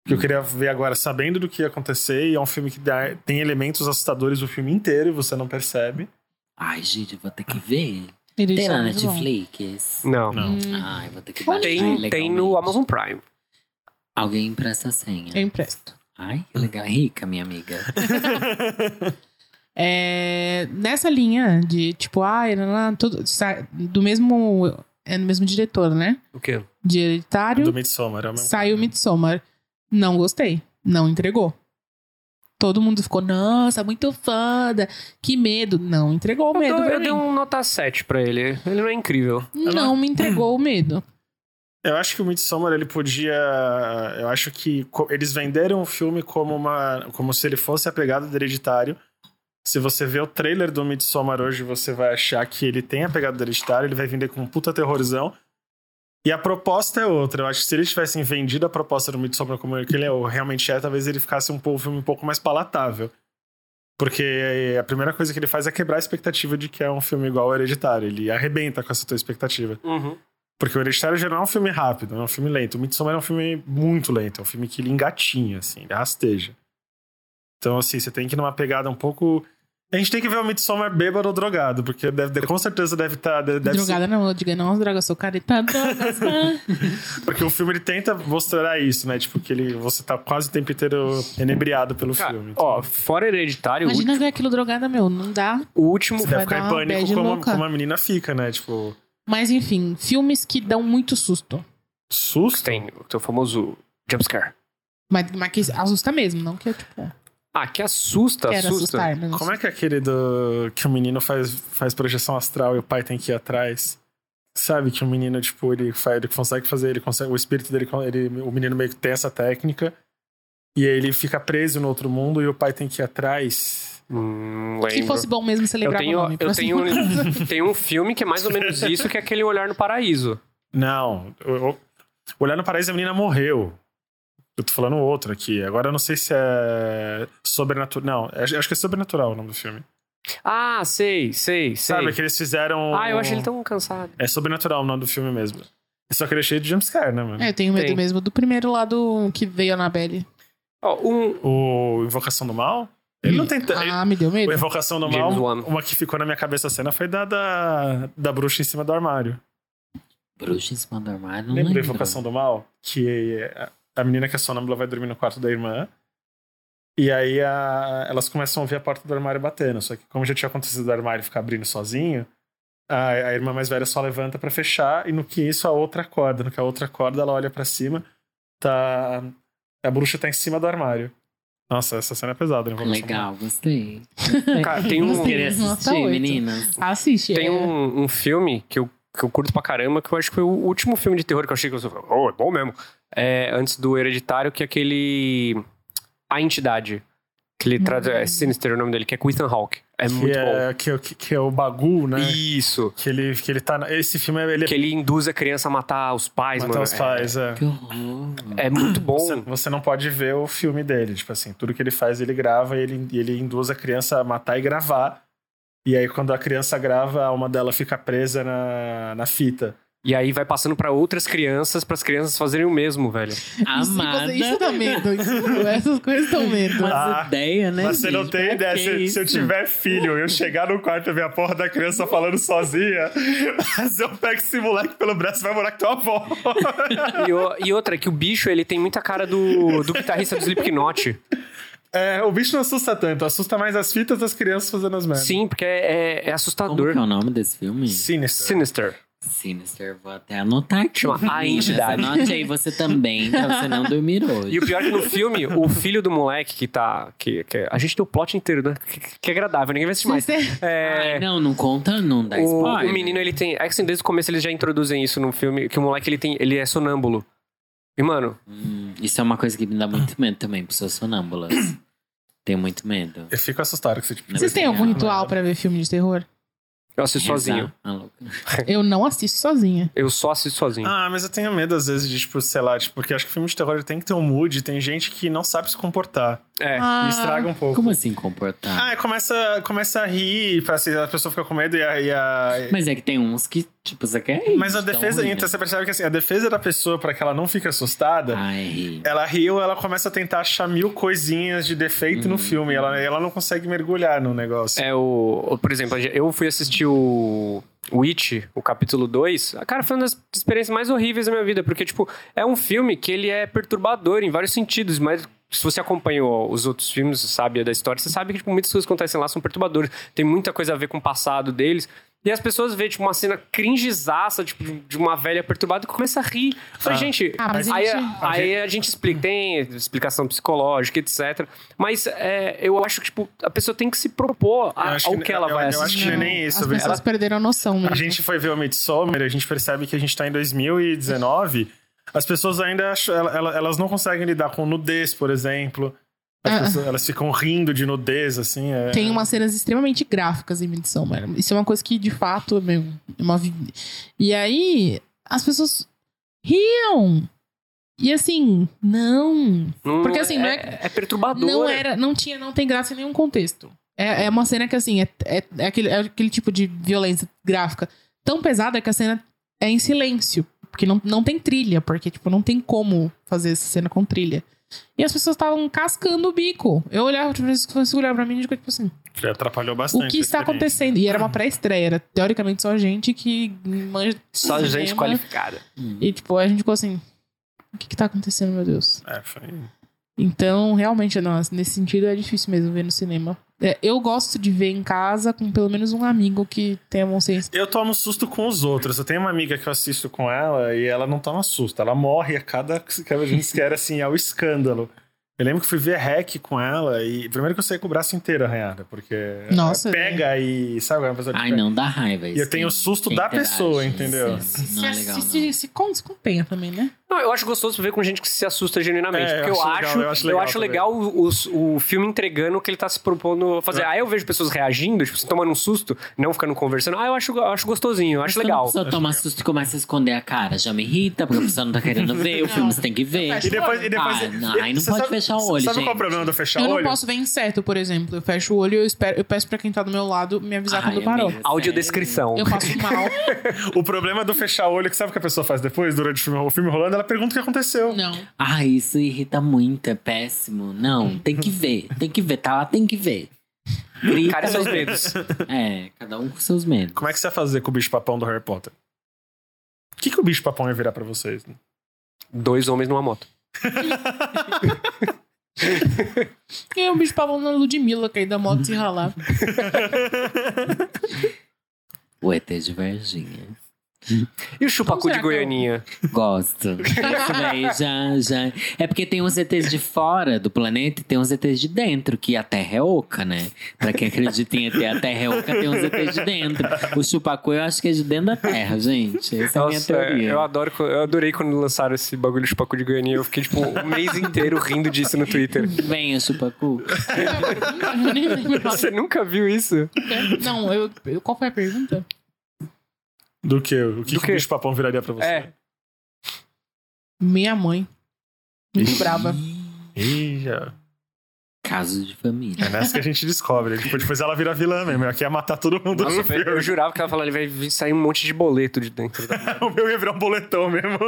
[SPEAKER 3] Que eu queria ver agora, sabendo do que ia acontecer, e é um filme que dá- tem elementos assustadores o filme inteiro e você não percebe.
[SPEAKER 4] Ai, gente, eu vou ter que ver.
[SPEAKER 1] Ele
[SPEAKER 4] Tem
[SPEAKER 1] já
[SPEAKER 4] na
[SPEAKER 1] é muito bom. Hum.
[SPEAKER 4] Netflix?
[SPEAKER 2] Não.
[SPEAKER 3] Não. É
[SPEAKER 4] Ai, vou ter que baixar É
[SPEAKER 2] Tem, tem no
[SPEAKER 4] ilegalmente.
[SPEAKER 2] Amazon Prime.
[SPEAKER 4] Alguém empresta a senha.
[SPEAKER 1] Eu empresto.
[SPEAKER 4] Ai, que legal. Rica, minha amiga.
[SPEAKER 1] É, nessa linha de tipo, ah, tudo, sa- do mesmo. É do mesmo diretor, né?
[SPEAKER 2] O quê?
[SPEAKER 1] De hereditário.
[SPEAKER 3] Do Midsommar. É o mesmo
[SPEAKER 1] Saiu Midsommar. Não gostei. Não entregou. Todo mundo ficou, nossa, muito foda. Que medo. Não entregou o
[SPEAKER 2] Eu,
[SPEAKER 1] medo.
[SPEAKER 2] dou-
[SPEAKER 1] pra
[SPEAKER 2] eu
[SPEAKER 1] mim.
[SPEAKER 2] dei um nota 7 pra ele. Ele não é incrível.
[SPEAKER 1] Não me entregou o medo.
[SPEAKER 3] Eu acho que o Midsommar, ele podia... Eu acho que co- eles venderam o filme como uma... Como se ele fosse a pegada do Hereditário. Se você vê o trailer do Midsommar hoje, você vai achar que ele tem a pegada do Hereditário. Ele vai vender como um puta terrorzão. E a proposta é outra. Eu acho que se eles tivessem vendido a proposta do Midsommar como ele é, ou realmente é, talvez ele ficasse um, pouco, um filme um pouco mais palatável. Porque eh, a primeira coisa que ele faz é quebrar a expectativa de que é um filme igual ao Hereditário. Ele arrebenta com essa tua expectativa. Porque o Hereditário já não é um filme rápido, não é um filme lento. O Midsommar é um filme muito lento, é um filme que ele engatinha, assim, ele rasteja. Então, assim, você tem que ir numa pegada um pouco... A gente tem que ver o Midsommar bêbado ou drogado, porque deve- deve- com certeza deve estar... deve ser-
[SPEAKER 1] Drogada não, eu diga, não, droga, eu sou careta, drogas. ah.
[SPEAKER 3] porque o filme ele tenta mostrar isso, né? Tipo, que ele, você tá quase o tempo inteiro enebriado pelo
[SPEAKER 2] Cara,
[SPEAKER 3] filme. Então,
[SPEAKER 2] ó, fora hereditário, o
[SPEAKER 1] Imagina ver aquilo drogada, meu, não dá.
[SPEAKER 2] O último.
[SPEAKER 3] você deve
[SPEAKER 1] vai
[SPEAKER 3] ficar
[SPEAKER 1] dar
[SPEAKER 3] em
[SPEAKER 1] uma
[SPEAKER 3] pânico
[SPEAKER 1] bad
[SPEAKER 3] como,
[SPEAKER 1] louca.
[SPEAKER 3] como a menina fica, né? Tipo,
[SPEAKER 1] Mas enfim, filmes que dão muito susto.
[SPEAKER 3] susto.
[SPEAKER 2] Tem o teu famoso jumpscare.
[SPEAKER 1] Mas, mas que assusta mesmo, não que eu tipo,
[SPEAKER 2] Ah, que assusta,
[SPEAKER 1] quero
[SPEAKER 2] assusta.
[SPEAKER 1] assustar. Mas não
[SPEAKER 3] Como é que é aquele do. que o menino faz, faz projeção astral e o pai tem que ir atrás? Sabe que o menino, tipo, ele, faz, ele consegue fazer, ele consegue. O espírito dele, ele- o menino meio que tem essa técnica. E aí ele fica preso no outro mundo e o pai tem que ir atrás.
[SPEAKER 2] Hum,
[SPEAKER 1] assusta. Que
[SPEAKER 2] lembro.
[SPEAKER 1] fosse bom mesmo você
[SPEAKER 2] eu
[SPEAKER 1] lembrar
[SPEAKER 2] tenho,
[SPEAKER 1] o nome.
[SPEAKER 2] eu
[SPEAKER 1] próximo.
[SPEAKER 2] tenho, tem um filme que é mais ou menos isso, que é aquele Olhar no Paraíso.
[SPEAKER 3] Não. o- o- Olhar no Paraíso, a menina morreu. Eu tô falando outro aqui. Agora eu não sei se é. Sobrenatural. Não, acho acho que é sobrenatural o nome do filme.
[SPEAKER 2] Ah, sei, sei, sei.
[SPEAKER 3] Sabe que é um eles fizeram.
[SPEAKER 2] Ah, eu achei ele tão cansado.
[SPEAKER 3] É sobrenatural o nome do filme mesmo. Só que ele é cheio de jumpscare, né, mano?
[SPEAKER 1] É, eu tenho medo
[SPEAKER 2] Tem.
[SPEAKER 1] mesmo do primeiro lado que veio a Anabelle.
[SPEAKER 2] Ó, um.
[SPEAKER 3] O Invocação do Mal? Ele não tem. t- ele-
[SPEAKER 1] Ah, me deu medo.
[SPEAKER 3] O Invocação do
[SPEAKER 2] James
[SPEAKER 3] Mal,
[SPEAKER 2] Wan.
[SPEAKER 3] uma que ficou na minha cabeça a cena foi da, da, da bruxa em cima do armário.
[SPEAKER 4] Bruxa em cima do armário, não
[SPEAKER 3] Lembra da
[SPEAKER 4] lembro.
[SPEAKER 2] um
[SPEAKER 3] Invocação do Mal? Que a- a menina que é sonâmbula vai dormir no quarto da irmã. E aí a- elas começam a ouvir a porta do armário batendo. Só que, como já tinha acontecido do armário ficar abrindo sozinho, a, a irmã mais velha só levanta pra fechar. E no que isso, a outra acorda. No que a outra acorda, ela olha pra cima. Tá. A bruxa tá em cima do armário. Nossa, essa cena é pesada, né? Invocação do Mal.
[SPEAKER 4] Legal, gostei.
[SPEAKER 2] Cara, tem um.
[SPEAKER 1] Gostei.
[SPEAKER 4] Queria
[SPEAKER 1] Nota
[SPEAKER 4] assistir,
[SPEAKER 1] oito.
[SPEAKER 4] meninas.
[SPEAKER 1] Assiste.
[SPEAKER 2] Tem
[SPEAKER 1] é.
[SPEAKER 2] um, um filme que eu, que eu curto pra caramba, que eu acho que foi o último filme de terror que eu achei que eu oh, é bom mesmo. É, antes do Hereditário, que é aquele. A Entidade. Que ele traz.
[SPEAKER 1] Hum.
[SPEAKER 2] É Sinister o nome dele, que é com Ethan Hawke. É
[SPEAKER 3] Que
[SPEAKER 2] muito bom.
[SPEAKER 3] é, que, é o- que, que é o Bagu, né?
[SPEAKER 2] Isso.
[SPEAKER 3] Que ele, que ele tá. na- Esse filme é. Ele
[SPEAKER 2] Que ele induz a criança a matar os pais,
[SPEAKER 3] matar
[SPEAKER 2] mano.
[SPEAKER 3] os pais, é.
[SPEAKER 4] Que horror.
[SPEAKER 2] É, é muito
[SPEAKER 3] Você,
[SPEAKER 2] bom.
[SPEAKER 3] você não pode ver o filme dele. Tipo assim, tudo que ele faz, ele grava e ele, e ele induz a criança a matar e gravar. E aí, quando a criança grava, a alma dela fica presa na, na fita.
[SPEAKER 2] E aí vai passando pra outras crianças, pras crianças fazerem o mesmo, velho.
[SPEAKER 1] Isso,
[SPEAKER 4] Amada.
[SPEAKER 1] você- isso dá medo. isso- Essas coisas dão medo.
[SPEAKER 4] Mas
[SPEAKER 3] Ah,
[SPEAKER 4] ideia, né?
[SPEAKER 3] Mas você não
[SPEAKER 4] gente?
[SPEAKER 3] tem ideia.
[SPEAKER 4] Pra que
[SPEAKER 3] Se, se eu
[SPEAKER 4] isso?
[SPEAKER 3] tiver filho e eu chegar no quarto e ver a porra da criança falando sozinha, mas eu pego esse moleque pelo braço e vai morar com tua avó.
[SPEAKER 2] E, o- e outra, é que o bicho, ele tem muita cara do, do guitarrista do Slipknot.
[SPEAKER 3] É, o bicho não assusta tanto. Assusta mais as fitas das crianças fazendo as merdas.
[SPEAKER 2] Sim, porque é, é- é
[SPEAKER 4] Como que é
[SPEAKER 2] assustador.
[SPEAKER 4] o nome desse filme?
[SPEAKER 3] Sinister.
[SPEAKER 2] Sinister.
[SPEAKER 4] Sinister, vou até anotar aqui.
[SPEAKER 2] Chama A
[SPEAKER 4] meninas.
[SPEAKER 2] Entidade.
[SPEAKER 4] Anote aí você também, pra você não dormir hoje.
[SPEAKER 2] E o pior é que no filme, o filho do moleque que tá. Que, que- a gente tem o plot inteiro, né? Que, que é agradável, ninguém vai assistir mais.
[SPEAKER 1] Você-
[SPEAKER 2] É,
[SPEAKER 4] Ai, não, não conta, não dá
[SPEAKER 2] o,
[SPEAKER 4] spoiler.
[SPEAKER 2] o menino, ele tem. É que assim, desde o começo eles já introduzem isso no filme, que o moleque ele tem. Ele é sonâmbulo. E, mano,
[SPEAKER 4] Hum, isso é uma coisa que me dá muito medo também, pessoas sonâmbulas. Tenho muito medo.
[SPEAKER 3] Eu fico assustado com esse tipo de
[SPEAKER 1] Vocês
[SPEAKER 4] assim,
[SPEAKER 1] têm algum ritual pra ver filme de terror?
[SPEAKER 2] eu assisto sozinho.
[SPEAKER 4] Rezar, ah, louca.
[SPEAKER 1] Eu não assisto sozinha.
[SPEAKER 2] Eu só assisto sozinho.
[SPEAKER 3] Ah, mas eu tenho medo às vezes de, tipo, sei lá, tipo, porque acho que filme de terror ele tem que ter um mood, tem gente que não sabe se comportar.
[SPEAKER 2] É.
[SPEAKER 1] Ah,
[SPEAKER 3] e estraga um pouco.
[SPEAKER 4] Como assim comportar?
[SPEAKER 3] Ah, começa, começa a rir, pra, assim, a pessoa fica com medo e a. e a-
[SPEAKER 4] Mas é que tem uns que Tipo, você quer ir.
[SPEAKER 3] Mas a
[SPEAKER 4] de tão
[SPEAKER 3] defesa,
[SPEAKER 4] ruim, né? Ah.
[SPEAKER 3] então você percebe que assim, a defesa da pessoa pra que ela não fique assustada,
[SPEAKER 4] Ai. é
[SPEAKER 3] ela riu, ela começa a tentar achar mil coisinhas de defeito
[SPEAKER 4] Hum.
[SPEAKER 3] no filme. Ela, ela não consegue mergulhar no negócio.
[SPEAKER 2] É o, o- Por exemplo, eu fui assistir o Witch, o capítulo 2. Ah, Cara, foi uma das experiências mais horríveis da minha vida. Porque, tipo, é um filme que ele é perturbador em vários sentidos, mas. Se você acompanhou os outros filmes, sabe, da história, você sabe que tipo, muitas coisas que acontecem lá são perturbadoras. Tem muita coisa a ver com o passado deles. E as pessoas veem, tipo, uma cena cringezaça, tipo, de- de uma velha perturbada e começa a rir. Eu Falei, gente,
[SPEAKER 1] Ah, mas
[SPEAKER 2] aí,
[SPEAKER 1] a gente-
[SPEAKER 2] aí a gente explica, tem explicação psicológica, etc. Mas é, eu acho que, tipo, a pessoa tem que se propor a-
[SPEAKER 3] Eu acho
[SPEAKER 2] ao
[SPEAKER 3] que-
[SPEAKER 2] que, ela
[SPEAKER 3] eu-
[SPEAKER 2] vai
[SPEAKER 3] eu acho
[SPEAKER 2] assistir.
[SPEAKER 3] que nem isso,
[SPEAKER 1] As
[SPEAKER 3] velho.
[SPEAKER 1] pessoas
[SPEAKER 3] Ela-
[SPEAKER 1] perderam a noção mesmo.
[SPEAKER 3] A gente foi ver o Midsommar, a gente percebe que a gente tá em 2019. As pessoas ainda acham, ela- ela- elas não conseguem lidar com nudez, por exemplo. As
[SPEAKER 1] Ah, ah.
[SPEAKER 3] pessoas- elas ficam rindo de nudez, assim. é-
[SPEAKER 1] Tem um umas cenas extremamente gráficas em Midsommar. Isso é uma coisa que, de fato, meu, é uma... vi- E aí, as pessoas riam. E assim, não,
[SPEAKER 2] Não-
[SPEAKER 1] Porque, assim, não é-
[SPEAKER 2] é perturbador.
[SPEAKER 1] Não era, não tinha, não tem graça em nenhum contexto. É, é uma cena que, assim, é, é, é aquele, é aquele tipo de violência gráfica tão pesada que a cena é em silêncio. Porque não, não tem trilha, porque, tipo, não tem como fazer essa cena com trilha. E as pessoas estavam cascando o bico. Eu olhava, tipo, as pessoas olhavam pra mim e ficava, tipo assim,
[SPEAKER 3] que Atrapalhou bastante.
[SPEAKER 1] o que
[SPEAKER 3] a
[SPEAKER 1] está
[SPEAKER 3] experiência.
[SPEAKER 1] acontecendo? E era
[SPEAKER 2] Ah.
[SPEAKER 1] uma pré-estreia, era teoricamente só gente que manja
[SPEAKER 2] Só
[SPEAKER 1] de
[SPEAKER 2] gente
[SPEAKER 1] cinema.
[SPEAKER 2] qualificada.
[SPEAKER 1] E, tipo, a gente ficou assim, o que que tá acontecendo, meu Deus?
[SPEAKER 3] É, foi...
[SPEAKER 1] Então, realmente, nossa, nesse sentido é difícil mesmo ver no cinema. É, eu gosto de ver em casa com pelo menos um amigo que tenha bom senso.
[SPEAKER 3] Eu tomo susto com os outros. Eu tenho uma amiga que eu assisto com ela e ela não toma susto. Ela morre a cada cada vez que era assim, ao escândalo. Eu lembro que fui ver hack com ela e primeiro que eu saí com o braço inteiro arranhado, porque
[SPEAKER 1] Nossa, é.
[SPEAKER 3] ela pega e sabe, é uma pessoa que
[SPEAKER 4] Ai,
[SPEAKER 3] pega.
[SPEAKER 4] não, dá raiva isso.
[SPEAKER 3] E eu tenho o susto da pessoa, entendeu?
[SPEAKER 4] Isso, Não é legal,
[SPEAKER 1] se, se,
[SPEAKER 4] não.
[SPEAKER 1] se, con- se compenha também, né?
[SPEAKER 2] Não, eu acho gostoso ver com gente que se assusta genuinamente.
[SPEAKER 3] É, eu
[SPEAKER 2] porque eu
[SPEAKER 3] acho legal,
[SPEAKER 2] acho,
[SPEAKER 3] eu acho
[SPEAKER 2] eu
[SPEAKER 3] legal
[SPEAKER 2] acho
[SPEAKER 3] também.
[SPEAKER 2] legal o, o- o filme entregando o que ele tá se propondo a fazer.
[SPEAKER 3] É.
[SPEAKER 2] Aí eu vejo pessoas reagindo, tipo, se tomando um susto, não ficando conversando. Ah, eu acho, eu acho gostosinho, eu acho
[SPEAKER 4] Quando a
[SPEAKER 2] legal.
[SPEAKER 4] pessoa toma susto e começa a esconder a cara, já me irrita, porque a pessoa não tá querendo ver, o
[SPEAKER 1] Não.
[SPEAKER 4] filme você tem que ver.
[SPEAKER 1] Fecha
[SPEAKER 3] E depois, e depois
[SPEAKER 4] Ah, não, aí não
[SPEAKER 3] Você
[SPEAKER 4] pode fechar o olho,
[SPEAKER 3] Sabe qual é o
[SPEAKER 4] gente.
[SPEAKER 3] problema do fechar
[SPEAKER 1] eu
[SPEAKER 3] o
[SPEAKER 1] não
[SPEAKER 3] olho?
[SPEAKER 1] posso ver inseto, por exemplo. Eu fecho o olho e eu, espero, eu peço pra quem tá do meu lado me avisar
[SPEAKER 4] Ai,
[SPEAKER 1] quando parou.
[SPEAKER 4] amiga.
[SPEAKER 2] Audiodescrição.
[SPEAKER 1] Eu faço mal.
[SPEAKER 3] O problema do fechar o olho, que sabe o que a pessoa faz depois, durante o filme, o filme rolando, ela pergunta o que aconteceu.
[SPEAKER 1] não.
[SPEAKER 4] Ah, isso irrita muito, é péssimo. Não, tem que ver, tem que ver, tá lá, tem que ver. Grita,
[SPEAKER 2] Cara, e seus dedos.
[SPEAKER 4] É, cada um com seus medos.
[SPEAKER 3] Como é que você vai fazer com o bicho papão do Harry Potter? O que, que o bicho papão ia virar pra vocês?
[SPEAKER 2] Dois homens numa moto.
[SPEAKER 1] E o bicho pavão na Ludmilla, que aí da moto se ralar.
[SPEAKER 4] O ET de Varginha.
[SPEAKER 2] E o chupacu
[SPEAKER 1] Como
[SPEAKER 2] de
[SPEAKER 1] será que eu-
[SPEAKER 2] Goianinha?
[SPEAKER 4] Gosto. Isso daí já, já. É porque tem uns ETs de fora do planeta e tem uns ETs de dentro, que a Terra é oca, né? Pra quem acredita em ET, a Terra é oca, tem uns ETs de dentro. O chupacu eu acho que é de dentro da Terra, gente. Essa é a minha
[SPEAKER 2] Nossa,
[SPEAKER 4] teoria.
[SPEAKER 2] eu adoro, co- eu adorei quando lançaram esse bagulho de chupacu de Goianinha. Eu fiquei, tipo, um mês inteiro rindo disso no Twitter.
[SPEAKER 4] Venha, chupacu.
[SPEAKER 1] Eu nem lembro.
[SPEAKER 2] Você nunca viu isso?
[SPEAKER 1] Não, eu, eu- qual foi a pergunta?
[SPEAKER 3] Do que? O que,
[SPEAKER 2] Do
[SPEAKER 3] que
[SPEAKER 2] quê?
[SPEAKER 3] o bicho papão viraria pra você?
[SPEAKER 2] É.
[SPEAKER 1] Minha mãe. Muito
[SPEAKER 3] Ixi.
[SPEAKER 1] brava.
[SPEAKER 3] Ih, já.
[SPEAKER 4] Caso de família.
[SPEAKER 3] É nessa que a gente descobre. Tipo, depois ela vira vilã mesmo. Ela quer matar todo mundo
[SPEAKER 2] Nossa,
[SPEAKER 3] no filme.
[SPEAKER 2] eu jurava que ela falava, ele vai sair um monte de boleto de dentro da
[SPEAKER 3] O meu ia virar um boletão mesmo.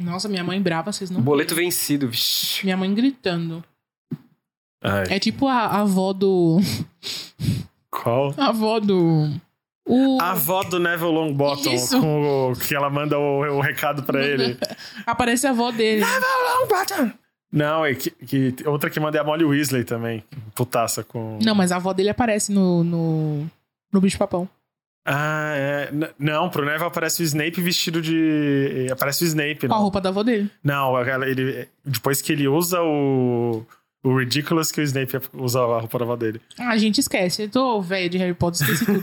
[SPEAKER 1] Nossa, minha mãe brava, vocês não.
[SPEAKER 2] Boleto vencido, vixi.
[SPEAKER 1] Minha mãe gritando.
[SPEAKER 3] Ai,
[SPEAKER 1] É tipo a, a avó do.
[SPEAKER 3] qual?
[SPEAKER 1] A avó do. O,
[SPEAKER 3] A avó do Neville Longbottom,
[SPEAKER 1] Isso.
[SPEAKER 3] com o- que ela manda o, o recado pra ele.
[SPEAKER 1] Aparece a avó dele.
[SPEAKER 3] Longbottom! Não, é que, que- outra que manda é a Molly Weasley também. Putaça com.
[SPEAKER 1] Não, mas a avó dele aparece no. no... No bicho-papão.
[SPEAKER 3] Ah, é. N- Não, pro Neville aparece o Snape vestido de. Aparece o Snape,
[SPEAKER 1] Com a
[SPEAKER 3] não.
[SPEAKER 1] roupa da avó dele.
[SPEAKER 3] Não, ela- ele, depois que ele usa o. O Ridiculous que o Snape usava a roupa nova dele.
[SPEAKER 1] Ah, a gente esquece. Eu tô velha de Harry Potter, esqueci tudo.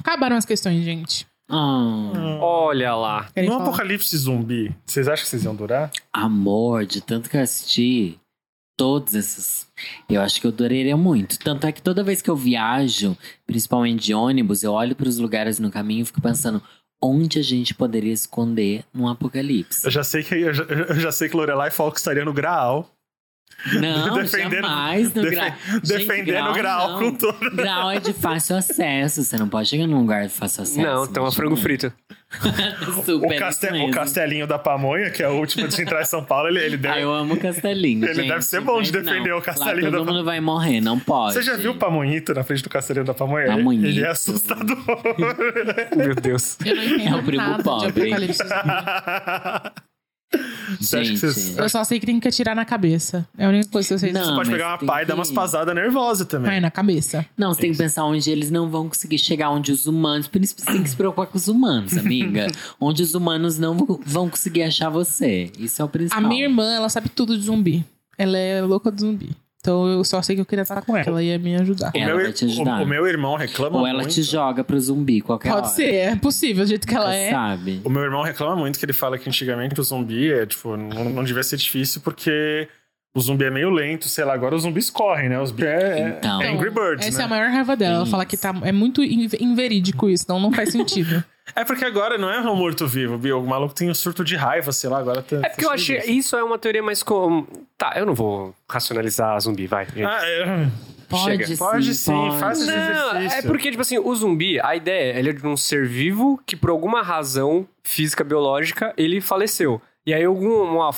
[SPEAKER 1] Acabaram as questões, gente.
[SPEAKER 4] Ah,
[SPEAKER 1] Hum.
[SPEAKER 2] Olha lá.
[SPEAKER 1] Querem
[SPEAKER 3] no
[SPEAKER 1] falar?
[SPEAKER 3] é apocalipse zumbi, vocês acham que vocês iam durar?
[SPEAKER 4] amor, de tanto que eu assisti todos esses. Eu acho que eu adoraria muito. Tanto é que toda vez que eu viajo, principalmente de ônibus, eu olho pros lugares no caminho e fico pensando onde a gente poderia esconder num apocalipse.
[SPEAKER 3] Eu já sei que eu já, eu já sei que Lorelai Falk estaria no Graal.
[SPEAKER 4] Não,
[SPEAKER 3] Defendendo-
[SPEAKER 4] jamais. No
[SPEAKER 3] defe-
[SPEAKER 4] grau. Gente,
[SPEAKER 3] defendendo o grau
[SPEAKER 4] não.
[SPEAKER 3] com toda-
[SPEAKER 4] Grau é de fácil acesso. Você não pode chegar num lugar de fácil acesso.
[SPEAKER 2] Não, então é
[SPEAKER 4] imagina.
[SPEAKER 2] frango frito.
[SPEAKER 4] Super,
[SPEAKER 3] O, castel-
[SPEAKER 4] isso
[SPEAKER 3] o
[SPEAKER 4] mesmo.
[SPEAKER 3] castelinho da pamonha, que é o último de entrar em São Paulo, ele, ele deu.
[SPEAKER 4] Ah, eu amo o Castelinho.
[SPEAKER 3] Ele
[SPEAKER 4] gente,
[SPEAKER 3] deve ser bom de
[SPEAKER 4] mas não.
[SPEAKER 3] defender o
[SPEAKER 4] Lá
[SPEAKER 3] Castelinho
[SPEAKER 4] Todo
[SPEAKER 3] da-
[SPEAKER 4] mundo vai morrer, não pode.
[SPEAKER 3] Você já viu o Pamonhito na frente do castelinho da pamonha? Ele-
[SPEAKER 4] Pamonhito.
[SPEAKER 3] Ele é assustador.
[SPEAKER 2] Meu Deus.
[SPEAKER 1] Eu não entendo
[SPEAKER 4] É o primo
[SPEAKER 1] nada
[SPEAKER 4] pobre.
[SPEAKER 1] de apocalipse.
[SPEAKER 3] Você acha que
[SPEAKER 4] Gente.
[SPEAKER 3] vocês-
[SPEAKER 1] Eu só sei que tem que atirar na cabeça. É a única coisa que eu sei.
[SPEAKER 4] Não.
[SPEAKER 3] Você pode
[SPEAKER 4] mas
[SPEAKER 3] pegar uma
[SPEAKER 4] tem
[SPEAKER 3] pá e dar
[SPEAKER 4] que-
[SPEAKER 3] umas pasadas nervosas também.
[SPEAKER 1] Vai na cabeça.
[SPEAKER 4] Não, você tem que pensar onde eles não vão conseguir chegar, onde os humanos. Por isso você tem que se preocupar com os humanos, amiga. onde os humanos não vão conseguir achar você. Isso é o
[SPEAKER 1] A
[SPEAKER 4] principal.
[SPEAKER 1] minha irmã, ela sabe tudo de zumbi. Ela é louca de zumbi. Então eu só sei que eu queria estar com ela. Ela ia me ajudar.
[SPEAKER 3] O,
[SPEAKER 4] Ela
[SPEAKER 3] meu,
[SPEAKER 4] vai te ajudar.
[SPEAKER 3] o, o meu irmão reclama
[SPEAKER 4] Ou ela
[SPEAKER 3] muito.
[SPEAKER 4] te joga pro zumbi qualquer hora.
[SPEAKER 1] Pode ser, é possível, do jeito que ela é.
[SPEAKER 4] Sabe?
[SPEAKER 3] O meu irmão reclama muito que ele fala que antigamente o zumbi é, tipo, não, não devia ser difícil porque o zumbi é meio lento, sei lá, agora os zumbis correm, né? Os bichos é,
[SPEAKER 4] Então.
[SPEAKER 3] é Angry Birds,
[SPEAKER 1] Essa é
[SPEAKER 3] né?
[SPEAKER 1] a maior raiva dela. Ela
[SPEAKER 4] Isso.
[SPEAKER 1] fala que tá, é muito in- inverídico isso, então não, não faz sentido.
[SPEAKER 3] É porque agora não é um morto-vivo, Bia. O maluco tem um surto de raiva, sei lá, agora tá.
[SPEAKER 2] É porque eu achei. Isso é uma teoria mais. Com... Tá, eu não vou racionalizar zumbi, vai. gente.
[SPEAKER 3] Ah, é...
[SPEAKER 4] Pode
[SPEAKER 2] Chega.
[SPEAKER 4] sim.
[SPEAKER 3] Pode sim, faz esse
[SPEAKER 2] Não,
[SPEAKER 3] exercício.
[SPEAKER 2] é porque, tipo assim, o zumbi, a ideia, ele é de um ser vivo que, por alguma razão física, biológica, ele faleceu. E aí alguma,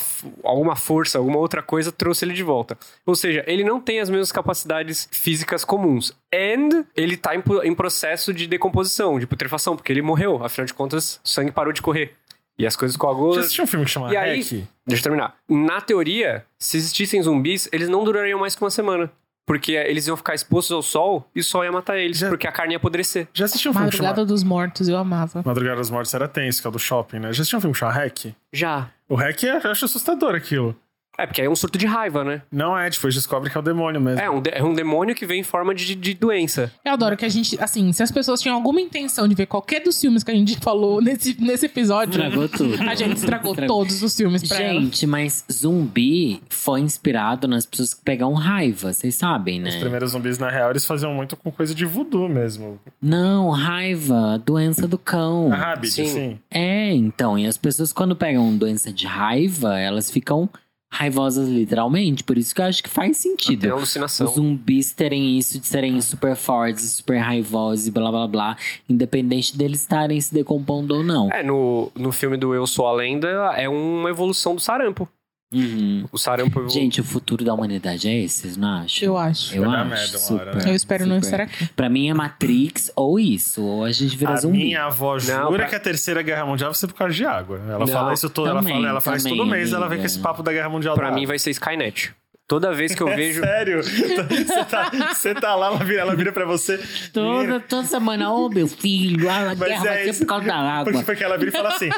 [SPEAKER 2] alguma força, alguma outra coisa trouxe ele de volta. Ou seja, ele não tem as mesmas capacidades físicas comuns. And ele tá em, po- em processo de decomposição, de putrefação, porque ele morreu. Afinal de contas, o sangue parou de correr. E as coisas
[SPEAKER 3] Você
[SPEAKER 2] coagulam.
[SPEAKER 3] assistiu um filme que chama
[SPEAKER 2] E aí,
[SPEAKER 3] Hack?
[SPEAKER 2] deixa eu terminar. Na teoria, se existissem zumbis, eles não durariam mais que uma semana. Porque eles iam ficar expostos ao sol e o sol ia matar eles,
[SPEAKER 3] Já-
[SPEAKER 2] porque a carne ia apodrecer.
[SPEAKER 3] Já assistiu um filme que chama...
[SPEAKER 1] Madrugada dos Mortos, eu amava.
[SPEAKER 3] Madrugada dos Mortos era tenso, que é o do shopping, né? Já assistiu um filme que chama Hack?
[SPEAKER 2] Já.
[SPEAKER 3] O Hack é, eu acho assustador aquilo.
[SPEAKER 2] É, porque aí é um surto de raiva, né?
[SPEAKER 3] Não é, depois descobre que é o demônio mesmo.
[SPEAKER 2] É um, de- é um demônio que vem em forma de, de doença.
[SPEAKER 1] Eu adoro que a gente, assim, se as pessoas tinham alguma intenção de ver qualquer dos filmes que a gente falou nesse, nesse episódio,
[SPEAKER 4] Estragou tudo.
[SPEAKER 1] a gente estragou todos os filmes pra ela.
[SPEAKER 4] Gente, mas zumbi foi inspirado nas pessoas que pegam raiva, vocês sabem,
[SPEAKER 3] Os
[SPEAKER 4] né?
[SPEAKER 3] primeiros zumbis, na real, eles faziam muito com coisa de voodoo mesmo.
[SPEAKER 4] Não, raiva, doença do cão.
[SPEAKER 3] A Rabbit,
[SPEAKER 2] Uh, sim.
[SPEAKER 3] assim.
[SPEAKER 4] É, então, e as pessoas quando pegam doença de raiva, elas ficam raivosas literalmente, por isso que eu acho que faz
[SPEAKER 2] Tem
[SPEAKER 4] sentido.
[SPEAKER 2] alucinação.
[SPEAKER 4] Os zumbis terem isso, de serem super fortes, super raivosos e blá blá blá, independente deles estarem se decompondo ou não.
[SPEAKER 2] É, no, no filme do Eu Sou a Lenda, é uma evolução do sarampo.
[SPEAKER 4] Uhum.
[SPEAKER 2] O sarampo evolu-
[SPEAKER 4] Gente, o futuro da humanidade é esse, vocês não acham?
[SPEAKER 1] Eu acho.
[SPEAKER 4] Eu
[SPEAKER 3] Vai dar
[SPEAKER 4] acho,
[SPEAKER 3] merda uma hora,
[SPEAKER 4] super,
[SPEAKER 3] né?
[SPEAKER 1] Eu espero não
[SPEAKER 4] super.
[SPEAKER 1] estar aqui.
[SPEAKER 4] Pra mim é Matrix ou isso, ou a gente vira
[SPEAKER 3] A
[SPEAKER 4] zumbi.
[SPEAKER 3] minha avó jura
[SPEAKER 2] Não, pra-
[SPEAKER 3] que a Terceira Guerra Mundial vai ser por causa de água. Ela
[SPEAKER 2] Não,
[SPEAKER 3] fala isso todo, ela
[SPEAKER 4] também,
[SPEAKER 3] fala, ela fala isso
[SPEAKER 4] também,
[SPEAKER 3] todo mês, ela
[SPEAKER 4] amiga.
[SPEAKER 3] vem com esse papo da Guerra Mundial.
[SPEAKER 2] pra
[SPEAKER 3] da
[SPEAKER 2] mim vai ser Skynet. Toda vez que eu vejo.
[SPEAKER 3] Sério? Você tá, você tá lá, ela vira, ela vira pra você.
[SPEAKER 4] Toda, toda semana, ô meu filho, a
[SPEAKER 3] Mas
[SPEAKER 4] guerra
[SPEAKER 3] é
[SPEAKER 4] vai ser
[SPEAKER 3] isso.
[SPEAKER 4] por causa da
[SPEAKER 3] Porque,
[SPEAKER 4] água.
[SPEAKER 3] porque ela vira e fala assim: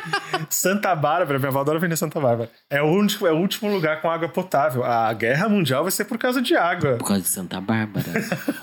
[SPEAKER 3] Santa Bárbara, minha avó adora vender Santa Bárbara. É o, único, é o último lugar com água potável. A guerra mundial vai ser por causa de água.
[SPEAKER 4] Por causa de Santa Bárbara.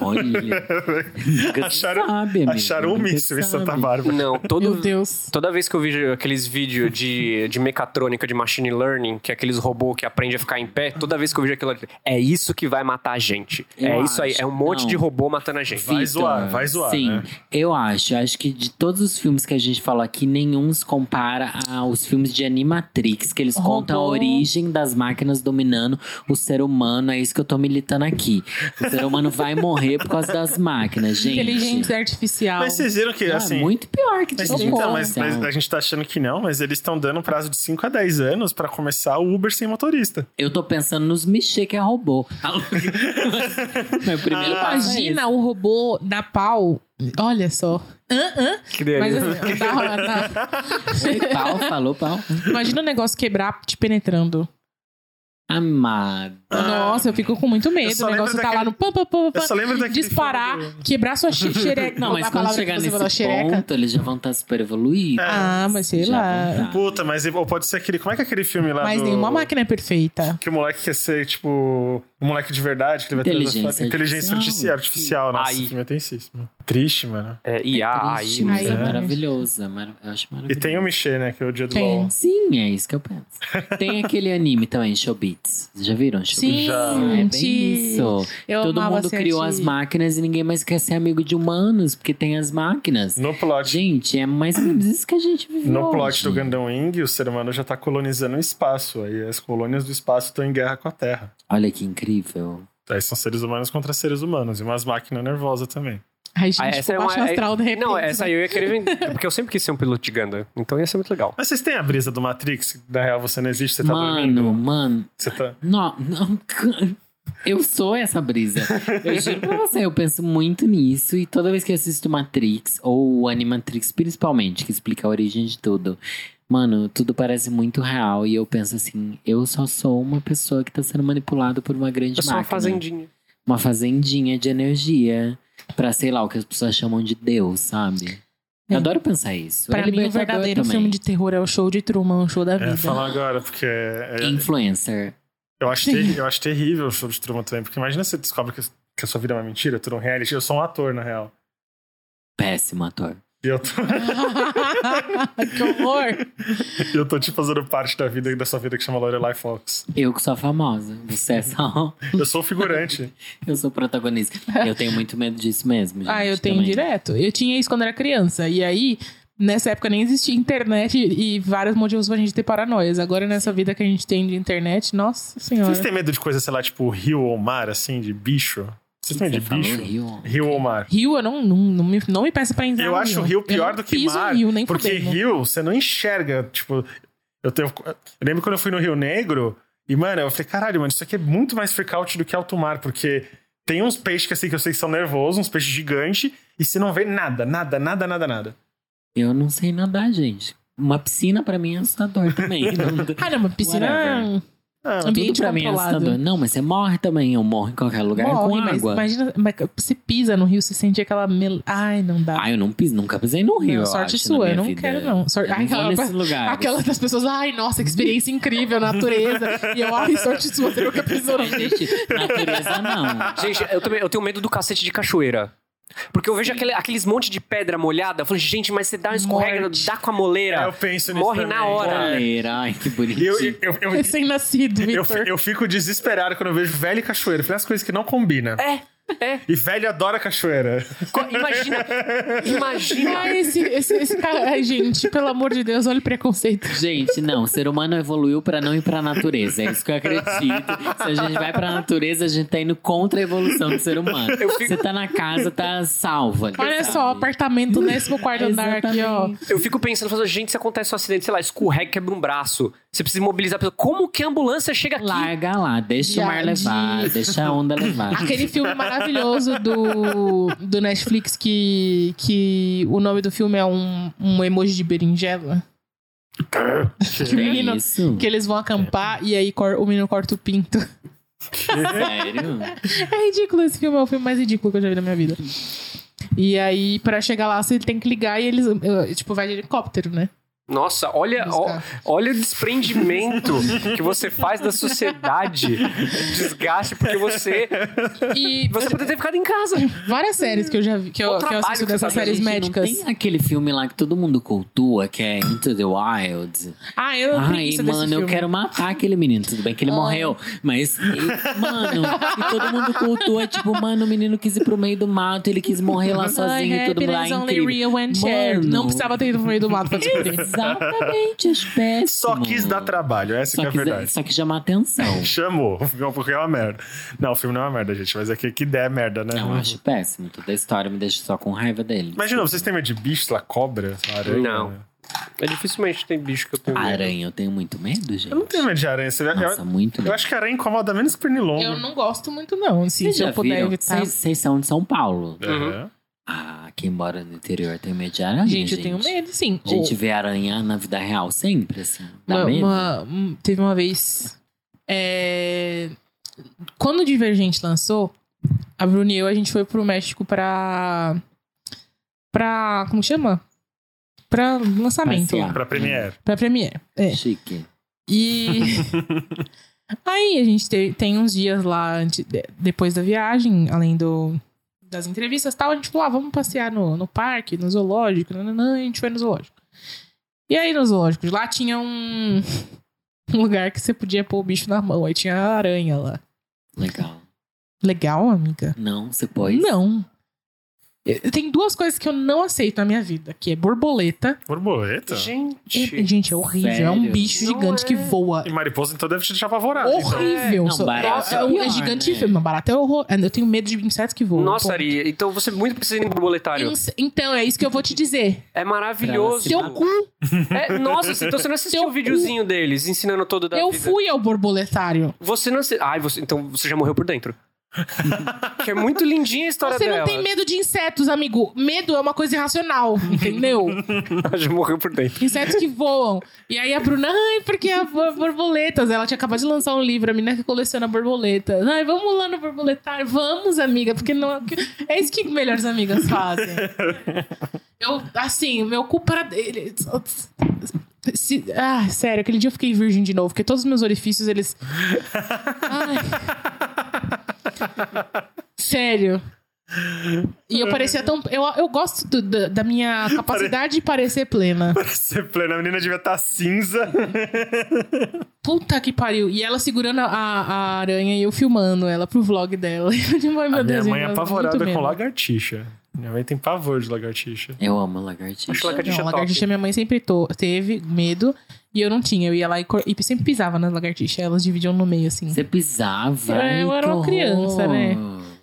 [SPEAKER 4] Olha. Nunca se
[SPEAKER 3] acharam
[SPEAKER 4] sabe, amigo,
[SPEAKER 3] acharam um
[SPEAKER 4] nunca se
[SPEAKER 3] míssil em Santa
[SPEAKER 4] sabe.
[SPEAKER 3] Bárbara.
[SPEAKER 2] Não, todo,
[SPEAKER 1] Meu Deus.
[SPEAKER 2] Toda vez que eu vejo aqueles vídeos de, de mecatrônica, de machine learning, que é aqueles robôs que aprendem a ficar em pé, toda vez que eu vejo aquilo, eu digo, é isso que vai matar a gente. é
[SPEAKER 4] Eu
[SPEAKER 2] isso aí,
[SPEAKER 4] acho.
[SPEAKER 2] é um monte
[SPEAKER 4] Não.
[SPEAKER 2] de robô matando a gente.
[SPEAKER 3] Vai
[SPEAKER 4] Vitor,
[SPEAKER 1] é.
[SPEAKER 3] zoar, vai zoar,
[SPEAKER 4] Sim,
[SPEAKER 3] né?
[SPEAKER 4] eu acho. Acho que de todos os filmes que a gente falou aqui, nenhum se compara aos filmes de Animatrix, que eles
[SPEAKER 1] Robô.
[SPEAKER 4] contam a origem das máquinas dominando o ser humano. É isso que eu tô militando aqui. O ser humano vai morrer por causa das máquinas, gente.
[SPEAKER 1] Inteligência artificial.
[SPEAKER 3] Mas vocês viram que,
[SPEAKER 4] Ah,
[SPEAKER 3] assim.
[SPEAKER 4] muito pior que
[SPEAKER 3] Mas,
[SPEAKER 1] Sim,
[SPEAKER 4] robô,
[SPEAKER 3] então, mas, mas
[SPEAKER 4] então.
[SPEAKER 3] a gente tá achando que não, mas eles estão dando um prazo de 5 a 10 anos pra começar o Uber sem motorista.
[SPEAKER 4] Eu tô pensando nos mexer que é robô. Mas
[SPEAKER 3] Ah,
[SPEAKER 4] primeiro passo é esse.
[SPEAKER 1] Imagina o robô dar pau. Olha só. Hã, hã?
[SPEAKER 2] Que
[SPEAKER 1] Mas assim, dá- dá-
[SPEAKER 4] Oi, pau, falou pau.
[SPEAKER 1] imagina o negócio quebrar te penetrando.
[SPEAKER 4] Amado.
[SPEAKER 1] Nossa, eu fico com muito
[SPEAKER 3] Eu
[SPEAKER 1] medo.
[SPEAKER 3] só
[SPEAKER 1] O negócio
[SPEAKER 3] lembro
[SPEAKER 1] tá lá no pam, pam, pam,
[SPEAKER 3] Eu
[SPEAKER 1] pam,
[SPEAKER 3] só lembro daquele
[SPEAKER 1] disparar,
[SPEAKER 3] filme do-
[SPEAKER 1] quebrar sua xe- xereca. Não,
[SPEAKER 4] Não, mas
[SPEAKER 1] a
[SPEAKER 4] quando
[SPEAKER 1] palavra
[SPEAKER 4] chegar
[SPEAKER 1] que você
[SPEAKER 4] nesse
[SPEAKER 1] falou, xereca.
[SPEAKER 4] ponto, eles já vão estar super
[SPEAKER 3] É,
[SPEAKER 4] evoluídos.
[SPEAKER 1] Ah, mas sei
[SPEAKER 4] Já
[SPEAKER 1] lá.
[SPEAKER 4] vão tá.
[SPEAKER 3] Puta, mas ou pode ser aquele. Como é que é aquele filme lá
[SPEAKER 1] Mas
[SPEAKER 3] do-
[SPEAKER 1] nenhuma máquina é perfeita.
[SPEAKER 3] Que o moleque quer ser, tipo, O moleque de verdade que ele vai
[SPEAKER 4] Inteligência
[SPEAKER 3] transar- Inteligência
[SPEAKER 4] artificial.
[SPEAKER 3] artificial. artificial. Nossa,
[SPEAKER 2] Aí.
[SPEAKER 3] esse filme é tensíssimo. Triste, mano.
[SPEAKER 2] É,
[SPEAKER 4] É
[SPEAKER 2] IA,
[SPEAKER 4] triste,
[SPEAKER 2] AI,
[SPEAKER 4] mas
[SPEAKER 1] né?
[SPEAKER 4] é maravilhosa. mara- Eu acho
[SPEAKER 3] E
[SPEAKER 4] maravilhosa.
[SPEAKER 3] tem o Michê, né? Que é o dia do
[SPEAKER 1] Tem.
[SPEAKER 3] LOL.
[SPEAKER 4] Sim, é isso que eu penso. Tem aquele anime também, Showbiz. Vocês já viram Showbiz?
[SPEAKER 1] Sim,
[SPEAKER 3] Já.
[SPEAKER 4] É bem
[SPEAKER 1] sim.
[SPEAKER 4] isso.
[SPEAKER 1] Eu
[SPEAKER 4] Todo
[SPEAKER 1] amava
[SPEAKER 4] mundo
[SPEAKER 1] ser
[SPEAKER 4] criou
[SPEAKER 1] de-
[SPEAKER 4] as máquinas e ninguém mais quer ser amigo de humanos, porque tem as máquinas.
[SPEAKER 3] No plot.
[SPEAKER 4] Gente, é mais ou menos isso que a gente vive
[SPEAKER 3] No plot
[SPEAKER 4] hoje.
[SPEAKER 3] do Gundam Wing, o ser humano já tá colonizando o espaço. Aí as colônias do espaço estão em guerra com a Terra.
[SPEAKER 4] Olha que incrível.
[SPEAKER 3] Aí são seres humanos contra seres humanos. E umas máquinas nervosas também.
[SPEAKER 1] Ai, gente,
[SPEAKER 2] Ah, essa
[SPEAKER 1] ficou
[SPEAKER 2] é uma-
[SPEAKER 1] baixo
[SPEAKER 2] é-
[SPEAKER 1] astral de repente.
[SPEAKER 2] Não, essa aí eu ia querer vender. Porque eu sempre quis ser um piloto de Gundam. Então ia ser muito legal.
[SPEAKER 3] Mas vocês têm a brisa do Matrix? que, Na real, você não existe, você tá
[SPEAKER 4] mano,
[SPEAKER 3] dormindo.
[SPEAKER 4] mano.
[SPEAKER 3] Você tá...
[SPEAKER 4] Não, não. Eu sou essa brisa. Eu juro pra você, eu penso muito nisso. E toda vez que eu assisto Matrix, ou Animatrix principalmente, que explica a origem de tudo. Mano, tudo parece muito real. E eu penso assim, eu só sou uma pessoa que tá sendo manipulada por uma grande
[SPEAKER 2] Eu sou uma
[SPEAKER 4] máquina.
[SPEAKER 2] fazendinha.
[SPEAKER 4] uma fazendinha de energia pra, sei lá, o que as pessoas chamam de Deus, sabe?
[SPEAKER 1] É.
[SPEAKER 4] Eu adoro pensar isso.
[SPEAKER 1] Pra
[SPEAKER 4] é
[SPEAKER 1] mim, o
[SPEAKER 4] libertador
[SPEAKER 1] verdadeiro
[SPEAKER 4] também.
[SPEAKER 1] filme de terror é o show de Truman, o show da vida.
[SPEAKER 3] É, fala agora, porque... é- é-
[SPEAKER 4] Influencer.
[SPEAKER 3] Eu acho, terri- eu acho terrível o show de Truman também, porque imagina você descobre que, que a sua vida é uma mentira, tudo é um reality. Eu sou um ator, na real.
[SPEAKER 4] Péssimo ator.
[SPEAKER 3] E eu tô,
[SPEAKER 1] que horror!
[SPEAKER 3] e eu tô te fazendo parte da vida da sua vida que chama Lorelai Fox.
[SPEAKER 4] Eu que sou a famosa. Você é só.
[SPEAKER 3] Eu sou o figurante.
[SPEAKER 4] Eu sou o protagonista. Eu tenho muito medo disso mesmo. Gente,
[SPEAKER 1] Ah, eu tenho
[SPEAKER 4] também.
[SPEAKER 1] direto. Eu tinha isso quando era criança. E aí, nessa época nem existia internet e e vários motivos pra gente ter paranoias. Agora, nessa vida que a gente tem de internet, nossa senhora.
[SPEAKER 3] Vocês têm medo de coisa, sei lá, tipo rio ou mar, assim, de bicho? Vocês têm medo de
[SPEAKER 4] Você falou
[SPEAKER 3] bicho?
[SPEAKER 4] Rio.
[SPEAKER 3] Rio ou mar?
[SPEAKER 1] Rio, eu não, não, não me, não me peça pra entrar
[SPEAKER 3] Eu
[SPEAKER 1] no
[SPEAKER 3] acho rio
[SPEAKER 1] Eu
[SPEAKER 3] pior
[SPEAKER 1] não
[SPEAKER 3] do que
[SPEAKER 1] piso em
[SPEAKER 3] mar.
[SPEAKER 1] rio, nem
[SPEAKER 3] porque
[SPEAKER 1] fudendo.
[SPEAKER 3] rio, você não enxerga, tipo... Eu, tenho, eu lembro quando eu fui no Rio Negro, e, mano, eu falei, caralho, mano, isso aqui é muito mais freak out do que alto mar, porque tem uns peixes que, assim, que eu sei que são nervosos, uns peixes gigantes, e você não vê nada, nada, nada, nada, nada.
[SPEAKER 4] Eu não sei nadar, gente. Uma piscina pra mim é assustador
[SPEAKER 1] Ah,
[SPEAKER 4] também. Não-
[SPEAKER 1] Caramba, piscina. é um
[SPEAKER 4] Whatever.
[SPEAKER 3] Ah,
[SPEAKER 1] Ambi- Ambiente
[SPEAKER 4] Tudo pra mim é
[SPEAKER 1] controlado.
[SPEAKER 4] assustador. Não, mas você morre também. Eu morro em qualquer lugar
[SPEAKER 1] Morre,
[SPEAKER 4] com
[SPEAKER 1] mas
[SPEAKER 4] água.
[SPEAKER 1] imagina, mas se pisa no rio, você sente aquela. Mel... Ai, não dá.
[SPEAKER 4] Ah, eu não piso, nunca pisei no rio.
[SPEAKER 1] Não,
[SPEAKER 4] eu
[SPEAKER 1] sorte
[SPEAKER 4] acho, na
[SPEAKER 1] sua,
[SPEAKER 4] minha
[SPEAKER 1] eu não
[SPEAKER 4] vida.
[SPEAKER 1] quero, não. Sorte-
[SPEAKER 4] Eu
[SPEAKER 1] Ai,
[SPEAKER 4] não vou
[SPEAKER 1] aquela-
[SPEAKER 4] nesses lugares.
[SPEAKER 1] Aquela das pessoas, ai, nossa, que experiência incrível, natureza. e eu, ai, sorte sua, você nunca pisou no
[SPEAKER 4] Não,
[SPEAKER 1] rio.
[SPEAKER 4] gente, natureza não.
[SPEAKER 2] Gente, eu, também, eu tenho medo do cacete de cachoeira. Porque eu vejo aquele- aqueles monte de pedra molhada. Eu falo, gente, mas você dá uma escorrega,
[SPEAKER 1] Morte.
[SPEAKER 2] dá com a moleira.
[SPEAKER 3] É, eu penso nisso
[SPEAKER 2] Morre na
[SPEAKER 3] também.
[SPEAKER 2] hora.
[SPEAKER 4] Coleira, ai, que bonitinho.
[SPEAKER 3] Eu, eu, eu, eu,
[SPEAKER 1] Recém-nascido,
[SPEAKER 3] eu,
[SPEAKER 1] Vitor.
[SPEAKER 3] eu fico desesperado quando eu vejo velho e cachoeira. Falei as coisas que não combinam.
[SPEAKER 2] É, é.
[SPEAKER 3] E velho adora cachoeira.
[SPEAKER 2] Co- Imagina. Imagina.
[SPEAKER 1] Ai, esse, esse, esse cara. Ai, gente, pelo amor de Deus, olha o preconceito.
[SPEAKER 4] Gente, não, o ser humano evoluiu pra não ir pra natureza. É isso que eu acredito. Se a gente vai pra natureza, a gente tá indo contra a evolução do ser humano.
[SPEAKER 2] Eu fico-
[SPEAKER 4] Você tá na casa, tá salva. ali,
[SPEAKER 1] Olha
[SPEAKER 4] sabe?
[SPEAKER 1] só, apartamento décimo quarto andar aqui, ó.
[SPEAKER 4] Exatamente.
[SPEAKER 2] Eu fico pensando, falando, gente, se acontece um acidente, sei lá, escorrega, quebra um braço. Você precisa mobilizar a pessoa. Como que a ambulância chega aqui?
[SPEAKER 4] Larga lá, deixa o mar
[SPEAKER 1] Já
[SPEAKER 4] levar,
[SPEAKER 1] de-
[SPEAKER 4] deixa a onda levar.
[SPEAKER 1] Aquele filme maravilhoso do, do Netflix que, que o nome do filme é um, um emoji de berinjela. Que o menino-
[SPEAKER 4] é isso?
[SPEAKER 1] Que eles vão acampar e aí cor- o menino corta o pinto.
[SPEAKER 4] Sério?
[SPEAKER 1] É ridículo esse filme, é o filme mais ridículo que eu já vi na minha vida. E aí, pra chegar lá, você tem que ligar e eles, eh, tipo, vai de helicóptero, né?
[SPEAKER 2] Nossa, olha, ó-
[SPEAKER 1] Buscar.
[SPEAKER 2] olha o desprendimento que você faz da sociedade. Desgaste, porque você.
[SPEAKER 1] E
[SPEAKER 2] Você poderia ter ficado em casa.
[SPEAKER 1] várias séries que eu já vi, que
[SPEAKER 2] O
[SPEAKER 1] eu, que eu
[SPEAKER 2] trabalho
[SPEAKER 1] assisto
[SPEAKER 2] que
[SPEAKER 1] dessas
[SPEAKER 2] você faz,
[SPEAKER 1] séries
[SPEAKER 4] Gente,
[SPEAKER 1] médicas.
[SPEAKER 4] Não tem aquele filme lá que todo mundo cultua, que é Into the Wild.
[SPEAKER 1] Ah, eu tenho
[SPEAKER 4] Ai,
[SPEAKER 1] preguiça desse
[SPEAKER 4] mano, eu
[SPEAKER 1] filme. Ah.
[SPEAKER 4] quero matar aquele menino. Tudo bem que ele
[SPEAKER 1] Ai.
[SPEAKER 4] morreu, mas, e, mano, e todo mundo cultua, tipo, mano, o menino quis ir pro meio do mato, ele quis morrer lá sozinho
[SPEAKER 1] Ai,
[SPEAKER 4] e todo mundo lá
[SPEAKER 1] happiness
[SPEAKER 4] é
[SPEAKER 1] only
[SPEAKER 4] incrível.
[SPEAKER 1] real when shared.
[SPEAKER 4] Mano.
[SPEAKER 1] Não precisava ter ido pro meio do mato pra descobrir.
[SPEAKER 4] Exatamente, as péssimas.
[SPEAKER 3] Só quis dar trabalho, essa
[SPEAKER 4] Só
[SPEAKER 3] que é a
[SPEAKER 4] quis-
[SPEAKER 3] verdade.
[SPEAKER 4] Só que chamar atenção.
[SPEAKER 3] Chamou, porque é uma merda. Não, o filme não é uma merda, gente, mas é que, que der merda, né?
[SPEAKER 4] Não, eu acho péssimo. Toda a história me deixa só com raiva dele.
[SPEAKER 3] Mas de novo, vocês têm medo de bicho, sei lá, cobra, sei lá, aranha?
[SPEAKER 2] Não.
[SPEAKER 3] né?
[SPEAKER 2] É dificilmente tem bicho que eu tenho. medo.
[SPEAKER 4] Aranha, eu tenho muito medo, gente.
[SPEAKER 3] Eu não tenho medo de aranha. Você vê-
[SPEAKER 4] Nossa,
[SPEAKER 3] eu,
[SPEAKER 4] muito
[SPEAKER 3] eu
[SPEAKER 4] medo.
[SPEAKER 3] acho que aranha incomoda menos que pernilongo.
[SPEAKER 1] Eu não gosto muito, não. Assim,
[SPEAKER 4] Vocês
[SPEAKER 1] se
[SPEAKER 4] já
[SPEAKER 1] eu puder
[SPEAKER 4] viram?
[SPEAKER 1] evitar.
[SPEAKER 4] Vocês- Vocês são de São Paulo.
[SPEAKER 3] É.
[SPEAKER 2] Uhum.
[SPEAKER 4] Ah, quem mora no interior tem medo de aranha.
[SPEAKER 1] Gente, eu tenho medo, sim.
[SPEAKER 4] A gente vê aranha na vida real sempre, assim. Dá
[SPEAKER 1] Uma-
[SPEAKER 4] medo?
[SPEAKER 1] uma- um- teve uma vez. é, quando o Divergente lançou, a Bruna e eu, a gente foi pro México pra. pra. como chama? Pra lançamento
[SPEAKER 4] Passear.
[SPEAKER 1] lá. é.
[SPEAKER 3] Pra Premiere.
[SPEAKER 1] Pra Premiere. É.
[SPEAKER 4] Chique.
[SPEAKER 1] E. Aí a gente te- tem uns dias lá ante- de- depois da viagem, além do, das entrevistas e tal, a gente falou: ah, vamos passear no, no parque, no zoológico. Nananã, e a gente foi no zoológico. E aí no zoológico, lá tinha um, um lugar que você podia pôr o bicho na mão, aí tinha a aranha lá.
[SPEAKER 4] Legal.
[SPEAKER 1] Legal, amiga?
[SPEAKER 4] Não, você pode.
[SPEAKER 1] Não. Eu- Tem duas coisas que eu não aceito na minha vida, que é borboleta.
[SPEAKER 3] Borboleta.
[SPEAKER 1] E-
[SPEAKER 2] Gente.
[SPEAKER 1] Gente, é horrível. É um
[SPEAKER 4] Sério?
[SPEAKER 1] bicho
[SPEAKER 2] Não
[SPEAKER 1] gigante que
[SPEAKER 2] é.
[SPEAKER 1] voa.
[SPEAKER 3] E mariposa então deve te deixar
[SPEAKER 2] Ah,
[SPEAKER 3] apavorado.
[SPEAKER 1] Oh!
[SPEAKER 3] então.
[SPEAKER 1] horrível.
[SPEAKER 4] Não,
[SPEAKER 1] Só-
[SPEAKER 4] barata
[SPEAKER 1] é,
[SPEAKER 4] é
[SPEAKER 1] é,
[SPEAKER 4] pior,
[SPEAKER 1] é gigante.
[SPEAKER 4] né?
[SPEAKER 1] Não, barata é horror. Eu tenho medo de insetos que voam.
[SPEAKER 2] Nossa,
[SPEAKER 1] tipo, um ponto.
[SPEAKER 2] Ari, então você muito precisa ir no borboletário.
[SPEAKER 1] Ins- Então, é isso que eu vou te dizer.
[SPEAKER 2] É maravilhoso.
[SPEAKER 4] Pra
[SPEAKER 1] Seu
[SPEAKER 4] Ah.
[SPEAKER 1] um cu,
[SPEAKER 2] É, nossa, então você não assistiu
[SPEAKER 1] Seu
[SPEAKER 2] o videozinho deles ensinando todo da
[SPEAKER 1] eu
[SPEAKER 2] vida.
[SPEAKER 1] fui ao borboletário.
[SPEAKER 2] Você não assistiu. Ai, você, então você já morreu por dentro. que é muito lindinha a história
[SPEAKER 1] Você
[SPEAKER 2] dela.
[SPEAKER 1] não tem medo de insetos, amigo. Medo é uma coisa irracional, entendeu?
[SPEAKER 2] Ela já morreu por dentro.
[SPEAKER 1] Insetos que voam. E aí a Bruna, ai, porque a bo- borboletas. Ela tinha acabado de lançar um livro, a menina que coleciona borboletas. Ai, vamos lá no borboletário. Vamos, amiga, porque não. É isso que melhores amigas fazem. Eu, assim, o meu cu para. ele- Se- ah, sério, aquele dia eu fiquei virgem de novo, porque todos os meus orifícios, eles. Ai. Sério. E eu parecia tão. Eu, eu gosto do- da- da minha capacidade de parecer plena.
[SPEAKER 3] Pra ser plena, a menina devia estar cinza.
[SPEAKER 1] Puta que pariu. E ela segurando a, a aranha e eu filmando ela pro vlog dela. Eu digo, Ai, meu
[SPEAKER 3] a minha
[SPEAKER 1] Deus,
[SPEAKER 3] mãe é
[SPEAKER 1] eu-
[SPEAKER 3] apavorada
[SPEAKER 1] muito
[SPEAKER 3] com
[SPEAKER 1] medo.
[SPEAKER 3] lagartixa. Minha mãe tem pavor de lagartixa.
[SPEAKER 4] Eu amo lagartixa.
[SPEAKER 2] Acho lagartixa
[SPEAKER 1] Não,
[SPEAKER 2] top.
[SPEAKER 1] lagartixa minha mãe sempre to- teve medo e eu não tinha. Eu ia lá e, cor- e sempre pisava nas lagartixas. Elas dividiam no meio, assim.
[SPEAKER 4] Você pisava.
[SPEAKER 1] Eu
[SPEAKER 4] ai,
[SPEAKER 1] era
[SPEAKER 4] que
[SPEAKER 1] uma
[SPEAKER 4] horror.
[SPEAKER 1] criança, né?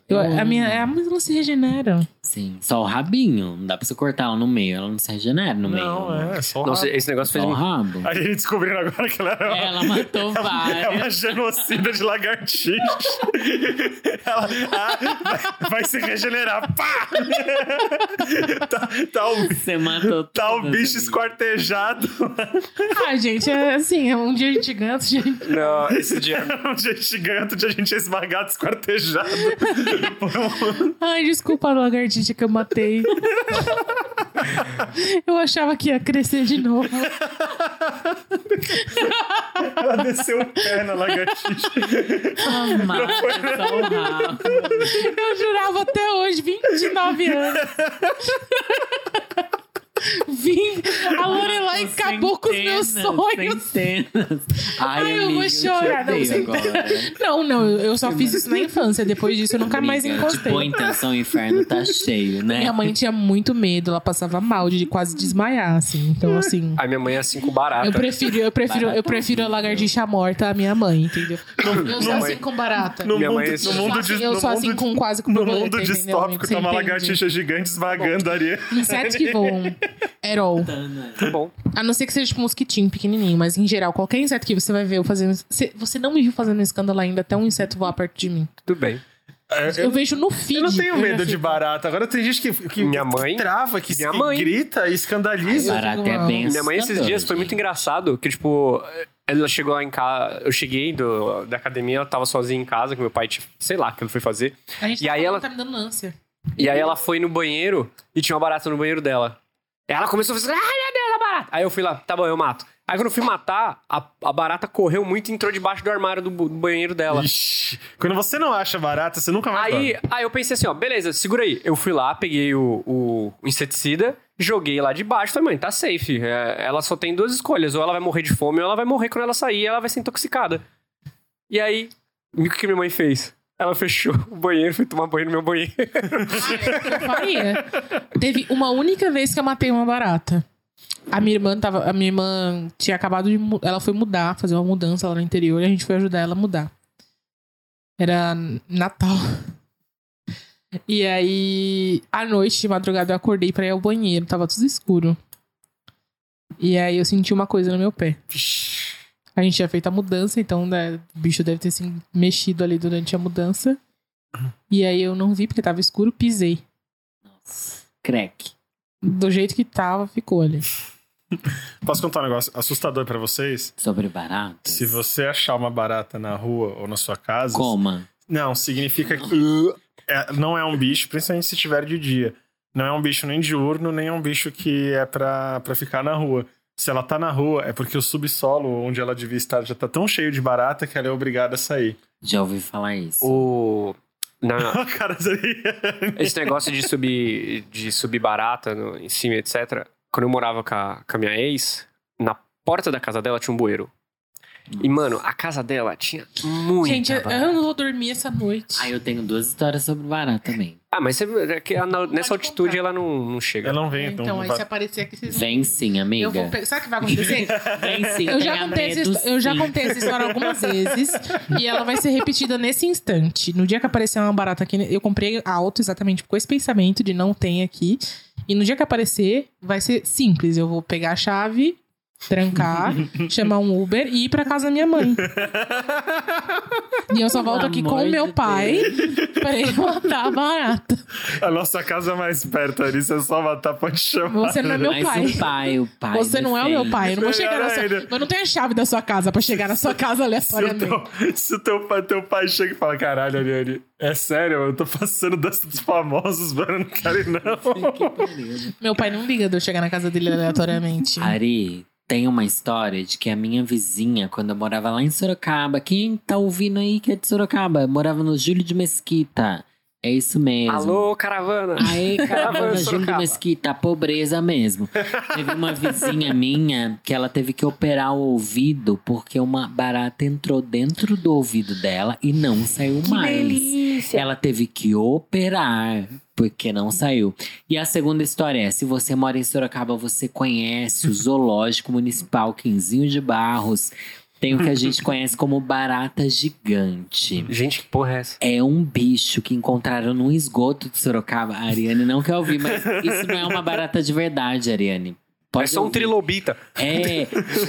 [SPEAKER 1] Eu- a
[SPEAKER 4] amo.
[SPEAKER 1] minha, é, mas elas se regeneram.
[SPEAKER 4] Sim, só o rabinho. Não dá pra você cortar ela no meio. Ela não se regenera no meio.
[SPEAKER 3] não, é só.
[SPEAKER 2] Nossa, esse negócio
[SPEAKER 4] Só
[SPEAKER 2] fez
[SPEAKER 4] o
[SPEAKER 2] um
[SPEAKER 4] rabo.
[SPEAKER 3] A gente descobrindo agora que ela era uma,
[SPEAKER 4] Ela matou
[SPEAKER 3] é
[SPEAKER 4] várias.
[SPEAKER 3] uma genocida de lagartixa. ela ah, vai, vai se regenerar. Pá! tá, tá o,
[SPEAKER 4] Você matou
[SPEAKER 3] tá o
[SPEAKER 4] todas,
[SPEAKER 3] bicho
[SPEAKER 4] amiga.
[SPEAKER 3] esquartejado.
[SPEAKER 1] Ah, gente, é assim, é um dia a gente ganha, outro dia a gente...
[SPEAKER 2] Não, esse dia.
[SPEAKER 3] um dia a gente ganha, outro dia a gente é esmagado, esquartejado. Por um-
[SPEAKER 1] Ai, desculpa a lagartixa que eu matei. eu achava que ia crescer de novo.
[SPEAKER 3] ela desceu o pé na lagartixa.
[SPEAKER 4] Ah, mata só o rabo.
[SPEAKER 1] Eu jurava até hoje, 29 anos. Vim, a Lorelai acabou com os meus
[SPEAKER 4] Centenas,
[SPEAKER 1] sonhos.
[SPEAKER 4] Centenas. Ai,
[SPEAKER 1] Ai, eu
[SPEAKER 4] amiga,
[SPEAKER 1] vou
[SPEAKER 4] te
[SPEAKER 1] chorar, não,
[SPEAKER 4] odeio
[SPEAKER 1] sem-
[SPEAKER 4] agora.
[SPEAKER 1] Não, não, eu só fiz isso na infância. Depois disso, eu nunca mais
[SPEAKER 4] Amiga,
[SPEAKER 1] encostei.
[SPEAKER 4] De boa Tipo, intenção, o inferno tá cheio, né?
[SPEAKER 1] Minha mãe tinha muito medo, ela passava mal de quase desmaiar, assim. Então, assim.
[SPEAKER 2] A minha mãe é cinco
[SPEAKER 1] Eu
[SPEAKER 2] barata.
[SPEAKER 1] prefiro, eu prefiro, eu prefiro a lagartixa morta à minha mãe, entendeu? Eu sou
[SPEAKER 3] não-
[SPEAKER 1] assim com barata.
[SPEAKER 3] No
[SPEAKER 2] Minha
[SPEAKER 3] mundo,
[SPEAKER 2] mãe é
[SPEAKER 3] no
[SPEAKER 2] assim.
[SPEAKER 3] mundo,
[SPEAKER 1] Eu sou assim-
[SPEAKER 3] de- no
[SPEAKER 1] eu sou assim
[SPEAKER 3] mundo-
[SPEAKER 1] com quase com
[SPEAKER 3] no
[SPEAKER 1] borboleta,
[SPEAKER 3] mundo
[SPEAKER 1] entendeu,
[SPEAKER 3] distópico,
[SPEAKER 1] amigo?
[SPEAKER 3] tá
[SPEAKER 1] Você
[SPEAKER 3] uma
[SPEAKER 1] entende? Tá
[SPEAKER 3] lagartixa gigante esmagando a areia.
[SPEAKER 1] Insetos que voam. At all.
[SPEAKER 2] Tá bom.
[SPEAKER 1] A não ser que seja tipo um mosquitinho pequenininho, mas em geral, qualquer inseto que você vai ver eu fazendo. Você, você não me viu fazendo um escândalo ainda até um inseto voar perto de mim.
[SPEAKER 2] Tudo bem.
[SPEAKER 1] Eu, vejo no feed.
[SPEAKER 3] Eu não tenho
[SPEAKER 1] já
[SPEAKER 3] medo de
[SPEAKER 1] fico-
[SPEAKER 3] barata. Agora tem gente que, que-
[SPEAKER 2] Minha
[SPEAKER 3] que
[SPEAKER 2] mãe.
[SPEAKER 3] trava, que,
[SPEAKER 2] Minha
[SPEAKER 3] que
[SPEAKER 2] mãe.
[SPEAKER 3] grita e escandaliza.
[SPEAKER 4] Barata é bem
[SPEAKER 2] Minha mãe esses dias foi muito engraçado, que tipo, ela chegou lá em casa, eu cheguei do, da academia, ela tava sozinha em casa, que meu pai, tipo, sei lá, o que ele foi fazer.
[SPEAKER 1] A gente
[SPEAKER 2] E
[SPEAKER 1] tá,
[SPEAKER 2] aí ela-
[SPEAKER 1] tá me dando ânsia.
[SPEAKER 2] E aí ela foi no banheiro e tinha uma barata no banheiro dela. Ela começou a fazer, ai meu Deus, a barata. Aí eu fui lá, tá bom, eu mato. Aí quando eu fui matar, a, a barata correu muito e entrou debaixo do armário do, bu- do banheiro dela.
[SPEAKER 3] Ixi, quando você não acha barata, você nunca mais
[SPEAKER 2] Aí,
[SPEAKER 3] dorme.
[SPEAKER 2] aí eu pensei assim, ó, beleza, segura aí. Eu fui lá, peguei o, o inseticida, joguei lá de baixo, falei, mãe, tá safe. É, ela só tem duas escolhas, ou ela vai morrer de fome, ou ela vai morrer quando ela sair, ela vai ser intoxicada. E aí, o que minha mãe fez? Ela fechou o banheiro, foi tomar banho no meu banheiro.
[SPEAKER 1] Eu faria. Teve uma única vez que eu matei uma barata. A minha irmã tava. A minha irmã tinha acabado de. mu- Ela foi mudar, fazer uma mudança lá no interior e a gente foi ajudar ela a mudar. Era Natal. E aí, à noite, de madrugada, eu acordei pra ir ao banheiro. Tava tudo escuro. E aí eu senti uma coisa no meu pé. A gente tinha feito a mudança, então né, o bicho deve ter se mexido ali durante a mudança. E aí eu não vi porque tava escuro, pisei.
[SPEAKER 4] Crack.
[SPEAKER 1] Do jeito que tava, ficou ali.
[SPEAKER 3] Posso contar um negócio assustador pra vocês?
[SPEAKER 4] Sobre baratas.
[SPEAKER 3] Se você achar uma barata na rua ou na sua casa,
[SPEAKER 4] Coma.
[SPEAKER 3] não significa que é, não é um bicho, principalmente se tiver de dia. Não é um bicho nem diurno, nem é um bicho que é pra, pra ficar na rua. Se ela tá na rua, é porque o subsolo onde ela devia estar já tá tão cheio de barata que ela é obrigada a sair.
[SPEAKER 4] Já ouvi falar isso.
[SPEAKER 2] O. na-
[SPEAKER 3] Cara, seria-
[SPEAKER 2] Esse negócio de subir, de subir barata no- em cima, etc. Quando eu morava com a, com a minha ex, na porta da casa dela tinha um bueiro. E, mano, a casa dela tinha muita
[SPEAKER 1] Gente, eu,
[SPEAKER 2] barata.
[SPEAKER 1] eu não vou dormir essa noite.
[SPEAKER 4] Ah, eu tenho duas histórias sobre barata também.
[SPEAKER 2] Ah, mas você- é que a- na- nessa
[SPEAKER 1] Pode
[SPEAKER 2] altitude
[SPEAKER 1] contar.
[SPEAKER 2] ela não, não chega.
[SPEAKER 3] Ela não vem, então.
[SPEAKER 1] então,
[SPEAKER 3] não
[SPEAKER 1] aí
[SPEAKER 3] vai-
[SPEAKER 1] se aparecer aqui, vocês vão...
[SPEAKER 4] Vem sim, amiga.
[SPEAKER 1] Eu vou pe- Sabe o que vai acontecer?
[SPEAKER 4] Vem sim,
[SPEAKER 1] Eu já,
[SPEAKER 4] tenha
[SPEAKER 1] contei essa,
[SPEAKER 4] medo,
[SPEAKER 1] histó- eu já
[SPEAKER 4] sim.
[SPEAKER 1] contei essa história algumas vezes e ela vai ser repetida nesse instante. No dia que apareceu uma barata aqui, eu comprei alto exatamente com esse pensamento de não tem aqui. E no dia que aparecer, vai ser simples. Eu vou pegar a chave, trancar, chamar um Uber e ir pra casa da minha mãe. E eu só
[SPEAKER 4] Pelo
[SPEAKER 1] volto aqui com
[SPEAKER 4] amor
[SPEAKER 1] o meu
[SPEAKER 4] de
[SPEAKER 1] pai pra ele matar a barata.
[SPEAKER 3] A nossa casa é mais perto, Arissa, é só matar, pode chamar.
[SPEAKER 1] Você não é meu
[SPEAKER 4] Mas
[SPEAKER 1] pai.
[SPEAKER 4] o pai, o pai.
[SPEAKER 1] Você não é o meu
[SPEAKER 4] defende.
[SPEAKER 1] pai. Eu não vou chegar na sua...
[SPEAKER 3] Melhor ainda.
[SPEAKER 1] Eu não tenho a chave da sua casa pra chegar na sua casa
[SPEAKER 3] Se o,
[SPEAKER 1] aleatoriamente.
[SPEAKER 3] teu, se o teu pai, teu pai chega e fala, caralho, Ariane, é sério, eu tô passando dança dos famosos, mano, eu não quero ir não.
[SPEAKER 1] Meu pai não liga de eu chegar na casa dele aleatoriamente.
[SPEAKER 4] Ari, tem uma história de que a minha vizinha, quando eu morava lá em Sorocaba, quem tá ouvindo aí que é de Sorocaba? Morava no Júlio de Mesquita. É isso mesmo.
[SPEAKER 2] Alô, caravana!
[SPEAKER 4] Aí,
[SPEAKER 2] Caravana
[SPEAKER 4] caravana
[SPEAKER 2] de
[SPEAKER 4] Júlio de
[SPEAKER 2] Sorocaba.
[SPEAKER 4] Mesquita, tá pobreza mesmo. Teve uma vizinha minha que ela teve que operar o ouvido porque uma barata entrou dentro do ouvido dela e não saiu mais. Ela teve que operar porque não saiu. E a segunda história é: se você mora em Sorocaba, você conhece o Zoológico Municipal Quinzinho de Barros. Tem o que a gente conhece como barata gigante.
[SPEAKER 2] Gente, que porra é essa?
[SPEAKER 4] É um bicho que encontraram num esgoto de Sorocaba. A Ariane não quer ouvir, mas isso não é uma barata de verdade, Ariane.
[SPEAKER 2] é
[SPEAKER 4] Pode
[SPEAKER 2] só um
[SPEAKER 4] ouvir.
[SPEAKER 2] trilobita.
[SPEAKER 4] É,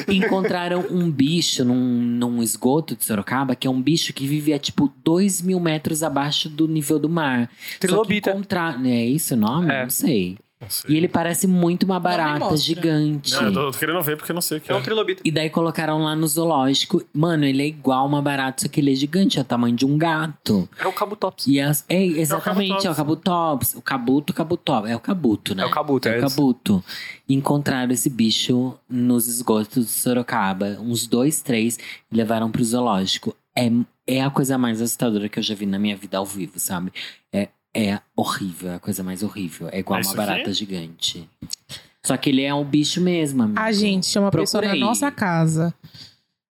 [SPEAKER 4] encontraram um bicho num, num esgoto de Sorocaba, que é um bicho que vive a tipo 2 mil metros abaixo do nível do mar.
[SPEAKER 2] Trilobita.
[SPEAKER 4] Só que encontra- É isso o nome?
[SPEAKER 2] É.
[SPEAKER 4] Não sei. E ele parece muito uma barata
[SPEAKER 1] mostra.
[SPEAKER 4] gigante.
[SPEAKER 3] Não, eu tô, tô querendo ver porque eu não sei o que
[SPEAKER 2] É
[SPEAKER 3] é.
[SPEAKER 2] um trilobita.
[SPEAKER 4] E daí colocaram lá no zoológico. Mano, ele é igual uma barata, só que ele é gigante, é o tamanho de um gato.
[SPEAKER 2] É o cabutops.
[SPEAKER 4] E as, é, exatamente, é o Cabutops. O Cabuto, Cabutops. É o Cabuto, né?
[SPEAKER 2] É o cabuto,
[SPEAKER 4] É
[SPEAKER 2] é
[SPEAKER 4] o Cabuto. Encontraram esse bicho nos esgotos de Sorocaba. Uns dois, três. E levaram pro zoológico. É, é a coisa mais assustadora que eu já vi na minha vida ao vivo, sabe? É, é horrível. É a coisa mais horrível. É igual
[SPEAKER 3] É
[SPEAKER 4] uma
[SPEAKER 3] isso
[SPEAKER 4] barata gigante. Só que ele é um bicho mesmo, amigo.
[SPEAKER 1] A Ah, gente chama a pessoa na
[SPEAKER 4] Procurei.
[SPEAKER 1] nossa casa.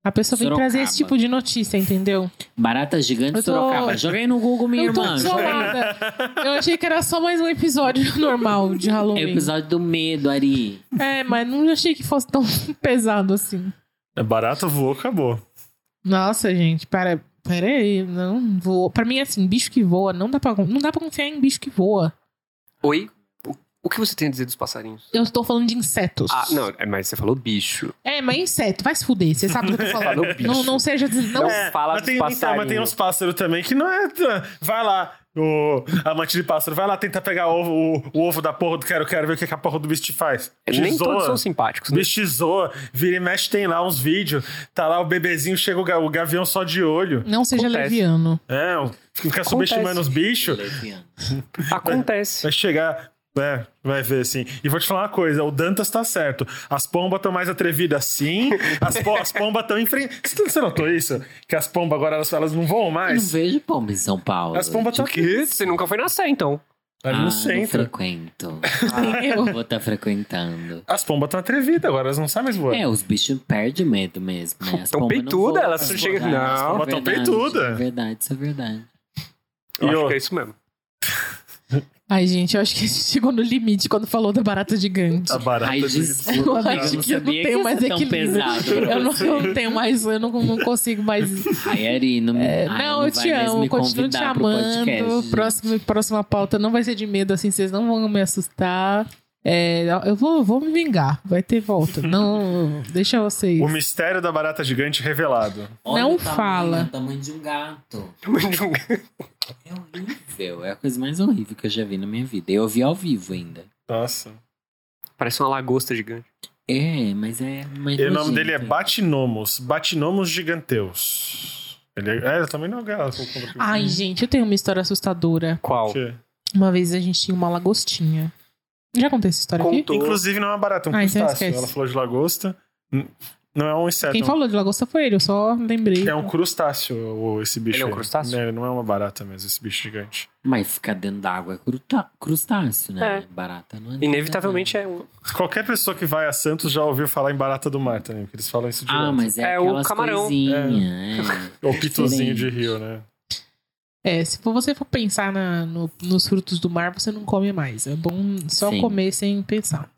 [SPEAKER 1] A pessoa vem
[SPEAKER 4] Sorocaba.
[SPEAKER 1] trazer esse tipo de notícia, entendeu?
[SPEAKER 4] Barata gigante
[SPEAKER 1] Eu tô-
[SPEAKER 4] Sorocaba. Joguei no Google, minha
[SPEAKER 1] eu tô
[SPEAKER 4] irmã.
[SPEAKER 1] desolada. Eu achei que era só mais um episódio normal de
[SPEAKER 4] É o
[SPEAKER 1] Halloween.
[SPEAKER 4] episódio do medo, Ari.
[SPEAKER 1] É, mas não achei que fosse tão pesado assim.
[SPEAKER 3] É barato, voou, acabou.
[SPEAKER 1] Nossa, gente, para. Pera aí, não voa. Pra mim, assim, bicho que voa, não dá pra, não dá pra confiar em bicho que voa.
[SPEAKER 2] Oi? O, o que você tem a dizer dos passarinhos?
[SPEAKER 1] Eu estou falando de insetos.
[SPEAKER 2] Ah, não, é, mas você falou bicho.
[SPEAKER 1] É, mas inseto, vai se fuder, você sabe do que eu tô falando.
[SPEAKER 2] Falou bicho.
[SPEAKER 1] Não, não seja. des- Não
[SPEAKER 2] É, fala
[SPEAKER 3] mas
[SPEAKER 2] dos
[SPEAKER 3] tem, então, mas tem
[SPEAKER 2] passarinhos.
[SPEAKER 3] uns pássaros também que não é. Vai lá, o amante de pássaro, vai lá tentar pegar ovo- o, o ovo da porra do quero, quero ver o que, que a porra do bicho te faz. Te
[SPEAKER 2] É, Nem
[SPEAKER 3] zoa.
[SPEAKER 2] todos são simpáticos,
[SPEAKER 3] Os
[SPEAKER 2] né?
[SPEAKER 3] bichos te zoa, vira e mexe, tem lá uns vídeos. Tá lá o bebezinho, chega o, ga- o gavião só de olho.
[SPEAKER 1] Não seja
[SPEAKER 2] Acontece.
[SPEAKER 1] leviano.
[SPEAKER 3] É, o- fica subestimando os bichos.
[SPEAKER 4] Leviano.
[SPEAKER 2] Acontece.
[SPEAKER 3] Vai chegar, né? Vai ver assim. E vou te falar uma coisa: o Dantas tá certo. As pombas estão mais atrevidas sim. As, po as pombas estão em frente. Você- tá- Você notou isso? Que as pombas agora elas, elas não voam
[SPEAKER 4] Eu não
[SPEAKER 3] mais?
[SPEAKER 4] vejo pomba em São Paulo.
[SPEAKER 3] Ah, As pombas estão aqui.
[SPEAKER 2] Que? Você nunca foi nascer, então.
[SPEAKER 3] Ali
[SPEAKER 4] Ah,
[SPEAKER 3] no
[SPEAKER 4] Não
[SPEAKER 3] centro.
[SPEAKER 4] frequento.
[SPEAKER 1] Eu.
[SPEAKER 4] Vou estar frequentando.
[SPEAKER 3] As pombas estão atrevidas agora, elas não sabem mais voar.
[SPEAKER 4] É, os bichos perdem o medo mesmo, né? As
[SPEAKER 2] Tão
[SPEAKER 4] pombas não
[SPEAKER 2] peituda,
[SPEAKER 4] voam,
[SPEAKER 2] elas
[SPEAKER 4] as
[SPEAKER 2] não chegam-
[SPEAKER 4] pombas-
[SPEAKER 2] Não,
[SPEAKER 4] as pombas-
[SPEAKER 3] mas tão
[SPEAKER 4] verdade,
[SPEAKER 3] peituda.
[SPEAKER 4] é Verdade, isso é verdade.
[SPEAKER 2] Eu
[SPEAKER 3] E
[SPEAKER 2] acho
[SPEAKER 3] eu-
[SPEAKER 2] que é isso mesmo.
[SPEAKER 1] Ai, gente, eu acho que a gente chegou no limite quando falou da barata gigante.
[SPEAKER 3] A barata
[SPEAKER 4] Ai,
[SPEAKER 3] de-
[SPEAKER 4] desculpa.
[SPEAKER 1] Eu
[SPEAKER 4] Eu
[SPEAKER 1] acho que eu
[SPEAKER 4] não
[SPEAKER 1] não
[SPEAKER 4] sabia que
[SPEAKER 1] tenho
[SPEAKER 4] ia
[SPEAKER 1] mais
[SPEAKER 4] ser tão
[SPEAKER 1] equilíbrio.
[SPEAKER 4] pesado pra
[SPEAKER 1] Eu não, eu não tenho mais, eu não, não consigo mais.
[SPEAKER 4] Ai, Ari, não me.
[SPEAKER 1] É,
[SPEAKER 4] ai,
[SPEAKER 1] não, eu
[SPEAKER 4] vai
[SPEAKER 1] te
[SPEAKER 4] mais
[SPEAKER 1] amo,
[SPEAKER 4] me
[SPEAKER 1] continuo te
[SPEAKER 4] convidar pro podcast.
[SPEAKER 1] amando. Próximo, próxima pauta não vai ser de medo, assim, vocês não vão me assustar. É, eu vou, vou me vingar, vai ter volta. Não, deixa vocês.
[SPEAKER 3] O mistério da barata gigante revelado.
[SPEAKER 4] Olha
[SPEAKER 1] Não
[SPEAKER 4] o tamanho,
[SPEAKER 1] fala.
[SPEAKER 4] o tamanho de um gato. É horrível. É a coisa mais horrível que eu já vi na minha vida. Eu vi ao vivo ainda.
[SPEAKER 3] Nossa.
[SPEAKER 2] Parece uma lagosta gigante.
[SPEAKER 4] É, mas é. mais
[SPEAKER 3] E o nome
[SPEAKER 4] nojento.
[SPEAKER 3] dele é Batinomus. Batinomus giganteus. Ele é, é também não é gato.
[SPEAKER 1] Ah, Ai, gente, eu tenho uma história assustadora.
[SPEAKER 2] Qual?
[SPEAKER 3] gente.
[SPEAKER 1] Uma vez a gente tinha uma lagostinha. Já contei essa história aqui?
[SPEAKER 2] Contou.
[SPEAKER 3] Inclusive, não é barato, é um
[SPEAKER 1] Ah, então
[SPEAKER 3] crustáceo.
[SPEAKER 1] esquece.
[SPEAKER 3] Ela falou de lagosta. N- Não é um inseto.
[SPEAKER 1] Quem
[SPEAKER 3] é um-
[SPEAKER 1] falou de lagosta foi ele, eu só lembrei.
[SPEAKER 3] É um crustáceo o- esse bicho.
[SPEAKER 2] Ele é um
[SPEAKER 3] aí.
[SPEAKER 2] crustáceo?
[SPEAKER 3] Né, Não é uma barata mesmo, esse bicho gigante.
[SPEAKER 4] Mas ficar dentro d'água é cruta- crustáceo, né?
[SPEAKER 2] É.
[SPEAKER 4] Barata não é.
[SPEAKER 2] Inevitavelmente é um.
[SPEAKER 3] Qualquer pessoa que vai a Santos já ouviu falar em barata do mar também, porque eles falam isso direto.
[SPEAKER 4] Ah, mas é,
[SPEAKER 2] É o
[SPEAKER 4] aquelas
[SPEAKER 2] camarão.
[SPEAKER 4] coisinhas. é.
[SPEAKER 3] Ou pitozinho de
[SPEAKER 4] Diferente.
[SPEAKER 3] rio, né?
[SPEAKER 1] É, se for- você for pensar na- no- nos frutos do mar, você não come mais. É bom só
[SPEAKER 4] Sim.
[SPEAKER 1] comer sem pensar.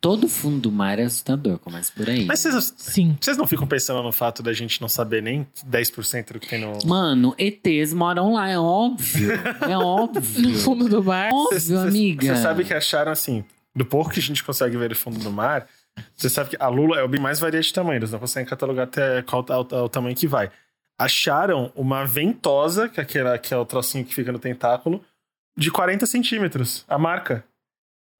[SPEAKER 4] Todo fundo do mar é assustador, começa por aí.
[SPEAKER 3] Mas vocês,
[SPEAKER 1] Sim.
[SPEAKER 3] vocês não ficam pensando no fato da gente não saber nem 10% do que tem no.
[SPEAKER 4] Mano, ETs moram lá, é óbvio. É óbvio.
[SPEAKER 1] No fundo do mar.
[SPEAKER 4] Óbvio,
[SPEAKER 3] Cês- cês-
[SPEAKER 4] amiga.
[SPEAKER 3] Você sabe que acharam assim, do pouco que a gente consegue ver do fundo do mar, você sabe que a Lula é o bem mais varia de tamanho, eles não conseguem catalogar até qual tá- tá o tamanho que vai. Acharam uma ventosa, que é, aquela, que é o trocinho que fica no tentáculo, de 40 centímetros, a marca.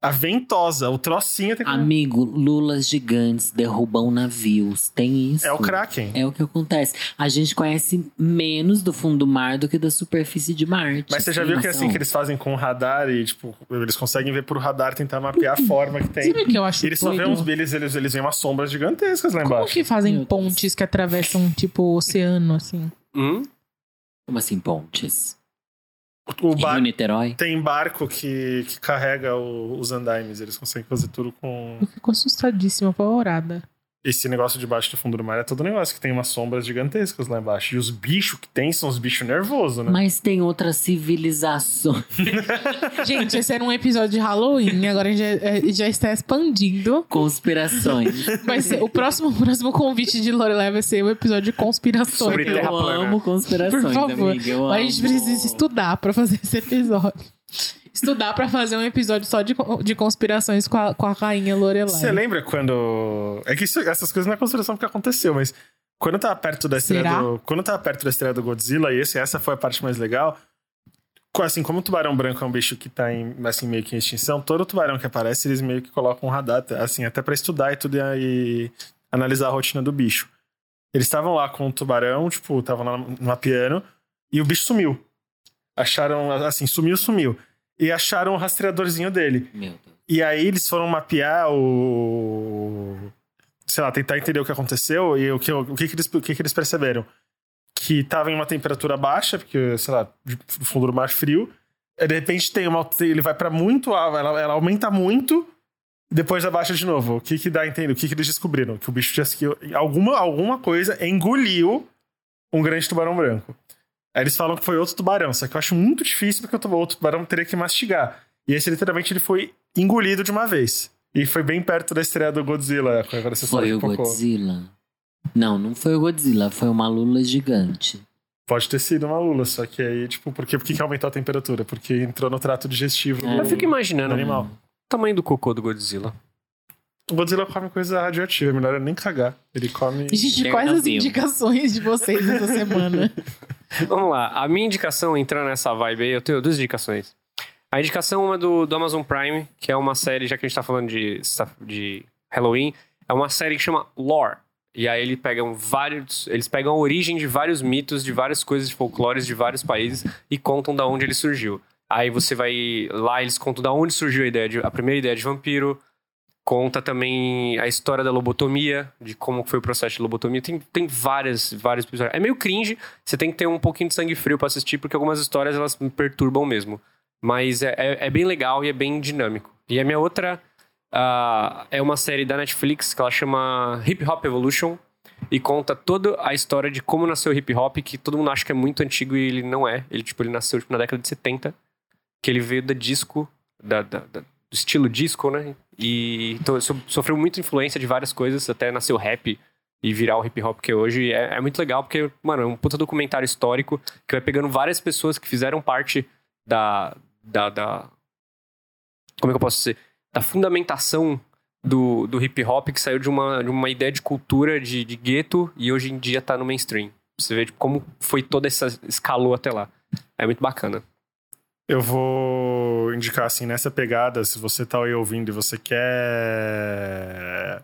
[SPEAKER 3] A ventosa, o trocinho tem
[SPEAKER 4] Amigo, lulas gigantes derrubam navios. Tem isso.
[SPEAKER 3] É o Kraken.
[SPEAKER 4] É o que acontece. A gente conhece menos do fundo do mar do que da superfície de Marte.
[SPEAKER 3] Mas você já
[SPEAKER 4] Tem
[SPEAKER 3] viu que é
[SPEAKER 4] noção?
[SPEAKER 3] assim que eles fazem com o radar e, tipo, eles conseguem ver por radar, tentar mapear a forma que tem.
[SPEAKER 1] Sabe o que eu acho
[SPEAKER 3] E eles só
[SPEAKER 1] doido?
[SPEAKER 3] vêem uns eles, eles, eles veem umas sombras gigantescas lá
[SPEAKER 1] Como
[SPEAKER 3] embaixo.
[SPEAKER 1] que fazem
[SPEAKER 4] Meu Deus.
[SPEAKER 1] pontes que atravessam, tipo, o oceano, assim?
[SPEAKER 2] Hum?
[SPEAKER 4] Como assim, pontes?
[SPEAKER 3] O
[SPEAKER 4] Rio
[SPEAKER 3] barco
[SPEAKER 4] Niterói?
[SPEAKER 3] Tem barco que, que carrega o- os andaimes, eles conseguem fazer tudo com.
[SPEAKER 1] Eu fico assustadíssima, apavorada.
[SPEAKER 3] Esse negócio de baixo do fundo do mar é todo negócio, que tem umas sombras gigantescas lá embaixo. E os bichos que tem são os bichos nervosos, né?
[SPEAKER 4] Mas tem outras civilizações.
[SPEAKER 1] Gente, esse era um episódio de Halloween, agora a gente já, é, já está expandindo.
[SPEAKER 4] Conspirações.
[SPEAKER 1] Vai ser, o, próximo, o próximo convite de Lorelai vai ser o episódio de conspirações.
[SPEAKER 2] Sobre terra
[SPEAKER 4] Eu
[SPEAKER 2] plana.
[SPEAKER 4] amo conspirações,
[SPEAKER 1] Por favor.
[SPEAKER 4] amiga. Eu
[SPEAKER 1] Mas a gente
[SPEAKER 4] amo.
[SPEAKER 1] precisa estudar pra fazer esse episódio. Estudar pra fazer um episódio só de, co- de conspirações com a, com a rainha Lorelai.
[SPEAKER 3] Você lembra quando. É que isso- essas coisas não é construção porque aconteceu, mas quando eu tava perto da estreia
[SPEAKER 1] Será?
[SPEAKER 3] do. Quando eu tava perto da estreia do Godzilla, e esse, essa foi a parte mais legal. co- Assim, como o tubarão branco é um bicho que tá em, assim, meio que em extinção, todo tubarão que aparece, eles meio que colocam um radar, assim, até pra estudar e tudo e aí analisar a rotina do bicho. Eles estavam lá com o tubarão, tipo, estavam lá no piano, e o bicho sumiu. Acharam, assim, sumiu, sumiu. E acharam o rastreadorzinho dele.
[SPEAKER 4] Meu Deus.
[SPEAKER 3] E aí eles foram mapear o. Sei lá, tentar entender o que aconteceu e o que, o que, que, eles, o que, que eles perceberam. Que tava em uma temperatura baixa, porque, sei lá, de- do fundo do mar frio. Aí, de repente tem uma. Ele vai pra muito alto, ela, ela aumenta muito, depois abaixa de novo. O que que dá a entender? O que que eles descobriram? Que o bicho tinha que. Alguma, alguma coisa engoliu um grande tubarão branco. Aí eles falam que foi outro tubarão, só que eu acho muito difícil porque o tu- outro tubarão teria que mastigar. E esse literalmente ele foi engolido de uma vez. E foi bem perto da estreia do Godzilla. com essa história
[SPEAKER 4] Foi
[SPEAKER 3] que
[SPEAKER 4] o
[SPEAKER 1] é
[SPEAKER 3] pipocou.
[SPEAKER 4] Godzilla. Não, não foi o Godzilla, foi uma lula gigante.
[SPEAKER 3] Pode ter sido uma lula, só que aí, tipo, por, quê? por que, que aumentou a temperatura? Porque entrou no trato digestivo
[SPEAKER 4] É.
[SPEAKER 2] Eu
[SPEAKER 3] do,
[SPEAKER 2] fico imaginando o
[SPEAKER 3] animal.
[SPEAKER 2] tamanho do cocô do Godzilla.
[SPEAKER 3] O Godzilla come coisa radioativa, é melhor ele nem cagar. Ele come.
[SPEAKER 1] Gente,
[SPEAKER 4] Chega
[SPEAKER 1] quais as
[SPEAKER 4] mesmo.
[SPEAKER 1] indicações de vocês essa semana?
[SPEAKER 2] Vamos lá. A minha indicação, entrando nessa vibe aí, eu tenho duas indicações. A indicação uma é do, do Amazon Prime, que é uma série, já que a gente tá falando de, de Halloween, é uma série que chama Lore. E aí eles pegam vários. Eles pegam a origem de vários mitos, de várias coisas de folclores de vários países e contam da onde ele surgiu. Aí você vai lá, eles contam da onde surgiu a ideia de, a primeira ideia de vampiro. Conta também a história da lobotomia, de como foi o processo de lobotomia. Tem, tem várias, vários episódios. É meio cringe, você tem que ter um pouquinho de sangue frio pra assistir, porque algumas histórias elas me perturbam mesmo. Mas é, é, é bem legal e é bem dinâmico. E a minha outra ah, é uma série da Netflix que ela chama Hip Hop Evolution e conta toda a história de como nasceu o hip hop, que todo mundo acha que é muito antigo e ele não é. Ele, tipo, ele nasceu tipo, na década de 70, que ele veio da disco, da- da- da- do estilo disco, né? E to- so- sofreu muita influência de várias coisas, até nasceu rap e virar o hip hop que é hoje. E É, é muito legal porque, mano, é um puta documentário histórico que vai pegando várias pessoas que fizeram parte da. da, da- como é que eu posso dizer? Da fundamentação do, do hip hop que saiu de uma, de uma ideia de cultura de, de gueto e hoje em dia tá no mainstream. Você vê tipo, como foi toda essa escalou até lá. É muito bacana.
[SPEAKER 3] Eu vou indicar assim, nessa pegada, se você tá aí ouvindo e você quer.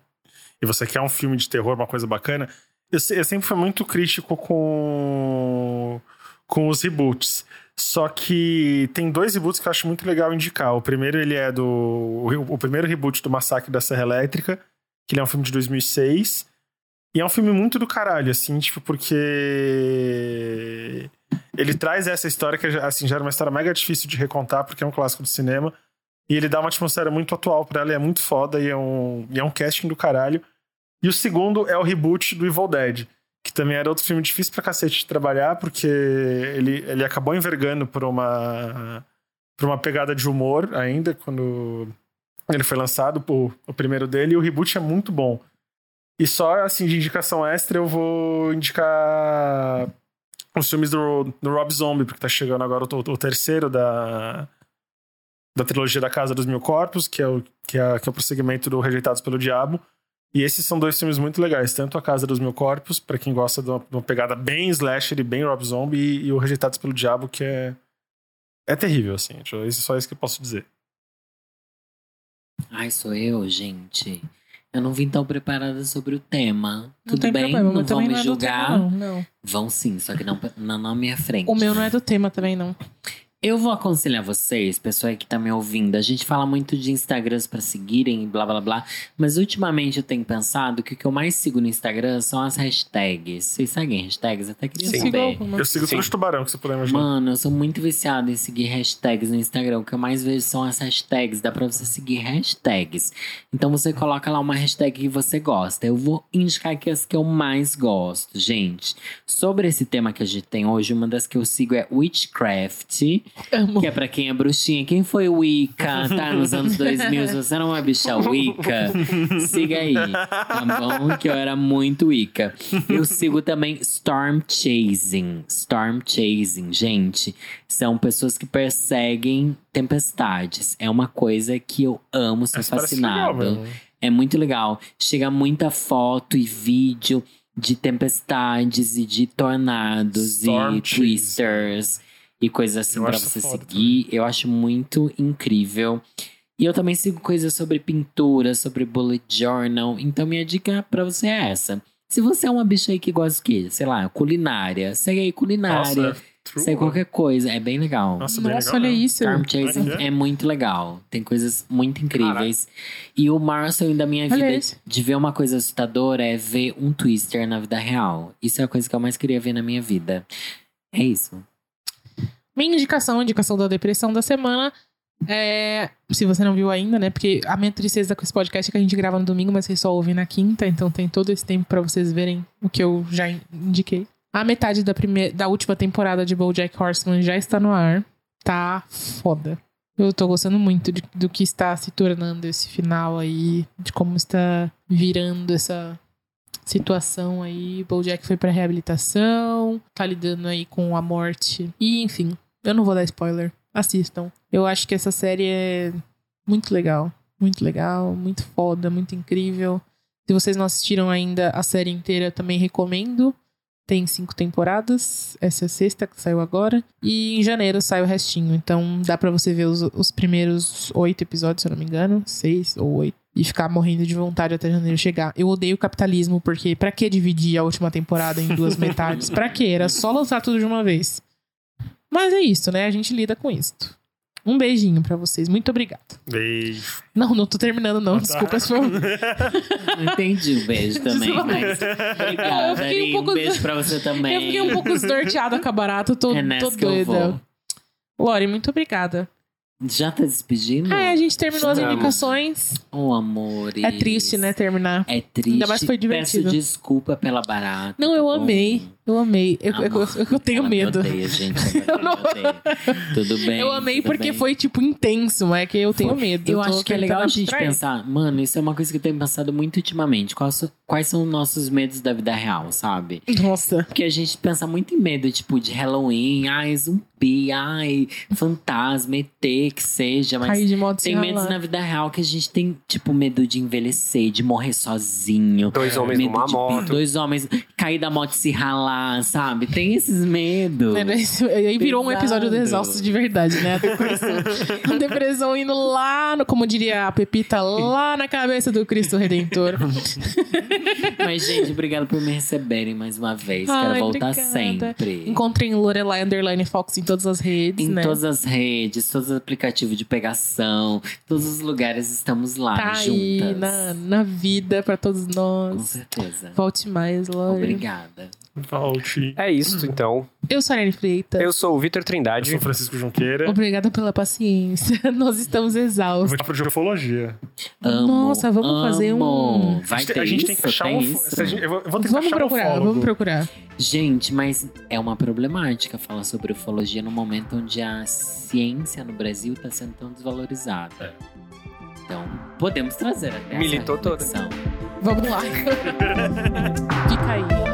[SPEAKER 3] E você quer um filme de terror, uma coisa bacana. Eu, se- eu sempre fui muito crítico com. com os reboots. Só que tem dois reboots que eu acho muito legal indicar. O primeiro, ele é do... O primeiro reboot do Massacre da Serra Elétrica, que ele é um filme de 2006. E é um filme muito do caralho, assim, tipo, porque... Ele traz essa história que, assim, já era uma história mega difícil de recontar, porque é um clássico do cinema. E ele dá uma atmosfera muito atual pra ela, e é muito foda, e é um, e é um casting do caralho. E o segundo é o reboot do Evil Dead, que também era outro filme difícil pra cacete de trabalhar, porque ele, ele acabou envergando por uma, por uma pegada de humor ainda, quando ele foi lançado, o, o primeiro dele, e o reboot é muito bom. E só, assim, de indicação extra, eu vou indicar os filmes do, do Rob Zombie, porque tá chegando agora o, o terceiro da, da trilogia da Casa dos Mil Corpos, que é o, que é, que é o prosseguimento do Rejeitados pelo Diabo. E esses são dois filmes muito legais, tanto A Casa dos Mil Corpos, para quem gosta de uma, de uma, pegada bem slasher e bem Rob Zombie, e, e, o Rejeitados pelo Diabo, que é. É terrível, assim. Isso é só isso que eu posso dizer.
[SPEAKER 4] Ai, sou eu, gente. Eu não vim tão preparada sobre o tema.
[SPEAKER 1] Não
[SPEAKER 4] Tudo
[SPEAKER 1] tem
[SPEAKER 4] bem,
[SPEAKER 1] problema,
[SPEAKER 4] não
[SPEAKER 1] mas
[SPEAKER 4] vão
[SPEAKER 1] também
[SPEAKER 4] me
[SPEAKER 1] não é do
[SPEAKER 4] julgar.
[SPEAKER 1] tema, não, não.
[SPEAKER 4] Vão sim, só que não, não na minha frente.
[SPEAKER 1] O meu não é do tema também, não.
[SPEAKER 4] Eu vou aconselhar vocês, pessoal aí que tá me ouvindo. A gente fala muito de Instagrams pra seguirem e blá blá blá. Mas ultimamente eu tenho pensado que o que eu mais sigo no Instagram são as hashtags. Vocês seguem hashtags? Até queria
[SPEAKER 2] Sim.
[SPEAKER 1] Sigo
[SPEAKER 4] saber.
[SPEAKER 1] alguma.
[SPEAKER 3] Eu sigo
[SPEAKER 2] Sim.
[SPEAKER 3] todos os tubarão que você puder imaginar.
[SPEAKER 4] Mano, eu sou muito viciado em seguir hashtags no Instagram. O que eu mais vejo são as hashtags. Dá pra você seguir hashtags. Então você coloca lá uma hashtag que você gosta. Eu vou indicar aqui as que eu mais gosto, gente. Sobre esse tema que a gente tem hoje, uma das que eu sigo é Witchcraft.
[SPEAKER 1] Amo.
[SPEAKER 4] Que é pra quem é bruxinha. Quem foi Wicca, tá? Nos anos 2000, se você não é bicha Wicca, siga aí, tá bom? Que eu era muito Wicca. Eu sigo também Storm Chasing. Storm Chasing, gente, são pessoas que perseguem tempestades. É uma coisa que eu amo, sou
[SPEAKER 3] Mas É, parece
[SPEAKER 4] fascinado.
[SPEAKER 3] legal, mano.
[SPEAKER 4] É muito legal. Chega muita foto e vídeo de tempestades e de tornados
[SPEAKER 3] Storm
[SPEAKER 4] e
[SPEAKER 3] trees.
[SPEAKER 4] twisters e coisas assim
[SPEAKER 3] Eu
[SPEAKER 4] pra
[SPEAKER 3] acho isso
[SPEAKER 4] você
[SPEAKER 3] foda
[SPEAKER 4] seguir. Eu acho muito incrível. E eu também sigo coisas sobre pintura, sobre bullet journal. Então minha dica pra você é essa. Se você é uma bicha aí que gosta que, sei lá, culinária, segue aí
[SPEAKER 3] Nossa, é
[SPEAKER 4] culinária,
[SPEAKER 3] true.
[SPEAKER 4] segue qualquer coisa, é bem legal.
[SPEAKER 3] Nossa, bem
[SPEAKER 1] Nossa,
[SPEAKER 3] legal,
[SPEAKER 1] olha
[SPEAKER 3] né?
[SPEAKER 1] isso.
[SPEAKER 4] Storm
[SPEAKER 3] Olha
[SPEAKER 4] Chasing
[SPEAKER 3] que
[SPEAKER 4] é muito legal. Tem coisas muito incríveis. E o Marcel da minha
[SPEAKER 1] Olha
[SPEAKER 4] vida
[SPEAKER 1] esse.
[SPEAKER 4] de ver uma coisa assustadora é ver um twister na vida real. Isso é a coisa que eu mais queria ver na minha vida. É isso.
[SPEAKER 1] Minha indicação, a indicação da depressão da semana é. Se você não viu ainda, né? Porque a minha tristeza com esse podcast é que a gente grava no domingo, mas vocês só ouvem na quinta, então tem todo esse tempo pra vocês verem o que eu já in- indiquei. A metade da, primeira, da última temporada de Bojack Horseman já está no ar. Tá foda. Eu tô gostando muito de- do que está se tornando esse final aí, de como está virando essa situação aí. Bojack foi pra reabilitação, tá lidando aí com a morte. E enfim, eu não vou dar spoiler. Assistam. Eu acho que essa série é muito legal. Muito legal, muito foda, muito incrível. Se vocês não assistiram ainda a série inteira, também recomendo. Tem cinco temporadas. Essa é a sexta que saiu agora. E em janeiro sai o restinho. Então dá pra você ver os, os primeiros oito episódios, se eu não me engano. Seis ou oito. E ficar morrendo de vontade até janeiro chegar. Eu odeio o capitalismo, porque pra que dividir a última temporada em duas metades? Pra que? Era só lançar tudo de uma vez. Mas é isso, né? A gente lida com isso. Um beijinho pra vocês. Muito obrigada.
[SPEAKER 3] Beijo.
[SPEAKER 1] Não, não tô terminando, não.
[SPEAKER 3] Ah, tá.
[SPEAKER 1] Desculpa se foi um
[SPEAKER 4] Não entendi o beijo também,
[SPEAKER 1] Desculpa.
[SPEAKER 4] mas.
[SPEAKER 1] Eu
[SPEAKER 4] Obrigada,
[SPEAKER 1] fiquei um
[SPEAKER 4] Ari. Um,
[SPEAKER 1] pouco-
[SPEAKER 4] beijo pra você também.
[SPEAKER 1] Eu fiquei um pouco desnorteada com a barata, eu tô,
[SPEAKER 4] É nessa
[SPEAKER 1] tô
[SPEAKER 4] que eu
[SPEAKER 1] doida.
[SPEAKER 4] vou.
[SPEAKER 1] Lori, muito obrigada.
[SPEAKER 4] Já tá despedindo?
[SPEAKER 1] Ah, é, a gente terminou as
[SPEAKER 2] Não.
[SPEAKER 1] indicações.
[SPEAKER 4] Ô, amor.
[SPEAKER 1] É triste, né, terminar.
[SPEAKER 4] É triste.
[SPEAKER 1] Ainda mais foi divertido.
[SPEAKER 4] Peço desculpa pela barata.
[SPEAKER 1] Não, eu
[SPEAKER 4] tá bom?
[SPEAKER 1] amei. Eu amei. Eu, eu- eu- eu tenho
[SPEAKER 4] Ela
[SPEAKER 1] medo.
[SPEAKER 4] Me odeia, gente. Ela
[SPEAKER 1] Eu não-
[SPEAKER 4] me odeia. Tudo bem.
[SPEAKER 1] Eu amei
[SPEAKER 4] tudo
[SPEAKER 1] porque
[SPEAKER 4] bem.
[SPEAKER 1] foi, tipo, intenso, é que eu tenho medo.
[SPEAKER 4] Eu
[SPEAKER 1] tô
[SPEAKER 4] acho que é legal a
[SPEAKER 1] tentando
[SPEAKER 4] gente
[SPEAKER 1] abstrair.
[SPEAKER 4] pensar, mano, isso é uma coisa que eu tenho pensado muito ultimamente. Quais, so- quais são os nossos medos da vida real, sabe?
[SPEAKER 1] Nossa.
[SPEAKER 4] Porque a gente pensa muito em medo, tipo, de Halloween, ai, zumbi, ai, fantasma, ET, que seja, mas.
[SPEAKER 1] Caí de modo
[SPEAKER 4] Tem medos na vida real que a gente tem, tipo, medo de envelhecer, de morrer sozinho.
[SPEAKER 2] Dois homens
[SPEAKER 4] É, medo
[SPEAKER 2] numa
[SPEAKER 4] de
[SPEAKER 2] moto.
[SPEAKER 4] dois homens cair da moto e se ralar. lá, sabe? Tem esses medos.
[SPEAKER 1] Era Né, esse- e Aí virou um
[SPEAKER 4] Né, Pesado.
[SPEAKER 1] episódio do Exaustos de verdade, né? A depressão, a depressão indo lá, no, como diria a Pepita, lá na cabeça do Cristo Redentor.
[SPEAKER 4] Mas, gente, obrigado por me receberem mais uma vez. Quero
[SPEAKER 1] Ai,
[SPEAKER 4] voltar
[SPEAKER 1] obrigada.
[SPEAKER 4] sempre.
[SPEAKER 1] Encontrem Lorelai Underline Fox em todas as redes,
[SPEAKER 4] Em
[SPEAKER 1] né?
[SPEAKER 4] todas as redes, todos os aplicativos de pegação, todos os lugares estamos lá
[SPEAKER 1] tá aí
[SPEAKER 4] juntas.
[SPEAKER 1] na, na vida pra todos
[SPEAKER 4] Com
[SPEAKER 1] nós.
[SPEAKER 4] certeza.
[SPEAKER 1] Volte mais, Lore.
[SPEAKER 4] Obrigada.
[SPEAKER 3] Volte.
[SPEAKER 2] É isso, então.
[SPEAKER 1] Eu sou a Ariane Freitas.
[SPEAKER 2] Eu sou o Vitor
[SPEAKER 3] Eu
[SPEAKER 2] Trindade.
[SPEAKER 3] sou Francisco Junqueira.
[SPEAKER 1] Obrigada pela paciência. Nós estamos
[SPEAKER 3] Eu
[SPEAKER 1] exaustos.
[SPEAKER 3] vou te pedir ufologia.
[SPEAKER 4] Amo,
[SPEAKER 1] Nossa, vamos
[SPEAKER 4] amo.
[SPEAKER 1] fazer um-
[SPEAKER 4] Vai
[SPEAKER 3] a gente,
[SPEAKER 4] ter
[SPEAKER 3] a gente
[SPEAKER 4] isso,
[SPEAKER 3] tem que achar um.
[SPEAKER 4] isso?
[SPEAKER 3] se a gente- eu vou, eu vou tentar
[SPEAKER 1] Vamos
[SPEAKER 3] achar um
[SPEAKER 1] procurar,
[SPEAKER 3] ufólogo.
[SPEAKER 1] vamos procurar.
[SPEAKER 4] Gente, mas é uma problemática falar sobre ufologia no momento onde a ciência no Brasil está sendo tão desvalorizada.
[SPEAKER 3] É.
[SPEAKER 4] Então, podemos trazer até essa
[SPEAKER 2] Militou toda.
[SPEAKER 4] reflexão.
[SPEAKER 1] Vamos lá. Fica aí.
[SPEAKER 3] é
[SPEAKER 1] tá